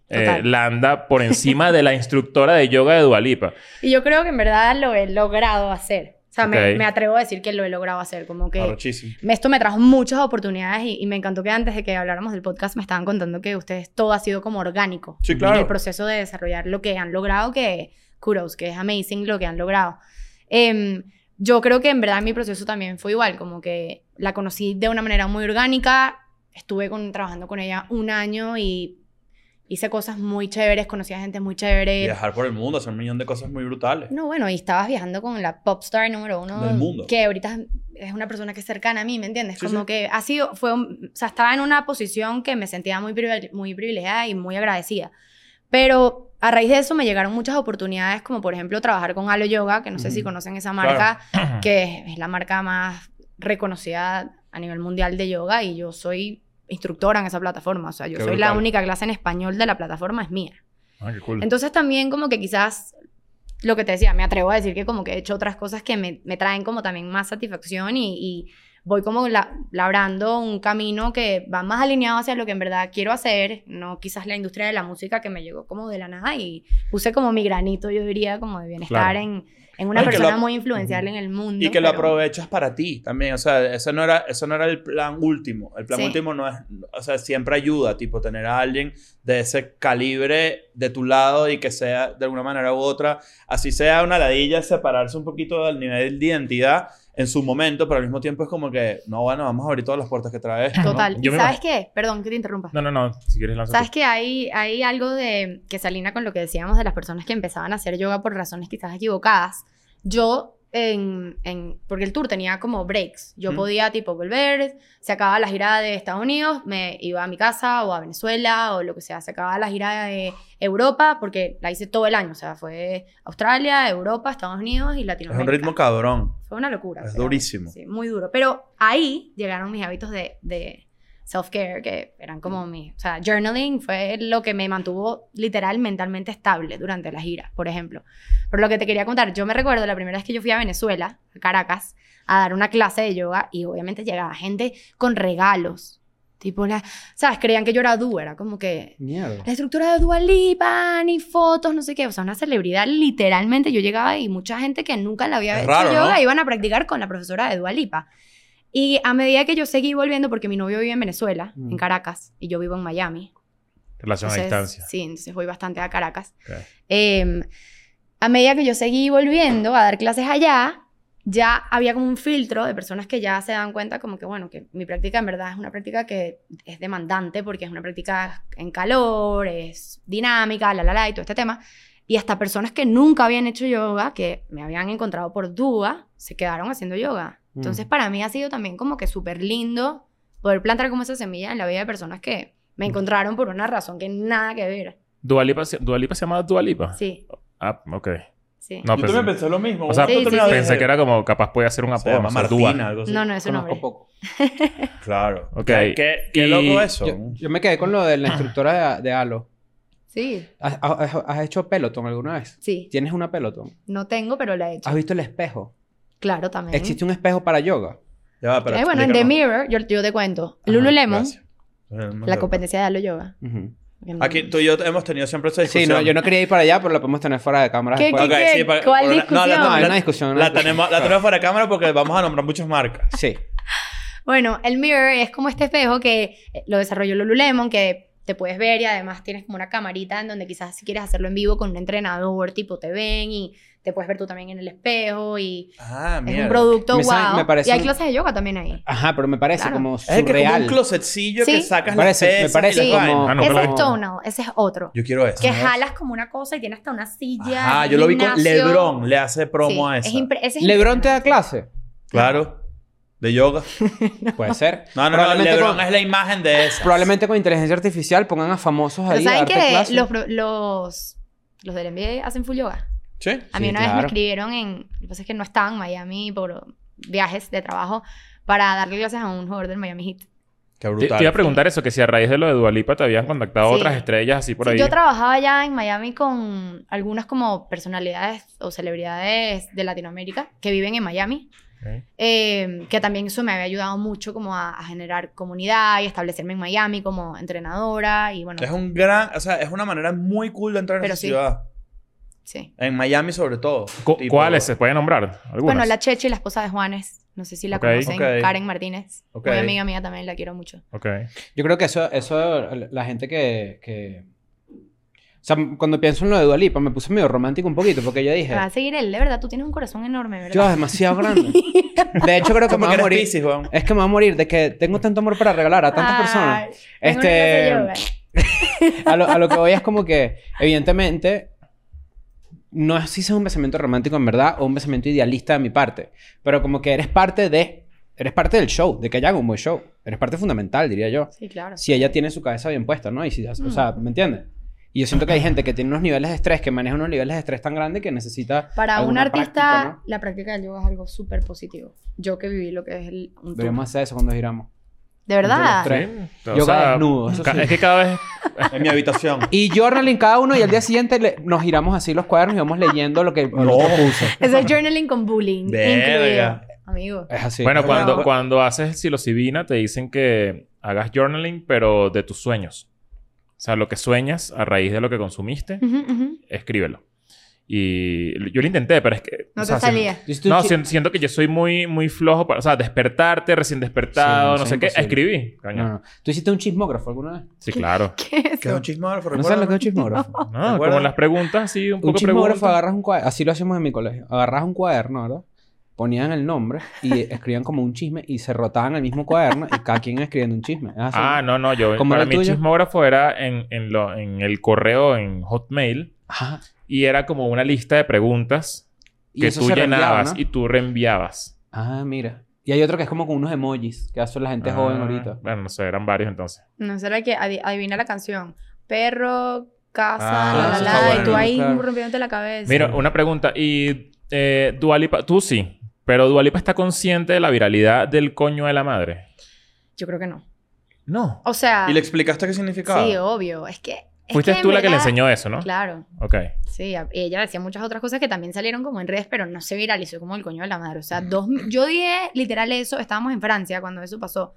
Speaker 3: eh,
Speaker 2: Total.
Speaker 3: Landa, por encima de la instructora de yoga de Dualipa.
Speaker 2: Y yo creo que en verdad lo he logrado hacer. O sea, me,
Speaker 3: Ok.
Speaker 2: me atrevo a decir que lo he logrado hacer. Como que
Speaker 5: Arrechísimo.
Speaker 2: me- esto me trajo muchas oportunidades y, y me encantó que antes de que habláramos del podcast me estaban contando que ustedes todo ha sido como orgánico.
Speaker 5: Sí,
Speaker 2: en
Speaker 5: claro.
Speaker 2: el proceso de desarrollar lo que han logrado, que kudos, que es amazing lo que han logrado. Em, yo creo que en verdad mi proceso también fue igual, como que la conocí de una manera muy orgánica, estuve con, trabajando con ella un año y hice cosas muy chéveres, conocí a gente muy chévere.
Speaker 5: Viajar por el mundo, hacer un millón de cosas muy brutales.
Speaker 2: eh, No, bueno, y estabas viajando con la popstar número uno
Speaker 5: Del mundo.
Speaker 2: Que ahorita es una persona que es cercana a mí, ¿me entiendes?
Speaker 5: Sí,
Speaker 2: Como
Speaker 5: sí.
Speaker 2: que ha sido, fue, un- o sea, estaba en una posición que me sentía muy, privile- muy privilegiada y muy agradecida. Pero a raíz de eso me llegaron muchas oportunidades, como por ejemplo trabajar con Halo Yoga, que no sé si
Speaker 5: Ujú.
Speaker 2: conocen esa marca, que es, es la marca más reconocida a nivel mundial de yoga y yo soy instructora en esa plataforma. O sea, yo
Speaker 5: Qué
Speaker 2: soy la
Speaker 5: brutal.
Speaker 2: única clase en español de la plataforma, es mía.
Speaker 3: Ah, qué cool.
Speaker 2: Entonces también como que quizás lo que te decía, me atrevo a decir que como que he hecho otras cosas que me, me traen como también más satisfacción y, y voy como la- labrando un camino que va más alineado hacia lo que en verdad quiero hacer, no quizás la industria de la música que me llegó como de la nada y puse como mi granito, yo diría, como de bienestar
Speaker 3: Claro.
Speaker 2: en, en una
Speaker 5: Y que lo-
Speaker 2: persona muy influencial en el mundo.
Speaker 5: Y que lo
Speaker 2: pero-
Speaker 5: aprovechas para ti también. O sea, eso no era, eso no era el plan último. El plan
Speaker 2: Sí.
Speaker 5: último no es. O sea, siempre ayuda, tipo, tener a alguien de ese calibre de tu lado y que sea de alguna manera u otra. Así sea una ladilla, separarse un poquito del nivel de identidad en su momento, pero al mismo tiempo es como que, no, bueno, vamos a abrir todas las puertas que trae esto. ¿no?
Speaker 2: Total.
Speaker 3: Yo
Speaker 2: ¿Y
Speaker 3: me
Speaker 2: sabes qué? Perdón que te interrumpa.
Speaker 3: No, no, no. Si quieres lanzar.
Speaker 2: Sabes que hay, hay algo de que se alinea con lo que decíamos de las personas que empezaban a hacer yoga por razones quizás equivocadas. Yo, en, en- porque el tour tenía como breaks. Yo
Speaker 5: Mm.
Speaker 2: podía tipo volver, se acababa la gira de Estados Unidos, me iba a mi casa o a Venezuela o lo que sea. Se acababa la gira de Europa porque la hice todo el año. O sea, fue Australia, Europa, Estados Unidos y
Speaker 5: Es un
Speaker 2: Latinoamérica.
Speaker 5: ritmo cabrón.
Speaker 2: Fue una locura.
Speaker 5: Es
Speaker 2: pero-
Speaker 5: durísimo.
Speaker 2: Sí, muy duro. Pero ahí llegaron mis hábitos de, de self-care, que eran como
Speaker 5: Mm.
Speaker 2: mi... O sea, journaling fue lo que me mantuvo literal mentalmente estable durante las giras, por ejemplo. Pero lo que te quería contar, yo me recuerdo la primera vez que yo fui a Venezuela, a Caracas, a dar una clase de yoga y obviamente llegaba gente con regalos. Tipo, la, ¿sabes? Creían que yo era dúo, era como que
Speaker 1: Mierda.
Speaker 2: la estructura de Dualipa, ni fotos, no sé qué. O sea, una celebridad, literalmente. Yo llegaba y mucha gente que nunca la había
Speaker 5: Es
Speaker 2: hecho
Speaker 5: raro,
Speaker 2: yoga
Speaker 5: ¿no?
Speaker 2: iban a practicar con la profesora de Dualipa. Y a medida que yo seguí volviendo, porque mi novio vive en Venezuela,
Speaker 1: Mm.
Speaker 2: en Caracas, y yo vivo en Miami.
Speaker 3: Relación a
Speaker 2: Entonces,
Speaker 3: distancia.
Speaker 2: Sí, entonces voy bastante a Caracas. Em,
Speaker 3: Ok.
Speaker 2: Eh, a medida que yo seguí volviendo a dar clases allá, ya había como un filtro de personas que ya se dan cuenta como que, bueno, que mi práctica en verdad es una práctica que es demandante porque es una práctica en calor, es dinámica, la, la, la, y todo este tema. Y hasta personas que nunca habían hecho yoga, que me habían encontrado por duda, se quedaron haciendo yoga.
Speaker 1: Mm.
Speaker 2: Entonces, para mí ha sido también como que súper lindo poder plantar como esa semilla en la vida de personas que me encontraron por una razón que nada que ver.
Speaker 3: Dualipa, se- Dualipa se llama Dualipa.
Speaker 2: Sí,
Speaker 3: Ah, ok.
Speaker 2: sí.
Speaker 3: No,
Speaker 5: Yo
Speaker 3: pues pensé,
Speaker 5: también pensé lo mismo.
Speaker 3: o sea,
Speaker 5: Bueno,
Speaker 2: Sí, sí,
Speaker 5: tú también
Speaker 2: sí.
Speaker 5: habías-
Speaker 3: pensé que era como capaz podía ser un
Speaker 5: Se
Speaker 3: apodo.
Speaker 5: llama
Speaker 3: No sé,
Speaker 5: Martina,
Speaker 3: Dua.
Speaker 5: algo así.
Speaker 2: No, no, es un
Speaker 1: Conozco
Speaker 2: hombre.
Speaker 1: poco.
Speaker 5: Claro.
Speaker 3: Ok.
Speaker 5: Qué, qué- qué
Speaker 3: Y-
Speaker 5: loco eso.
Speaker 1: Yo, yo me quedé con lo de la
Speaker 5: Ah.
Speaker 1: instructora de, de Halo.
Speaker 2: Sí,
Speaker 1: ¿Has, has, has hecho pelotón alguna vez?
Speaker 2: sí.
Speaker 1: ¿Tienes una pelotón?
Speaker 2: No tengo, pero la he hecho.
Speaker 1: ¿Has visto el espejo?
Speaker 2: Claro, también.
Speaker 1: Ah, ¿Existe un espejo para yoga?
Speaker 5: Ya va, pero
Speaker 2: Eh, bueno, en The
Speaker 5: explícanos.
Speaker 2: Mirror, yo, yo te cuento.
Speaker 5: Ajá,
Speaker 2: Lululemon,
Speaker 5: gracias. Lululemon,
Speaker 2: la
Speaker 5: claro.
Speaker 2: competencia de Halo Yoga.
Speaker 1: Ujú.
Speaker 5: Aquí tú y yo hemos tenido siempre esa
Speaker 1: Sí,
Speaker 5: discusión.
Speaker 1: no, yo no quería ir para allá, pero la podemos tener fuera de cámara.
Speaker 2: ¿Qué,
Speaker 1: después.
Speaker 2: qué,
Speaker 5: Ah, Ok,
Speaker 2: qué?
Speaker 5: sí, para-
Speaker 2: ¿Cuál
Speaker 5: por una- no,
Speaker 2: discusión?
Speaker 5: la-
Speaker 1: No, es
Speaker 5: la-
Speaker 1: una discusión. una
Speaker 5: La
Speaker 1: discusión.
Speaker 5: tenemos, la
Speaker 3: Ah.
Speaker 5: tenemos fuera de cámara porque vamos a nombrar muchas marcas.
Speaker 1: Sí.
Speaker 2: Bueno, el mirror es como este espejo que eh, lo desarrolló Lululemon, que te puedes ver y además tienes como una camarita en donde quizás si quieres hacerlo en vivo con un entrenador, tipo te ven y te puedes ver tú también en el espejo y
Speaker 5: Ah,
Speaker 2: es
Speaker 5: mierda.
Speaker 2: un producto
Speaker 1: Me sabe-
Speaker 2: wow.
Speaker 1: me parece
Speaker 2: y hay
Speaker 1: un-
Speaker 2: clases de yoga también ahí.
Speaker 1: Ajá, pero me parece
Speaker 2: Claro.
Speaker 1: como
Speaker 5: Es el que es como
Speaker 1: surreal.
Speaker 5: un closetcillo que
Speaker 2: Sí.
Speaker 5: sacas
Speaker 1: Me parece-
Speaker 5: las
Speaker 1: me
Speaker 5: pesas
Speaker 1: parece
Speaker 5: y las
Speaker 2: como-
Speaker 5: vainas.
Speaker 3: Ah, no,
Speaker 2: ese
Speaker 3: pero-
Speaker 2: es tonal, ese es otro.
Speaker 5: Yo quiero eso.
Speaker 2: Que jalas como una cosa y tiene hasta una silla.
Speaker 5: Ah, yo lo vi con
Speaker 2: gimnasio.
Speaker 5: LeBron, le hace promo
Speaker 2: Sí,
Speaker 5: a
Speaker 2: es
Speaker 5: esa.
Speaker 2: impre- ese es
Speaker 1: ¿Lebron te da
Speaker 2: impresionante.
Speaker 1: clase?
Speaker 5: Claro. De yoga.
Speaker 1: Puede ser.
Speaker 5: No, no, no,
Speaker 1: probablemente,
Speaker 5: LeBron
Speaker 1: con,
Speaker 5: es la imagen de esa.
Speaker 1: probablemente con inteligencia artificial pongan a famosos
Speaker 2: Pero
Speaker 1: ahí a
Speaker 2: ¿saben
Speaker 1: darte clase.
Speaker 2: que los, pro- los, los del NBA hacen full yoga?
Speaker 5: Sí.
Speaker 2: A mí
Speaker 1: Sí,
Speaker 2: una vez
Speaker 1: claro.
Speaker 2: me escribieron en... Lo que pasa es que no estaba en Miami por viajes de trabajo para darle clases a un jugador del Miami Heat.
Speaker 5: Qué
Speaker 3: Te, te
Speaker 5: brutal.
Speaker 3: iba a preguntar eso, que si a raíz de lo de Dualipa te habían contactado
Speaker 2: Sí.
Speaker 3: otras estrellas así por
Speaker 2: Sí,
Speaker 3: ahí.
Speaker 2: Yo trabajaba ya en Miami con algunas como personalidades o celebridades de Latinoamérica que viven en Miami.
Speaker 3: Ok.
Speaker 2: Eh, que también eso me había ayudado mucho como a, a generar comunidad y establecerme en Miami como entrenadora y bueno,
Speaker 5: Es un gran, o sea, es una manera muy cool de entrar en
Speaker 2: Pero
Speaker 5: esa
Speaker 2: sí.
Speaker 5: ciudad.
Speaker 2: sí.
Speaker 5: En Miami sobre todo.
Speaker 3: Cu-
Speaker 5: Tipo-
Speaker 3: ¿Cuáles se pueden nombrar? Algunas.
Speaker 2: Bueno, la Cheche, la esposa de Juanes, no sé si la
Speaker 3: Ok.
Speaker 2: conocen,
Speaker 5: Ok.
Speaker 2: Karen Martínez,
Speaker 5: Ok.
Speaker 2: muy amiga mía también, la quiero mucho.
Speaker 3: Ok.
Speaker 1: Yo creo que eso, eso la gente que, que- O sea, cuando pienso en lo de Dualipa me puse medio romántico un poquito porque yo
Speaker 2: Te
Speaker 1: dije,
Speaker 2: Va a seguir él, de verdad, tú tienes un corazón enorme,
Speaker 1: yo es
Speaker 2: ¿verdad?
Speaker 1: demasiado grande. De hecho, creo que me voy
Speaker 5: Como que
Speaker 1: a
Speaker 5: eres
Speaker 1: morir.
Speaker 5: Pisces, Juan.
Speaker 1: Es que me voy a morir de que tengo tanto amor para regalar a tantas personas. Este, a, lo, a lo que voy es como que, evidentemente, no es si es un pensamiento romántico en verdad o un pensamiento idealista de mi parte, pero como que eres parte de, eres parte del show, de que ella haga un buen show. Eres parte fundamental, diría yo.
Speaker 2: Sí, claro.
Speaker 1: Si ella tiene su cabeza bien puesta, ¿no? Y si, o sea, ¿me entiendes? Y yo siento que hay gente que tiene unos niveles de estrés, que maneja unos niveles de estrés tan grandes que necesita.
Speaker 2: Para un
Speaker 1: alguna
Speaker 2: artista,
Speaker 1: práctica, ¿no?
Speaker 2: la práctica del yoga es algo súper positivo. Yo que viví lo que es el, un tour.
Speaker 1: Deberíamos hacer eso cuando giramos.
Speaker 2: De verdad.
Speaker 1: Entre
Speaker 3: Sí. O
Speaker 1: Yoga
Speaker 3: sea,
Speaker 1: desnudo, eso
Speaker 3: ca-
Speaker 1: sí.
Speaker 3: Es que cada vez.
Speaker 5: En mi habitación.
Speaker 1: Y journaling cada uno y al día siguiente le- nos giramos así los cuadernos y vamos leyendo lo que el otro puso.
Speaker 2: Ese es journaling con bullying.
Speaker 5: Verga.
Speaker 2: Incluido. Amigo.
Speaker 1: Es así.
Speaker 3: Bueno, cuando,
Speaker 5: Wow.
Speaker 3: cuando haces psilocibina te dicen que hagas journaling, pero de tus sueños. O sea, lo que sueñas a raíz de lo que consumiste,
Speaker 2: Ujú, ujú.
Speaker 3: escríbelo. Y yo lo intenté, pero es que...
Speaker 2: No te
Speaker 3: o sea,
Speaker 2: salía.
Speaker 3: si-
Speaker 1: Yo estoy
Speaker 3: no,
Speaker 1: chi-
Speaker 3: sien- siento que yo soy muy, muy flojo para... O sea, despertarte, recién despertado,
Speaker 1: Sí,
Speaker 3: no
Speaker 1: es
Speaker 3: sé qué.
Speaker 1: imposible. Ah.
Speaker 3: Escribí. Coño.
Speaker 1: No, no. ¿Tú hiciste un chismógrafo alguna vez?
Speaker 3: Sí, claro.
Speaker 2: ¿Qué es
Speaker 5: ¿Qué es
Speaker 2: eso?
Speaker 5: un chismógrafo?
Speaker 1: ¿No sabes lo que es un
Speaker 5: Recuérdame.
Speaker 1: chismógrafo?
Speaker 3: No,
Speaker 5: acuerdas?
Speaker 3: como las preguntas, sí, un
Speaker 1: un
Speaker 3: poco
Speaker 1: chismógrafo
Speaker 3: preguntas.
Speaker 1: agarras un cuaderno. Así lo hacíamos en mi colegio. Agarras un cuaderno, ¿verdad? Ponían el nombre y escribían como un chisme y se rotaban el mismo cuaderno y cada quien escribiendo un chisme. Es así.
Speaker 3: Ah, no, no. Yo,
Speaker 1: ¿Cómo
Speaker 3: para
Speaker 1: era
Speaker 3: mí
Speaker 1: el tuyo?
Speaker 3: chismógrafo era en, en, lo, en el correo, en Hotmail.
Speaker 1: Ajá.
Speaker 3: Y era como una lista de preguntas
Speaker 1: Y
Speaker 3: que
Speaker 1: eso
Speaker 3: tú
Speaker 1: se reenviaba,
Speaker 3: llenabas
Speaker 1: ¿no?
Speaker 3: y tú reenviabas.
Speaker 1: Ah, mira. Y hay otro que es como con unos emojis que hacen la gente joven
Speaker 3: Ah,
Speaker 1: ahorita.
Speaker 3: Bueno, no sé, eran varios entonces.
Speaker 2: No será que adi- adivina la canción. Perro, casa,
Speaker 5: Ah,
Speaker 2: la, la,
Speaker 5: eso
Speaker 2: la.
Speaker 5: está
Speaker 2: y tú
Speaker 5: bueno,
Speaker 2: ahí
Speaker 1: claro.
Speaker 2: rompiéndote la cabeza.
Speaker 3: Mira, una pregunta. Y eh, Dualipa, tú sí, pero Dualipa está consciente de la viralidad del coño de la madre.
Speaker 2: Yo creo que no.
Speaker 3: No.
Speaker 2: O sea,
Speaker 5: ¿Y le explicaste qué significaba?
Speaker 2: sí, obvio. Es que... es
Speaker 3: Fuiste
Speaker 2: en
Speaker 3: tú la que le
Speaker 2: verdad-
Speaker 3: enseñó eso, ¿no?
Speaker 2: Claro.
Speaker 3: Ok.
Speaker 2: Sí, a- y ella decía muchas otras cosas que también salieron como en redes, pero no se viralizó como el coño de la madre. O sea, dos, mi- yo dije literal eso, estábamos en Francia cuando eso pasó.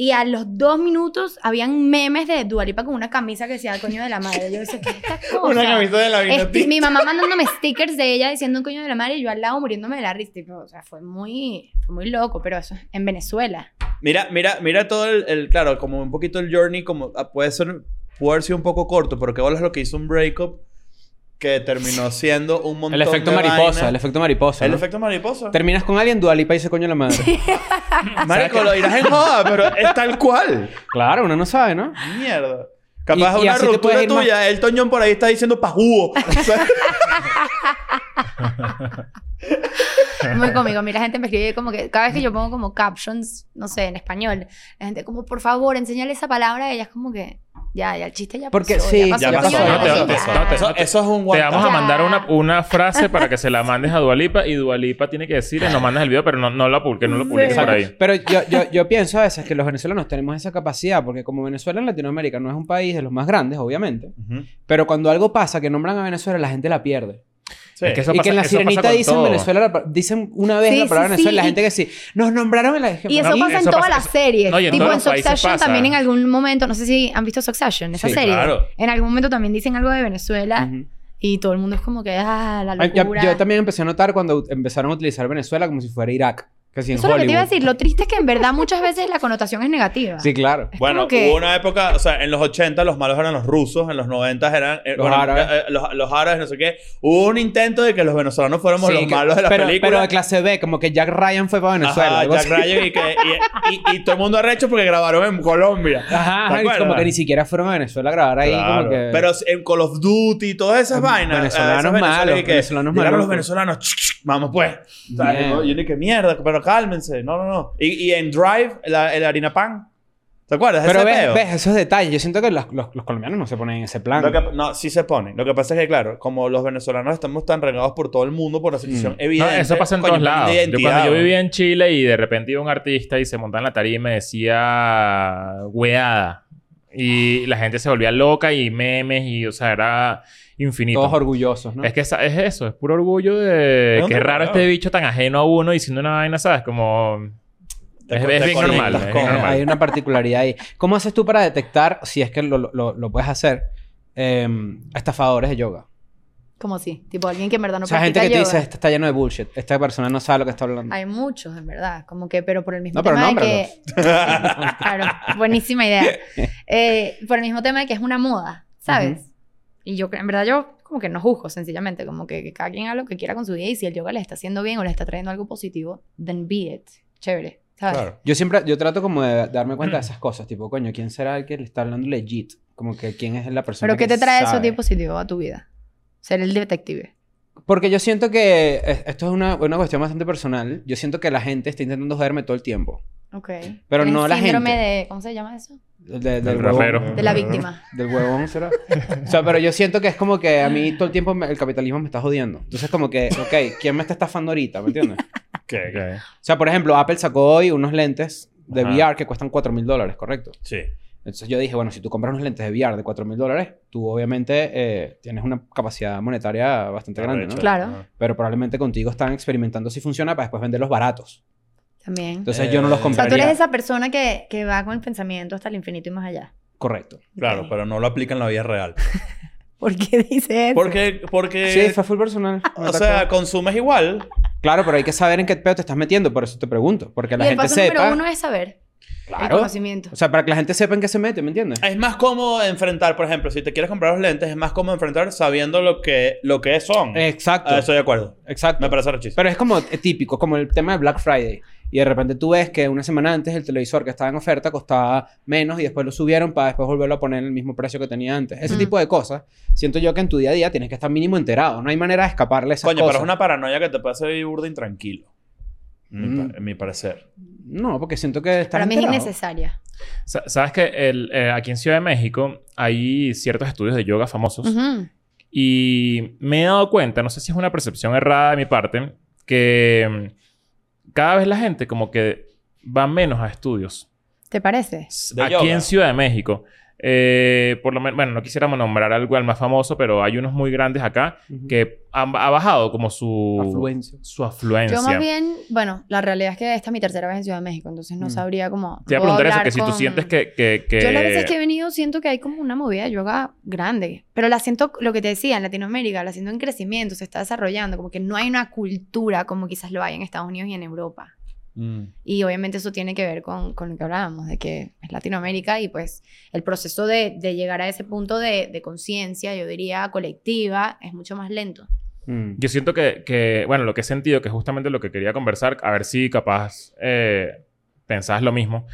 Speaker 2: Y a los dos minutos habían memes de Dualipa con una camisa que decía el coño de la madre. Yo decía, ¿qué es esta cosa?
Speaker 5: de la
Speaker 2: Esti- mi mamá mandándome stickers de ella diciendo un coño de la madre y yo al lado muriéndome de la risa. Tipo, O sea, fue muy, fue muy loco, pero eso es en Venezuela.
Speaker 5: Mira, mira, mira todo el, el- claro, como un poquito el journey, como ah, puede ser, puede haber sido un poco corto, pero qué bolas lo que hizo un breakup que terminó siendo un montón
Speaker 1: El
Speaker 5: de
Speaker 1: efecto mariposa,
Speaker 5: vainas.
Speaker 1: el efecto mariposa.
Speaker 5: El
Speaker 1: ¿no?
Speaker 5: efecto mariposa.
Speaker 1: Terminas con alguien, Dualipa y se coño la madre.
Speaker 5: Marico, lo dirás en joda, pero es tal cual.
Speaker 1: Claro, uno no sabe, ¿no?
Speaker 5: Mierda. Capaz
Speaker 1: Y- y
Speaker 5: una
Speaker 1: así te
Speaker 5: ruptura
Speaker 1: puedes ir más-
Speaker 5: tuya, el Toñón por ahí está diciendo pajúo.
Speaker 2: Muy cómico. Mira, la gente me escribe como que cada vez que yo pongo como captions, no sé, en español, la gente como, por favor, enséñale esa palabra. Y ella es como que, ya, ya, el chiste ya pasó.
Speaker 1: Porque sí,
Speaker 5: ya
Speaker 2: yo
Speaker 5: pasó,
Speaker 2: quiero
Speaker 3: no te-
Speaker 2: decir,
Speaker 3: te-
Speaker 2: ya.
Speaker 3: no te-
Speaker 5: eso, eso es un
Speaker 3: Te
Speaker 5: one
Speaker 3: vamos a
Speaker 2: Ya.
Speaker 3: mandar una, una frase para que se la mandes a Dualipa y Dualipa tiene que decir y nos mandas el video, pero no, no lo publiques, no lo publiques por
Speaker 1: Exacto.
Speaker 3: ahí.
Speaker 1: Pero yo, yo, yo pienso a veces que los venezolanos tenemos esa capacidad, porque como Venezuela en Latinoamérica no es un país de los más grandes, obviamente,
Speaker 5: Ujú.
Speaker 1: pero cuando algo pasa que nombran a Venezuela, la gente la pierde.
Speaker 5: Sí.
Speaker 3: Es que eso
Speaker 1: y que en
Speaker 3: pasa-
Speaker 1: la
Speaker 3: eso pasa
Speaker 1: sirenita
Speaker 3: con
Speaker 1: dicen
Speaker 3: todo.
Speaker 1: Venezuela, la pa- dicen una vez
Speaker 2: Sí,
Speaker 1: la palabra
Speaker 2: sí,
Speaker 1: Venezuela, la
Speaker 2: sí.
Speaker 1: gente que sí, nos nombraron en la...
Speaker 2: Y eso
Speaker 1: a mí-
Speaker 2: pasa en
Speaker 3: eso
Speaker 2: todas
Speaker 3: pasa-
Speaker 2: las series.
Speaker 3: No, y en
Speaker 2: tipo
Speaker 3: todos
Speaker 2: en
Speaker 3: los países
Speaker 2: Succession
Speaker 3: pasa.
Speaker 2: también en algún momento, no sé si han visto Succession, esa
Speaker 1: Sí,
Speaker 2: serie.
Speaker 5: claro.
Speaker 2: En algún momento también dicen algo de Venezuela
Speaker 1: Ujú.
Speaker 2: y todo el mundo es como que, ah, la
Speaker 1: Ay, ya-
Speaker 2: locura.
Speaker 1: Yo también empecé a notar cuando empezaron a utilizar Venezuela como si fuera Irak. Casi en
Speaker 2: Eso es lo que te iba a
Speaker 1: Hollywood.
Speaker 2: decir. Lo triste es que en verdad muchas veces la connotación es negativa.
Speaker 1: Sí, claro.
Speaker 5: Bueno,
Speaker 2: como que-
Speaker 5: hubo una época, o sea, en los 80 los malos eran los rusos, en los 90 eran eh,
Speaker 1: Los
Speaker 5: bueno,
Speaker 1: árabes.
Speaker 5: eh, eh, los, los árabes, no sé qué. Hubo un intento de que los venezolanos fuéramos
Speaker 1: Sí,
Speaker 5: los
Speaker 1: que-
Speaker 5: malos de la
Speaker 1: pero,
Speaker 5: película.
Speaker 1: pero de clase B, como que Jack Ryan fue para Venezuela.
Speaker 5: Ajá,
Speaker 1: algo
Speaker 5: Jack
Speaker 1: así.
Speaker 5: Ryan y, que, y, y- y todo el mundo arrecho porque grabaron en Colombia.
Speaker 1: Ajá,
Speaker 5: ¿Te
Speaker 1: ajá, y
Speaker 5: acuerdas?
Speaker 1: como que ni siquiera fueron a Venezuela a grabar ahí.
Speaker 5: Claro.
Speaker 1: Como que...
Speaker 5: Pero en Call of Duty y todas esas
Speaker 1: Ah,
Speaker 5: vainas. eh,
Speaker 1: venezolanos
Speaker 5: esos
Speaker 1: malos,
Speaker 5: y que
Speaker 1: venezolanos
Speaker 5: llegaron
Speaker 1: malos.
Speaker 5: los venezolanos. ch, ch, Vamos pues. O sea,
Speaker 1: Bien.
Speaker 5: no, yo ni que mierda, pero cálmense. No, no, no. Y, y en Drive, la, el harina pan. ¿Te acuerdas? de
Speaker 1: Pero
Speaker 5: ese
Speaker 1: ves,
Speaker 5: peo?
Speaker 1: ves esos detalles. Yo siento que los, los- los colombianos no se ponen en ese plan.
Speaker 5: Lo que- no, sí se ponen. Lo que pasa es que, claro, como los venezolanos estamos tan regados por todo el mundo por la situación
Speaker 3: Mm. No,
Speaker 5: evidente.
Speaker 3: eso pasa en
Speaker 5: coño,
Speaker 3: todos lados.
Speaker 5: tienen
Speaker 3: Yo cuando yo
Speaker 5: identidad,
Speaker 3: vivía en Chile y de repente iba un artista y se montaba en la tarima y me decía weada. Y la gente se volvía loca y memes y, o sea, era infinito.
Speaker 1: Todos orgullosos, ¿no?
Speaker 3: Es que esa- es eso, es puro orgullo de
Speaker 5: No,
Speaker 3: qué
Speaker 5: no, claro.
Speaker 3: raro este bicho tan ajeno a uno diciendo una vaina, ¿sabes? Como
Speaker 5: Te
Speaker 3: es,
Speaker 5: co-
Speaker 3: es
Speaker 5: te
Speaker 3: bien
Speaker 5: conectas
Speaker 3: normal. es bien
Speaker 5: con-
Speaker 3: normal.
Speaker 1: Hay una particularidad ahí. ¿Cómo haces tú para detectar, si es que lo, lo- lo puedes hacer, eh, estafadores de yoga?
Speaker 2: Como así. Tipo, alguien que en verdad no
Speaker 1: o sea, gente
Speaker 2: practica
Speaker 1: que te
Speaker 2: yoga.
Speaker 1: dice, "Este está lleno de bullshit. Esta persona no sabe lo que está hablando.
Speaker 2: Hay muchos, en verdad. Como que, pero por el mismo
Speaker 1: No, pero
Speaker 2: tema de
Speaker 1: nómbralos.
Speaker 2: que... claro, buenísima idea. Eh, por el mismo tema de que es una moda, ¿sabes? Y yo, en verdad, yo como que no juzgo, sencillamente. Como que, que cada quien haga lo que quiera con su vida y si el yoga le está haciendo bien o le está trayendo algo positivo, then be it. Chévere, ¿sabes?
Speaker 5: Claro.
Speaker 1: Yo siempre, yo trato como de darme cuenta de esas cosas. Tipo, coño, ¿quién será el que le está hablando legit? Como que, ¿quién es la persona
Speaker 2: Pero ¿qué
Speaker 1: que
Speaker 2: te trae eso
Speaker 1: sabe?
Speaker 2: de positivo a tu vida? Ser el detective.
Speaker 1: Porque yo siento que... eh, Esto es una, una cuestión bastante personal. Yo siento que la gente está intentando joderme todo el tiempo.
Speaker 2: Ok.
Speaker 1: Pero
Speaker 2: Tienes
Speaker 1: no la
Speaker 2: síndrome
Speaker 1: gente.
Speaker 2: de... ¿Cómo se llama eso?
Speaker 1: De- de-
Speaker 3: El
Speaker 1: del huevón.
Speaker 3: rapero.
Speaker 2: De la víctima.
Speaker 1: Del huevón será. o sea, pero yo siento que es como que a mí todo el tiempo me- el capitalismo me está jodiendo. Entonces, como que, ok, ¿quién me está estafando ahorita? ¿Me entiendes? O
Speaker 5: Que- que-
Speaker 3: Ok.
Speaker 1: sea, por ejemplo, Apple sacó hoy unos lentes de
Speaker 5: Ajá.
Speaker 1: VR que cuestan 4 mil dólares, ¿correcto?
Speaker 5: Sí.
Speaker 1: Entonces yo dije, bueno, si tú compras unos lentes de VR de 4 mil dólares, tú obviamente eh, tienes una capacidad monetaria bastante grande, ¿no?
Speaker 5: Arrecho.
Speaker 2: Claro.
Speaker 5: Ajá.
Speaker 1: Pero probablemente contigo están experimentando si funciona para después venderlos baratos.
Speaker 2: También.
Speaker 1: Entonces yo no los
Speaker 5: Eh,
Speaker 2: O sea, tú
Speaker 1: compraría.
Speaker 2: eres esa persona que, que va con el pensamiento hasta el infinito y más allá.
Speaker 1: Correcto.
Speaker 5: Claro,
Speaker 2: Ok.
Speaker 5: pero no lo aplican en la vida real.
Speaker 2: ¿Por qué dices eso?
Speaker 5: Porque, porque
Speaker 1: Sí, fue full personal. Me
Speaker 5: Eh, ah, o
Speaker 1: atacó.
Speaker 5: sea, consumes igual.
Speaker 1: claro, pero hay que saber en qué pedo te estás metiendo, por eso te pregunto. Porque la
Speaker 2: y el
Speaker 1: gente
Speaker 2: paso
Speaker 1: sepa.
Speaker 2: número uno es saber. El
Speaker 1: Claro.
Speaker 2: conocimiento.
Speaker 1: O sea, para que la gente sepa en qué se mete, ¿me entiendes?
Speaker 5: Es más cómodo enfrentar, por ejemplo, si te quieres comprar los lentes, es más cómodo enfrentar sabiendo lo que, lo que son.
Speaker 1: Exacto.
Speaker 5: Ah, estoy de acuerdo.
Speaker 1: Exacto.
Speaker 5: Me parece rechísimo.
Speaker 1: Pero es como eh, típico, como el tema de Black Friday. Y de repente tú ves que una semana antes el televisor que estaba en oferta costaba menos y después lo subieron para después volverlo a poner en el mismo precio que tenía antes. Ese
Speaker 2: Mm.
Speaker 1: tipo de cosas. Siento yo que en tu día a día tienes que estar mínimo enterado. No hay manera de escaparle a esas
Speaker 5: Coño, pero
Speaker 1: cosas.
Speaker 5: es una paranoia que te puede hacer vivir burda intranquilo. Mi
Speaker 1: Mm.
Speaker 5: pa- en mi parecer.
Speaker 1: No, porque siento que estás
Speaker 2: Para mí es
Speaker 1: enterado.
Speaker 2: innecesaria.
Speaker 3: Sa- Sabes que eh, aquí en Ciudad de México hay ciertos estudios de yoga famosos
Speaker 2: Ujú.
Speaker 3: y me he dado cuenta, no sé si es una percepción errada de mi parte, que mm, cada vez la gente como que va menos a estudios.
Speaker 2: ¿Te parece?
Speaker 5: De
Speaker 3: aquí
Speaker 5: yoga.
Speaker 3: en Ciudad de México. Eh, por lo menos, bueno, no quisiéramos nombrar algo al más famoso, pero hay unos muy grandes acá
Speaker 1: Ujú.
Speaker 3: que uh, han- ha bajado como su
Speaker 1: Afluencia.
Speaker 3: Su afluencia.
Speaker 2: Yo más bien, bueno, la realidad es que esta es mi tercera vez en Ciudad de México, entonces no
Speaker 1: Mm.
Speaker 2: sabría cómo.
Speaker 3: Te iba a
Speaker 2: puedo
Speaker 3: preguntar eso,
Speaker 2: hablar
Speaker 3: que si tú
Speaker 2: con-
Speaker 3: sientes que... que, que...
Speaker 2: Yo las veces que he venido siento que hay como una movida de yoga grande, pero la siento, lo que te decía, en Latinoamérica, la siento en crecimiento, se está desarrollando, como que no hay una cultura como quizás lo hay en Estados Unidos y en Europa.
Speaker 5: Mm.
Speaker 2: Y obviamente eso tiene que ver con, con lo que hablábamos, de que es Latinoamérica y pues el proceso de, de llegar a ese punto de, de conciencia, yo diría colectiva, es mucho más lento.
Speaker 1: Mm.
Speaker 3: Yo siento que, que, bueno, lo que he sentido, que es justamente lo que quería conversar, a ver si capaz eh, pensás lo mismo,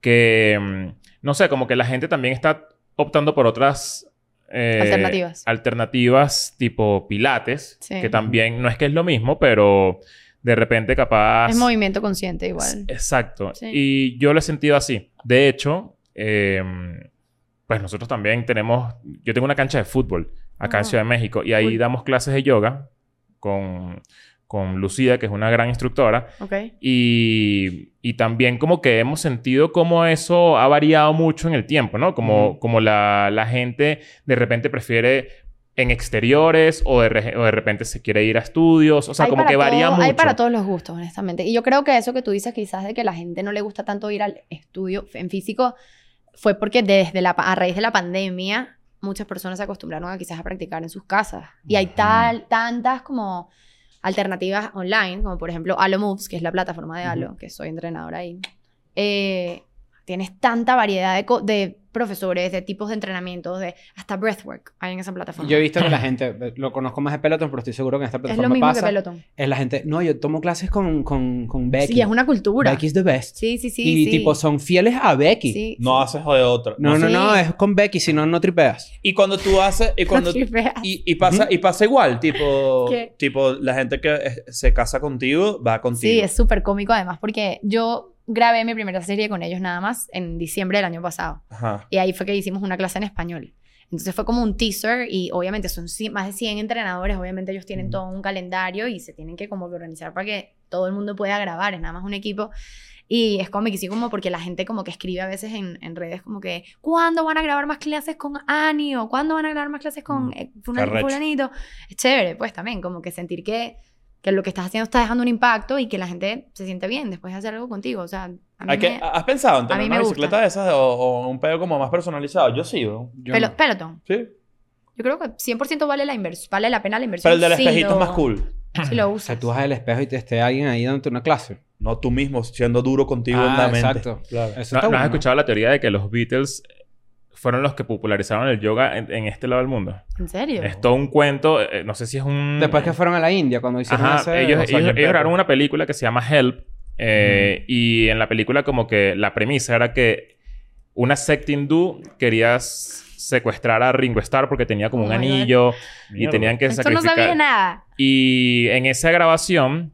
Speaker 3: que, mm, no sé, como que la gente también está optando por otras... eh,
Speaker 2: Alternativas.
Speaker 3: Alternativas tipo pilates,
Speaker 2: Sí.
Speaker 3: que también no es que es lo mismo, pero de repente capaz...
Speaker 2: Es movimiento consciente igual.
Speaker 3: S- Exacto.
Speaker 2: Sí.
Speaker 3: Y yo lo he sentido así. De hecho, eh, pues nosotros también tenemos, yo tengo una cancha de fútbol acá en
Speaker 2: Ah.
Speaker 3: Ciudad de México y ahí
Speaker 2: Cool.
Speaker 3: damos clases de yoga con, con Lucía, que es una gran instructora.
Speaker 2: Ok.
Speaker 3: Y, y también como que hemos sentido como eso ha variado mucho en el tiempo, ¿no? Como,
Speaker 1: Ujú.
Speaker 3: como la, la gente de repente prefiere en exteriores o de, re- o de repente se quiere ir a estudios. O sea,
Speaker 2: Hay
Speaker 3: como
Speaker 2: para
Speaker 3: que varía
Speaker 2: todo-
Speaker 3: mucho.
Speaker 2: Hay para todos los gustos, honestamente. Y yo creo que eso que tú dices quizás de que la gente no le gusta tanto ir al estudio en físico fue porque desde la, pa- a raíz de la pandemia muchas personas se acostumbraron a quizás a practicar en sus casas. Y hay
Speaker 3: Ujú.
Speaker 2: tal, tantas como alternativas online, como por ejemplo Halo Moves, que es la plataforma de Halo, que soy entrenadora ahí. Eh, tienes tanta variedad de, co- de profesores, de tipos de entrenamientos, de hasta breathwork hay en esa plataforma.
Speaker 1: Yo he visto que la gente, lo conozco más de Peloton, pero estoy seguro que en esta
Speaker 2: es
Speaker 1: plataforma
Speaker 2: lo mismo
Speaker 1: pasa.
Speaker 2: que Peloton.
Speaker 1: Es la gente, no, yo tomo clases con, con, con Becky.
Speaker 2: Sí, es una cultura.
Speaker 1: Becky is the best.
Speaker 2: Sí, sí, sí.
Speaker 1: y
Speaker 2: sí.
Speaker 1: tipo, son fieles a Becky.
Speaker 2: Sí,
Speaker 5: No
Speaker 2: sí.
Speaker 5: haces de otra.
Speaker 1: No, no,
Speaker 2: Sí.
Speaker 1: no, es con Becky, si no, no tripeas.
Speaker 5: Y cuando tú haces... Y cuando,
Speaker 2: Sí, veas.
Speaker 5: Y, y pasa, y pasa igual, tipo,
Speaker 2: ¿Qué?
Speaker 5: tipo, la gente que eh, se casa contigo va contigo.
Speaker 2: Sí, es súper cómico además porque yo grabé mi primera serie con ellos nada más en diciembre del año pasado.
Speaker 5: Ajá.
Speaker 2: Y ahí fue que hicimos una clase en español. Entonces fue como un teaser y obviamente son ci- más de 100 entrenadores, obviamente ellos tienen todo un calendario y se tienen que como que organizar para que todo el mundo pueda grabar, es nada más un equipo. Y es cómico, y sí, como porque la gente como que escribe a veces en, en redes como que, ¿cuándo van a grabar más clases con Ani? ¿O cuándo van a grabar más clases con
Speaker 5: Mm,
Speaker 2: eh, fulan-
Speaker 5: arrecho.
Speaker 2: fulanito? Es chévere, pues también, como que sentir que, que lo que estás haciendo está dejando un impacto y que la gente se siente bien después de hacer algo contigo. O sea, a mí
Speaker 5: ¿Hay que-
Speaker 2: me-
Speaker 5: ¿Has pensado en
Speaker 2: a
Speaker 5: tener
Speaker 2: mí
Speaker 5: una
Speaker 2: me gusta.
Speaker 5: bicicleta de esas o, o un pedo como más personalizado? Yo sí, ¿no? Yo
Speaker 2: Pelo-
Speaker 5: no.
Speaker 2: pelotón.
Speaker 5: Sí.
Speaker 2: Yo creo que 100% vale la, invers- vale la pena la inversión.
Speaker 5: Pero el del
Speaker 2: si
Speaker 5: espejito
Speaker 2: lo-
Speaker 5: es más cool.
Speaker 2: Si lo
Speaker 1: O sea,
Speaker 2: usas.
Speaker 1: tú vas al espejo y te esté alguien ahí dándote una clase.
Speaker 5: No tú mismo, siendo duro contigo en
Speaker 1: Ah,
Speaker 5: la mente.
Speaker 1: exacto.
Speaker 5: Claro.
Speaker 1: Eso
Speaker 3: ¿No,
Speaker 1: está
Speaker 3: no
Speaker 1: bueno.
Speaker 3: has escuchado la teoría de que los Beatles fueron los que popularizaron el yoga en, en este lado del mundo?
Speaker 2: ¿En serio?
Speaker 3: Es todo un cuento, eh, no sé si es un...
Speaker 1: Después que fueron a la India, cuando hicieron
Speaker 3: Ajá,
Speaker 1: ese-
Speaker 3: ellos,
Speaker 1: o sea,
Speaker 3: ellos-
Speaker 1: yo-
Speaker 3: ellos grabaron una película que se llama Help eh, y en la película como que la premisa era que una secta hindú quería s- secuestrar a Ringo Starr porque tenía como
Speaker 2: Oh
Speaker 3: un
Speaker 2: my God.
Speaker 3: anillo y
Speaker 5: Mierda.
Speaker 3: tenían que
Speaker 2: Esto no
Speaker 3: sacrificar...
Speaker 2: sabía nada.
Speaker 3: Y en esa grabación,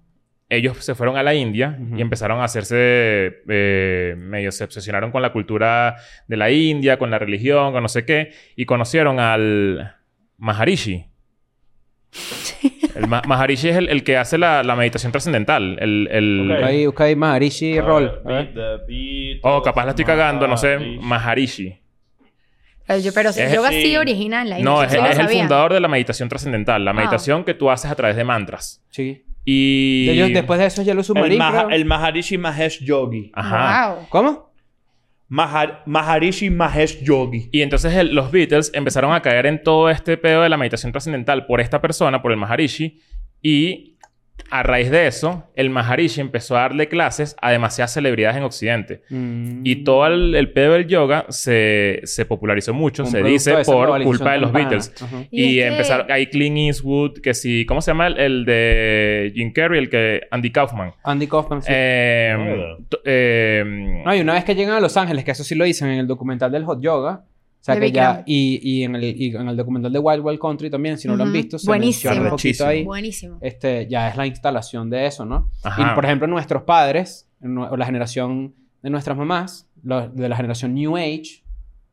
Speaker 3: ellos se fueron a la India
Speaker 1: Ujú.
Speaker 3: y empezaron a hacerse, eh, medio se obsesionaron con la cultura de la India, con la religión, con no sé qué, y conocieron al Maharishi. El Ma- Maharishi es el, el que hace la, la meditación trascendental. El, el-
Speaker 5: Ok.
Speaker 1: Busca ahí, busca ahí Maharishi
Speaker 3: ¿eh?
Speaker 1: Roll. A ver.
Speaker 3: Oh, capaz la estoy cagando, no sé. Maharishi.
Speaker 2: Pero yo, pero si
Speaker 3: Es-
Speaker 2: el yoga sí,
Speaker 5: sí.
Speaker 2: origina en la India.
Speaker 3: No,
Speaker 2: yo
Speaker 3: es,
Speaker 2: sí lo
Speaker 3: es el
Speaker 2: sabía. Ah.
Speaker 3: fundador de la meditación trascendental. La meditación que tú haces a través de mantras.
Speaker 1: Sí.
Speaker 3: Y...
Speaker 1: Ellos, después de eso, ya lo
Speaker 5: El,
Speaker 1: submarín,
Speaker 5: Maha-
Speaker 1: creo.
Speaker 5: el Maharishi Mahesh Yogi.
Speaker 3: Ajá.
Speaker 2: Wow.
Speaker 1: ¿Cómo?
Speaker 5: Mahar- Maharishi Mahesh Yogi.
Speaker 3: Y entonces el- los Beatles empezaron a caer en todo este pedo de la meditación trascendental por esta persona, por el Maharishi. Y a raíz de eso, el Maharishi empezó a darle clases a demasiadas celebridades en Occidente.
Speaker 1: Mm.
Speaker 3: Y todo el, el pedo del yoga se, se popularizó mucho,
Speaker 1: Un
Speaker 3: se
Speaker 1: producto
Speaker 3: dice,
Speaker 1: de esa
Speaker 3: por
Speaker 1: globalización
Speaker 3: culpa de los
Speaker 1: temprana.
Speaker 3: Beatles.
Speaker 1: Ajá.
Speaker 3: Y,
Speaker 2: Y es que-
Speaker 3: empezaron... Hay Clint Eastwood, que sí... ¿Cómo se llama? El, el de Jim Carrey, el que... Andy Kaufman.
Speaker 1: Andy Kaufman, sí.
Speaker 3: Eh,
Speaker 5: Mierda.
Speaker 3: t- eh,
Speaker 1: No, y una vez que llegan a Los Ángeles, que eso sí lo dicen en el documental del Hot Yoga. O sea,
Speaker 2: De
Speaker 1: que
Speaker 2: Big
Speaker 1: ya,
Speaker 2: Bang.
Speaker 1: y, y, en el, y en el documental de Wild Wild Country también, si no lo han
Speaker 2: Ujú.
Speaker 1: visto, se
Speaker 2: Buenísimo.
Speaker 1: menciona un poquito ahí.
Speaker 2: Buenísimo.
Speaker 1: Este, ya es la instalación de eso, ¿no?
Speaker 3: ajá.
Speaker 1: Y por ejemplo, nuestros padres, no- o la generación de nuestras mamás, lo- de la generación New Age,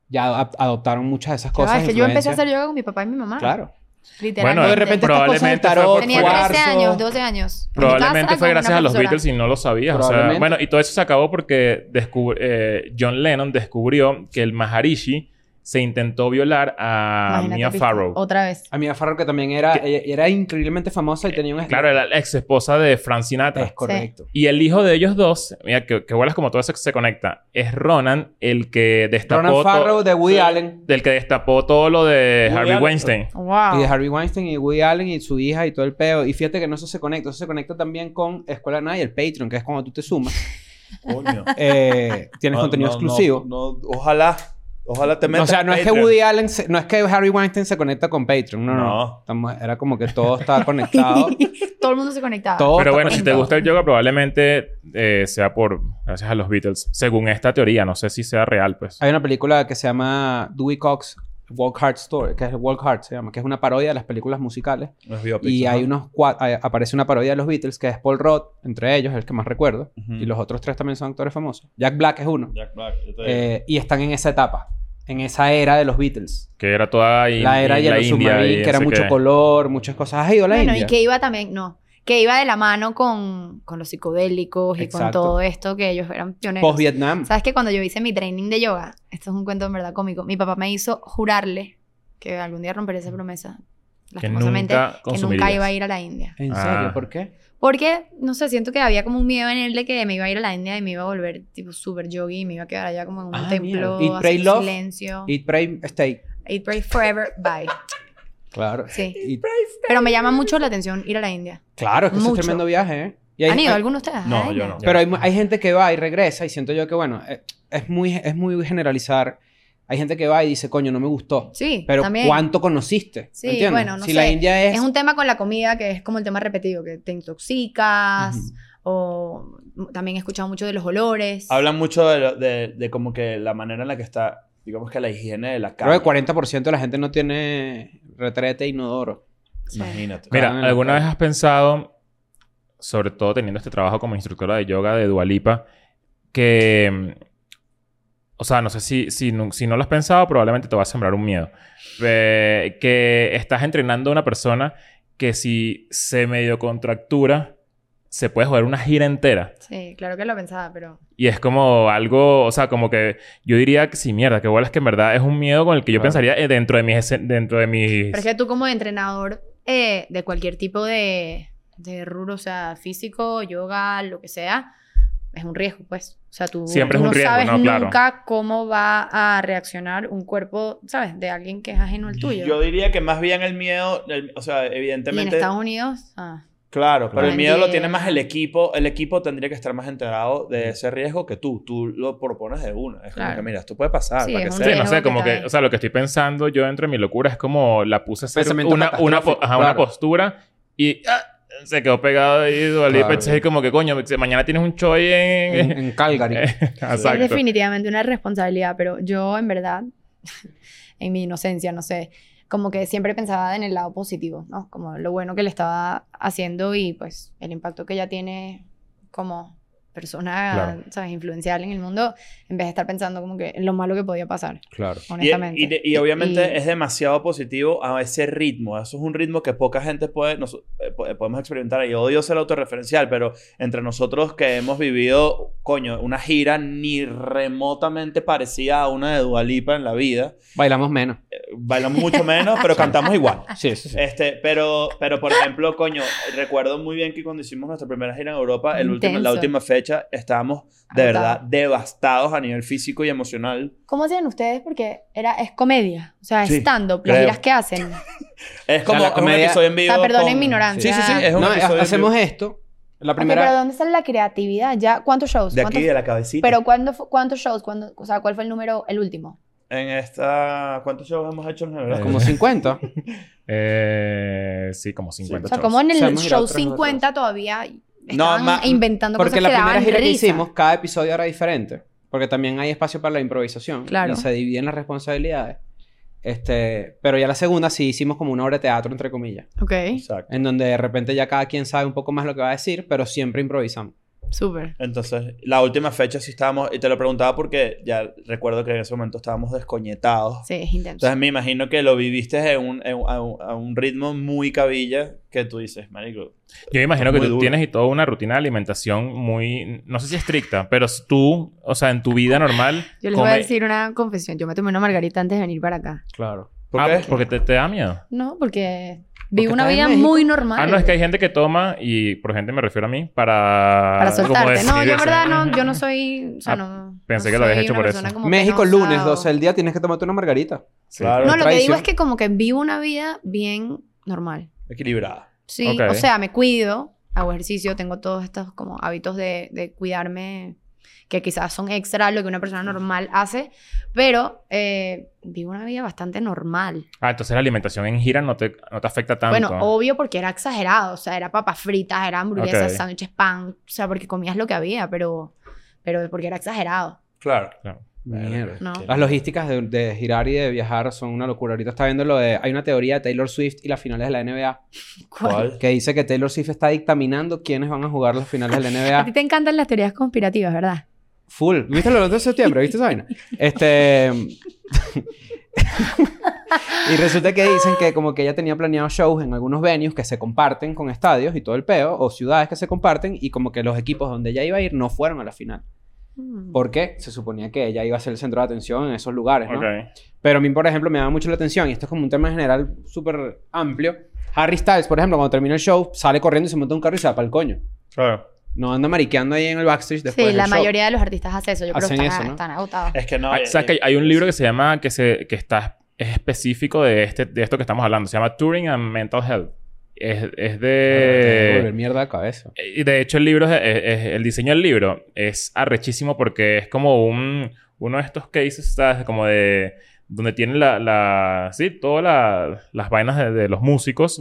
Speaker 1: ya a- adoptaron muchas de esas
Speaker 2: Yo,
Speaker 1: cosas.
Speaker 2: es que yo empecé a
Speaker 1: influencias.
Speaker 2: hacer yoga con mi papá y mi mamá.
Speaker 1: Claro.
Speaker 2: Literalmente.
Speaker 3: Bueno,
Speaker 1: de repente estas cosas del
Speaker 3: Probablemente fue
Speaker 1: tarot,
Speaker 3: por-
Speaker 2: Tenía
Speaker 1: cuarzo,
Speaker 2: 13 años, 12 años. En mi
Speaker 3: Probablemente
Speaker 2: casa
Speaker 3: fue
Speaker 2: con
Speaker 3: gracias
Speaker 2: una
Speaker 3: a los
Speaker 2: profesora.
Speaker 3: Beatles y no lo sabías. O sea,
Speaker 1: Probablemente.
Speaker 3: bueno, y todo eso se acabó porque descub- eh, John Lennon descubrió que el Maharishi se intentó violar a
Speaker 2: Imagínate,
Speaker 3: Mia
Speaker 2: ¿viste?
Speaker 3: Farrow.
Speaker 2: Otra vez.
Speaker 1: Amiga Farrow, que también era,
Speaker 3: Que- Eh,
Speaker 1: ella- era increíblemente famosa y tenía un
Speaker 3: Claro, era la ex esposa de Frank Sinatra.
Speaker 1: Es correcto.
Speaker 3: Y el hijo de ellos dos, mira, que, que vuelas como todo eso que se conecta, es Ronan, el que destapó...
Speaker 1: Ronan
Speaker 3: to-
Speaker 1: Farrow de Woody
Speaker 5: Sí.
Speaker 1: Allen.
Speaker 3: Del que destapó todo lo de
Speaker 5: Woody
Speaker 3: Harvey
Speaker 5: Allen.
Speaker 3: Weinstein.
Speaker 2: Wow.
Speaker 1: Y de Harvey Weinstein y Woody Allen y su hija y todo el peo. Y fíjate que no eso se conecta. Eso se conecta también con Escuela de Nada y el Patreon, que es cuando tú te sumas.
Speaker 5: Coño.
Speaker 1: Eh, tienes
Speaker 5: No,
Speaker 1: contenido
Speaker 5: no, no,
Speaker 1: exclusivo.
Speaker 5: no, ojalá. Ojalá te metas.
Speaker 1: o sea, no
Speaker 5: en
Speaker 1: es que
Speaker 5: Patreon.
Speaker 1: Woody Allen... se- no es que Harvey Weinstein se conecta con Patreon. No, no.
Speaker 5: No.
Speaker 1: Estamos- era como que todo estaba conectado.
Speaker 2: Todo el mundo se conectaba.
Speaker 1: todo
Speaker 3: Pero
Speaker 1: está
Speaker 3: bueno, si te
Speaker 1: conectado.
Speaker 3: gusta el yoga, probablemente eh, sea por... Gracias a los Beatles. Según esta teoría, no sé si sea real, pues.
Speaker 1: Hay una película que se llama Dewey Cox Walk Hard Story, que es Walk Hard, se llama, que es una parodia de las películas musicales.
Speaker 5: Los biopics,
Speaker 1: Y hay
Speaker 5: ajá.
Speaker 1: unos cua- hay- aparece una parodia de los Beatles, que es Paul Rudd, entre ellos, el que más recuerdo.
Speaker 5: Ujú.
Speaker 1: Y los otros tres también son actores famosos. Jack Black es uno.
Speaker 5: Jack Black, yo te digo.
Speaker 1: Eh, y están en esa etapa, en esa era de los Beatles.
Speaker 3: Que era toda in-
Speaker 1: La era
Speaker 3: in-
Speaker 1: y
Speaker 3: la
Speaker 1: el
Speaker 3: y
Speaker 1: submarino, que era
Speaker 3: no sé
Speaker 1: mucho
Speaker 3: qué.
Speaker 1: color, muchas cosas. ¿Has ido a la
Speaker 2: Bueno,
Speaker 1: India?
Speaker 2: y que iba también, no, que iba de la mano con, con los psicodélicos y con
Speaker 1: Exacto.
Speaker 2: todo esto que ellos eran pioneros.
Speaker 1: Post-Vietnam.
Speaker 2: ¿Sabes que cuando yo hice mi training de yoga, esto es un cuento en verdad cómico, mi papá me hizo jurarle que algún día romperé
Speaker 1: Mm.
Speaker 2: esa promesa, lastimosamente,
Speaker 3: nunca
Speaker 2: que nunca
Speaker 3: consumirías.
Speaker 2: iba a ir a la India.
Speaker 1: ¿En
Speaker 3: Ah.
Speaker 1: serio? ¿Por qué?
Speaker 2: Porque, no sé, siento que había como un miedo en él de que me iba a ir a la India y me iba a volver tipo super yogi y me iba a quedar allá como en un
Speaker 1: Ah,
Speaker 2: templo,
Speaker 1: mierda. Eat,
Speaker 2: así
Speaker 1: pray,
Speaker 2: en
Speaker 1: love.
Speaker 2: silencio.
Speaker 1: Eat, pray, stay.
Speaker 2: Eat, pray forever, bye.
Speaker 1: Claro.
Speaker 2: Sí.
Speaker 1: Eat-
Speaker 2: Pero me llama mucho la atención ir a la India.
Speaker 1: Claro, es que ese es
Speaker 2: Mucho.
Speaker 1: tremendo viaje, ¿eh? Y hay-
Speaker 2: ¿Han ido
Speaker 1: hay-
Speaker 2: alguno de ustedes? a la
Speaker 5: No, yo
Speaker 2: India?
Speaker 5: no.
Speaker 1: Pero hay, mu- hay gente que va y regresa y siento yo que, bueno, eh, es muy, es muy generalizar. Hay gente que va y dice, coño, no me gustó.
Speaker 2: Sí,
Speaker 1: Pero
Speaker 2: también.
Speaker 1: ¿cuánto conociste?
Speaker 2: Sí,
Speaker 1: ¿Entiendes?
Speaker 2: bueno, no
Speaker 1: Si la
Speaker 2: sé.
Speaker 1: India es...
Speaker 2: Es un tema con la comida que es como el tema repetido, que te intoxicas
Speaker 1: Ujú.
Speaker 2: o también he escuchado mucho de los olores.
Speaker 5: Hablan mucho de, lo- de- de como que la manera en la que está, digamos que la higiene de la
Speaker 1: Creo que
Speaker 5: cara.
Speaker 1: 40% de la gente no tiene retrete e inodoro.
Speaker 2: Sí.
Speaker 5: Imagínate.
Speaker 1: Cagan en
Speaker 3: Mira,
Speaker 1: la
Speaker 3: ¿alguna
Speaker 1: calle.
Speaker 3: vez has pensado, sobre todo teniendo este trabajo como instructora de yoga de Dualipa, que. mm, O sea, no sé si, si, nu- si no lo has pensado, probablemente te va a sembrar un miedo. Eh, que estás entrenando a una persona que si se medio contractura, se puede joder una gira entera.
Speaker 2: Sí, claro que lo pensaba, pero
Speaker 3: Y es como algo, o sea, como que yo diría que sí, mierda, que bolas que en verdad es un miedo con el que yo
Speaker 1: Claro.
Speaker 3: pensaría eh, dentro de mis... escen- Dentro de mis...
Speaker 2: pero es que tú como entrenador eh, de cualquier tipo de, de rubro, o sea, físico, yoga, lo que sea, es un riesgo, pues. O sea, tú,
Speaker 3: Siempre
Speaker 2: tú
Speaker 3: es un
Speaker 2: no
Speaker 3: riesgo,
Speaker 2: sabes
Speaker 3: no, claro.
Speaker 2: nunca cómo va a reaccionar un cuerpo, ¿sabes? De alguien que es ajeno al tuyo.
Speaker 5: Yo diría que más bien el miedo, el- o sea,
Speaker 2: y en
Speaker 5: evidentemente.
Speaker 2: Estados Unidos, ah,
Speaker 5: Claro, pero el
Speaker 2: Claro.
Speaker 5: miedo lo tiene
Speaker 2: También.
Speaker 5: más el equipo. El equipo tendría que estar más enterado de ese riesgo que tú. Tú lo propones de una. Es como
Speaker 2: Claro.
Speaker 5: que, mira, esto puede pasar.
Speaker 2: Sí,
Speaker 5: para que
Speaker 2: es un
Speaker 5: sea.
Speaker 3: Sí, no
Speaker 2: riesgo
Speaker 3: sé,
Speaker 2: que
Speaker 3: como
Speaker 2: está
Speaker 3: que,
Speaker 2: ahí.
Speaker 3: o sea, lo que estoy pensando yo dentro de mi locura es como la puse a hacer
Speaker 1: Pensamiento
Speaker 3: una, una, po-
Speaker 1: catastrófico,
Speaker 3: ajá, una
Speaker 1: claro.
Speaker 3: postura y ah, se quedó pegado ahí, Dualipa,
Speaker 1: Claro.
Speaker 3: entonces es como que, coño, mañana tienes un choy
Speaker 1: En,
Speaker 3: en...
Speaker 1: en Calgary.
Speaker 2: Es
Speaker 3: Exacto.
Speaker 2: definitivamente una responsabilidad, pero yo en verdad, en mi inocencia, no sé, como que siempre pensaba en el lado positivo, ¿no? Como lo bueno que le estaba haciendo y pues el impacto que ella tiene como persona,
Speaker 3: Claro.
Speaker 2: ¿sabes? Influencial en el mundo, en vez de estar pensando como que en lo malo que podía pasar,
Speaker 1: claro.
Speaker 5: Y, eh,
Speaker 2: honestamente.
Speaker 5: y de- y obviamente
Speaker 2: y-
Speaker 5: es demasiado positivo a ese ritmo. Eso es un ritmo que poca gente puede, nos- eh, po- eh, podemos experimentar. Y odio ser autorreferencial, pero entre nosotros que hemos vivido, coño, una gira ni remotamente parecida a una de Dualipa en la vida.
Speaker 1: Bailamos menos.
Speaker 5: Eh, Bailamos mucho menos, pero cantamos igual.
Speaker 2: Ah.
Speaker 1: Sí, eso sí.
Speaker 5: Este, pero, pero por ejemplo, coño, recuerdo muy bien que cuando hicimos nuestra primera gira en Europa, el último, la
Speaker 2: Intenso.
Speaker 5: última fecha, estábamos de
Speaker 2: Agotados.
Speaker 5: verdad devastados a nivel físico y emocional.
Speaker 2: ¿Cómo hacían ustedes? Porque era, es comedia, o sea,
Speaker 5: Sí,
Speaker 2: stand-up,
Speaker 5: creo.
Speaker 2: las giras que hacen.
Speaker 5: Es como
Speaker 1: la
Speaker 5: es
Speaker 1: comedia-
Speaker 5: un episodio en vivo.
Speaker 2: Ah, perdonen
Speaker 5: con-
Speaker 2: mi ignorancia.
Speaker 5: Sí, sí, sí. Es un
Speaker 1: No,
Speaker 5: episodio en
Speaker 1: hacemos
Speaker 5: vivo.
Speaker 1: esto. La
Speaker 2: Ok, pero
Speaker 1: primera...
Speaker 2: ¿dónde está la creatividad? ¿Ya cuántos shows?
Speaker 5: De
Speaker 2: ¿Cuántos-
Speaker 5: aquí, de la cabecita.
Speaker 2: Pero ¿cuándo fu- ¿cuántos shows? ¿Cuándo- o sea, ¿cuál fue el número, el último?
Speaker 5: En esta... ¿Cuántos shows hemos hecho en general?
Speaker 1: Como 50.
Speaker 3: Eh, sí, como 50
Speaker 2: O sea,
Speaker 3: shows.
Speaker 2: como en el
Speaker 1: O sea, hemos girado
Speaker 2: show
Speaker 1: atrás, nosotros.
Speaker 2: 50 todavía
Speaker 5: No,
Speaker 2: estaban
Speaker 5: ma-
Speaker 2: inventando
Speaker 1: Porque
Speaker 2: cosas
Speaker 1: la
Speaker 2: que
Speaker 1: primera
Speaker 2: daban
Speaker 1: gira que
Speaker 2: risa.
Speaker 1: hicimos, cada episodio era diferente. Porque también hay espacio para la improvisación.
Speaker 2: Claro.
Speaker 1: Y se dividen las responsabilidades. Este, pero ya la segunda sí hicimos como una obra de teatro, entre comillas.
Speaker 2: Ok.
Speaker 5: Exacto.
Speaker 1: En donde de repente ya cada quien sabe un poco más lo que va a decir, pero siempre improvisamos.
Speaker 2: Súper.
Speaker 5: Entonces, la última fecha sí estábamos, y te lo preguntaba porque ya recuerdo que en ese momento estábamos descoñetados.
Speaker 2: Sí, es intenso.
Speaker 5: Entonces me imagino que lo viviste en un, en- a, un, a un ritmo muy cabilla que tú dices, marico.
Speaker 3: Yo me imagino que
Speaker 5: Muy
Speaker 3: tú
Speaker 5: duro.
Speaker 3: tienes y toda una rutina de alimentación muy, no sé si estricta, pero s- tú, o sea, en tu vida normal,
Speaker 2: Yo les voy a
Speaker 3: come-
Speaker 2: decir una confesión. Yo me tomé una margarita antes de venir para acá.
Speaker 1: Claro.
Speaker 5: ¿Por
Speaker 3: Ah,
Speaker 5: qué?
Speaker 3: porque te, te da miedo.
Speaker 2: No, porque viví
Speaker 1: Porque
Speaker 2: una
Speaker 1: estás en
Speaker 2: vida
Speaker 1: México.
Speaker 2: muy normal.
Speaker 3: Ah, no, es que hay gente que toma y por gente me refiero a mí para
Speaker 2: Para soltarte. No, yo en
Speaker 3: desinhibirse.
Speaker 2: verdad no, yo no soy... O sea,
Speaker 3: Ah,
Speaker 2: no...
Speaker 3: pensé
Speaker 2: no
Speaker 3: que lo habías
Speaker 2: soy
Speaker 3: hecho
Speaker 2: una
Speaker 3: por
Speaker 2: persona
Speaker 3: eso.
Speaker 2: como
Speaker 1: México,
Speaker 2: penosa
Speaker 1: lunes,
Speaker 2: o-
Speaker 1: 12 del día, tienes que tomarte una margarita.
Speaker 3: Sí.
Speaker 5: Claro.
Speaker 2: No, lo que digo
Speaker 1: Tradición.
Speaker 2: es que como que vivo una vida bien normal.
Speaker 5: Equilibrada.
Speaker 2: Sí,
Speaker 3: Ok.
Speaker 2: o sea, me cuido, hago ejercicio, tengo todos estos como hábitos de, de cuidarme que quizás son extra lo que una persona normal hace, pero eh, vivo una vida bastante normal.
Speaker 3: Ah, entonces la alimentación en gira no te, no te afecta tanto.
Speaker 2: Bueno, obvio porque era exagerado, o sea, era papas fritas, era hamburguesas,
Speaker 3: Ok.
Speaker 2: sándwiches, pan, o sea, porque comías lo que había, pero, pero porque era exagerado.
Speaker 5: Claro.
Speaker 1: Mierda.
Speaker 2: No.
Speaker 5: Ah,
Speaker 1: Las logísticas de, de girar y de viajar son una locura. Ahorita está viendo lo de. Hay una teoría de Taylor Swift y las finales de la NBA
Speaker 5: ¿Cuál?
Speaker 1: que dice que Taylor Swift está dictaminando quiénes van a jugar las finales de la
Speaker 2: A ti
Speaker 1: NBA.
Speaker 2: te encantan las teorías conspirativas, ¿verdad?
Speaker 1: Full. ¿Viste lo del 11 de septiembre? ¿Viste esa vaina? Este. y resulta que dicen que como que ella tenía planeados shows en algunos venues que se comparten con estadios y todo el peo, o ciudades que se comparten, y como que los equipos donde ella iba a ir no fueron a la final. Porque se suponía que ella iba a ser el centro de atención en esos lugares, ¿no?
Speaker 3: Ok.
Speaker 1: Pero a mí, por ejemplo, me llama mucho la atención, y esto es como un tema en general súper amplio. Harry Styles, por ejemplo, cuando termina el show, sale corriendo y se monta en un carro y se va para el coño.
Speaker 5: Claro.
Speaker 1: No anda mariqueando ahí en el backstage después
Speaker 2: sí,
Speaker 1: del
Speaker 2: la
Speaker 1: show.
Speaker 2: mayoría de los artistas hace eso, yo creo que
Speaker 1: Hacen
Speaker 2: están,
Speaker 1: eso, ¿no?
Speaker 2: están agotados.
Speaker 5: Es que no.
Speaker 3: Ah,
Speaker 5: eh,
Speaker 3: ¿sabes que hay un libro que se llama, que, se, que está, es específico de, este, de esto que estamos hablando. Se llama Touring and Mental Health. Es, es
Speaker 1: Eh,
Speaker 5: Ah,
Speaker 3: de...
Speaker 1: volver mierda de cabeza.
Speaker 3: Y de hecho, el libro, es- es- es- el diseño del libro es arrechísimo porque es como un, uno de estos cases, ¿sabes? Como de. donde tienen la. la sí, todas la- las vainas de, de los músicos,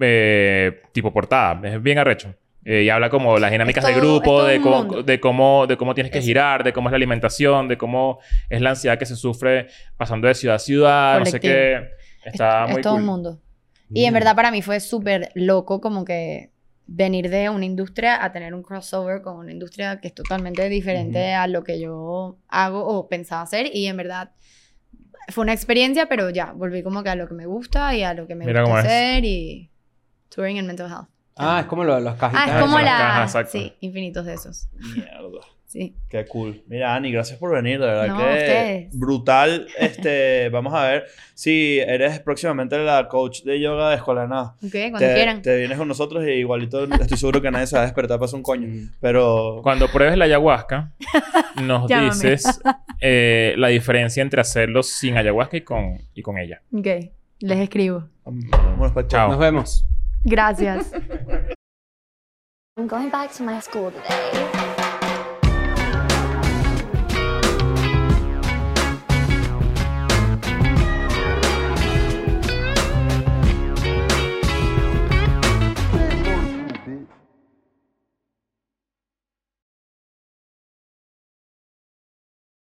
Speaker 3: eh, tipo portada. Es bien arrecho. Eh, y habla como las dinámicas
Speaker 2: Es
Speaker 3: de
Speaker 2: todo- es
Speaker 3: grupo,
Speaker 2: todo
Speaker 3: de,
Speaker 2: un
Speaker 3: cómo-
Speaker 2: mundo.
Speaker 3: de, cómo, de cómo tienes que
Speaker 2: Es-
Speaker 3: girar, de cómo es la alimentación, de cómo es la ansiedad que se sufre pasando de ciudad a ciudad,
Speaker 2: Colectivo.
Speaker 3: no sé qué. Está
Speaker 2: es,
Speaker 3: muy
Speaker 2: es todo
Speaker 3: cool.
Speaker 2: el mundo. Y en verdad para mí fue súper loco como que venir de una industria a tener un crossover con una industria que es totalmente diferente a lo que yo hago o pensaba hacer y en verdad fue una experiencia, pero ya, volví como que a lo que me gusta y a lo que me
Speaker 3: Mira
Speaker 2: gusta
Speaker 3: cómo es.
Speaker 2: hacer y touring and mental health.
Speaker 1: Ah, es como lo de las cajitas.
Speaker 2: Ah, es
Speaker 3: cajas,
Speaker 2: como
Speaker 3: las
Speaker 2: la...
Speaker 3: cajas, exacto.
Speaker 2: sí, infinitos de esos.
Speaker 5: Mierda.
Speaker 2: Sí.
Speaker 5: Qué cool. Mira, Ani, gracias por venir. De verdad
Speaker 2: No,
Speaker 5: que
Speaker 2: ustedes.
Speaker 5: brutal. Este, vamos a ver si eres próximamente la coach de yoga de Escuela de Nada.
Speaker 2: Ok, cuando
Speaker 5: te,
Speaker 2: quieran.
Speaker 5: te vienes con nosotros y igualito estoy seguro que nadie se va a despertar para hacer un coño.
Speaker 1: Mm.
Speaker 5: Pero
Speaker 3: Cuando pruebes la ayahuasca, nos
Speaker 2: Llámame.
Speaker 3: dices eh, la diferencia entre hacerlo sin ayahuasca y con, y con ella.
Speaker 2: Ok, les escribo.
Speaker 5: vámonos para
Speaker 3: Chao.
Speaker 1: Nos vemos.
Speaker 2: Gracias.
Speaker 4: I'm going back to my school today.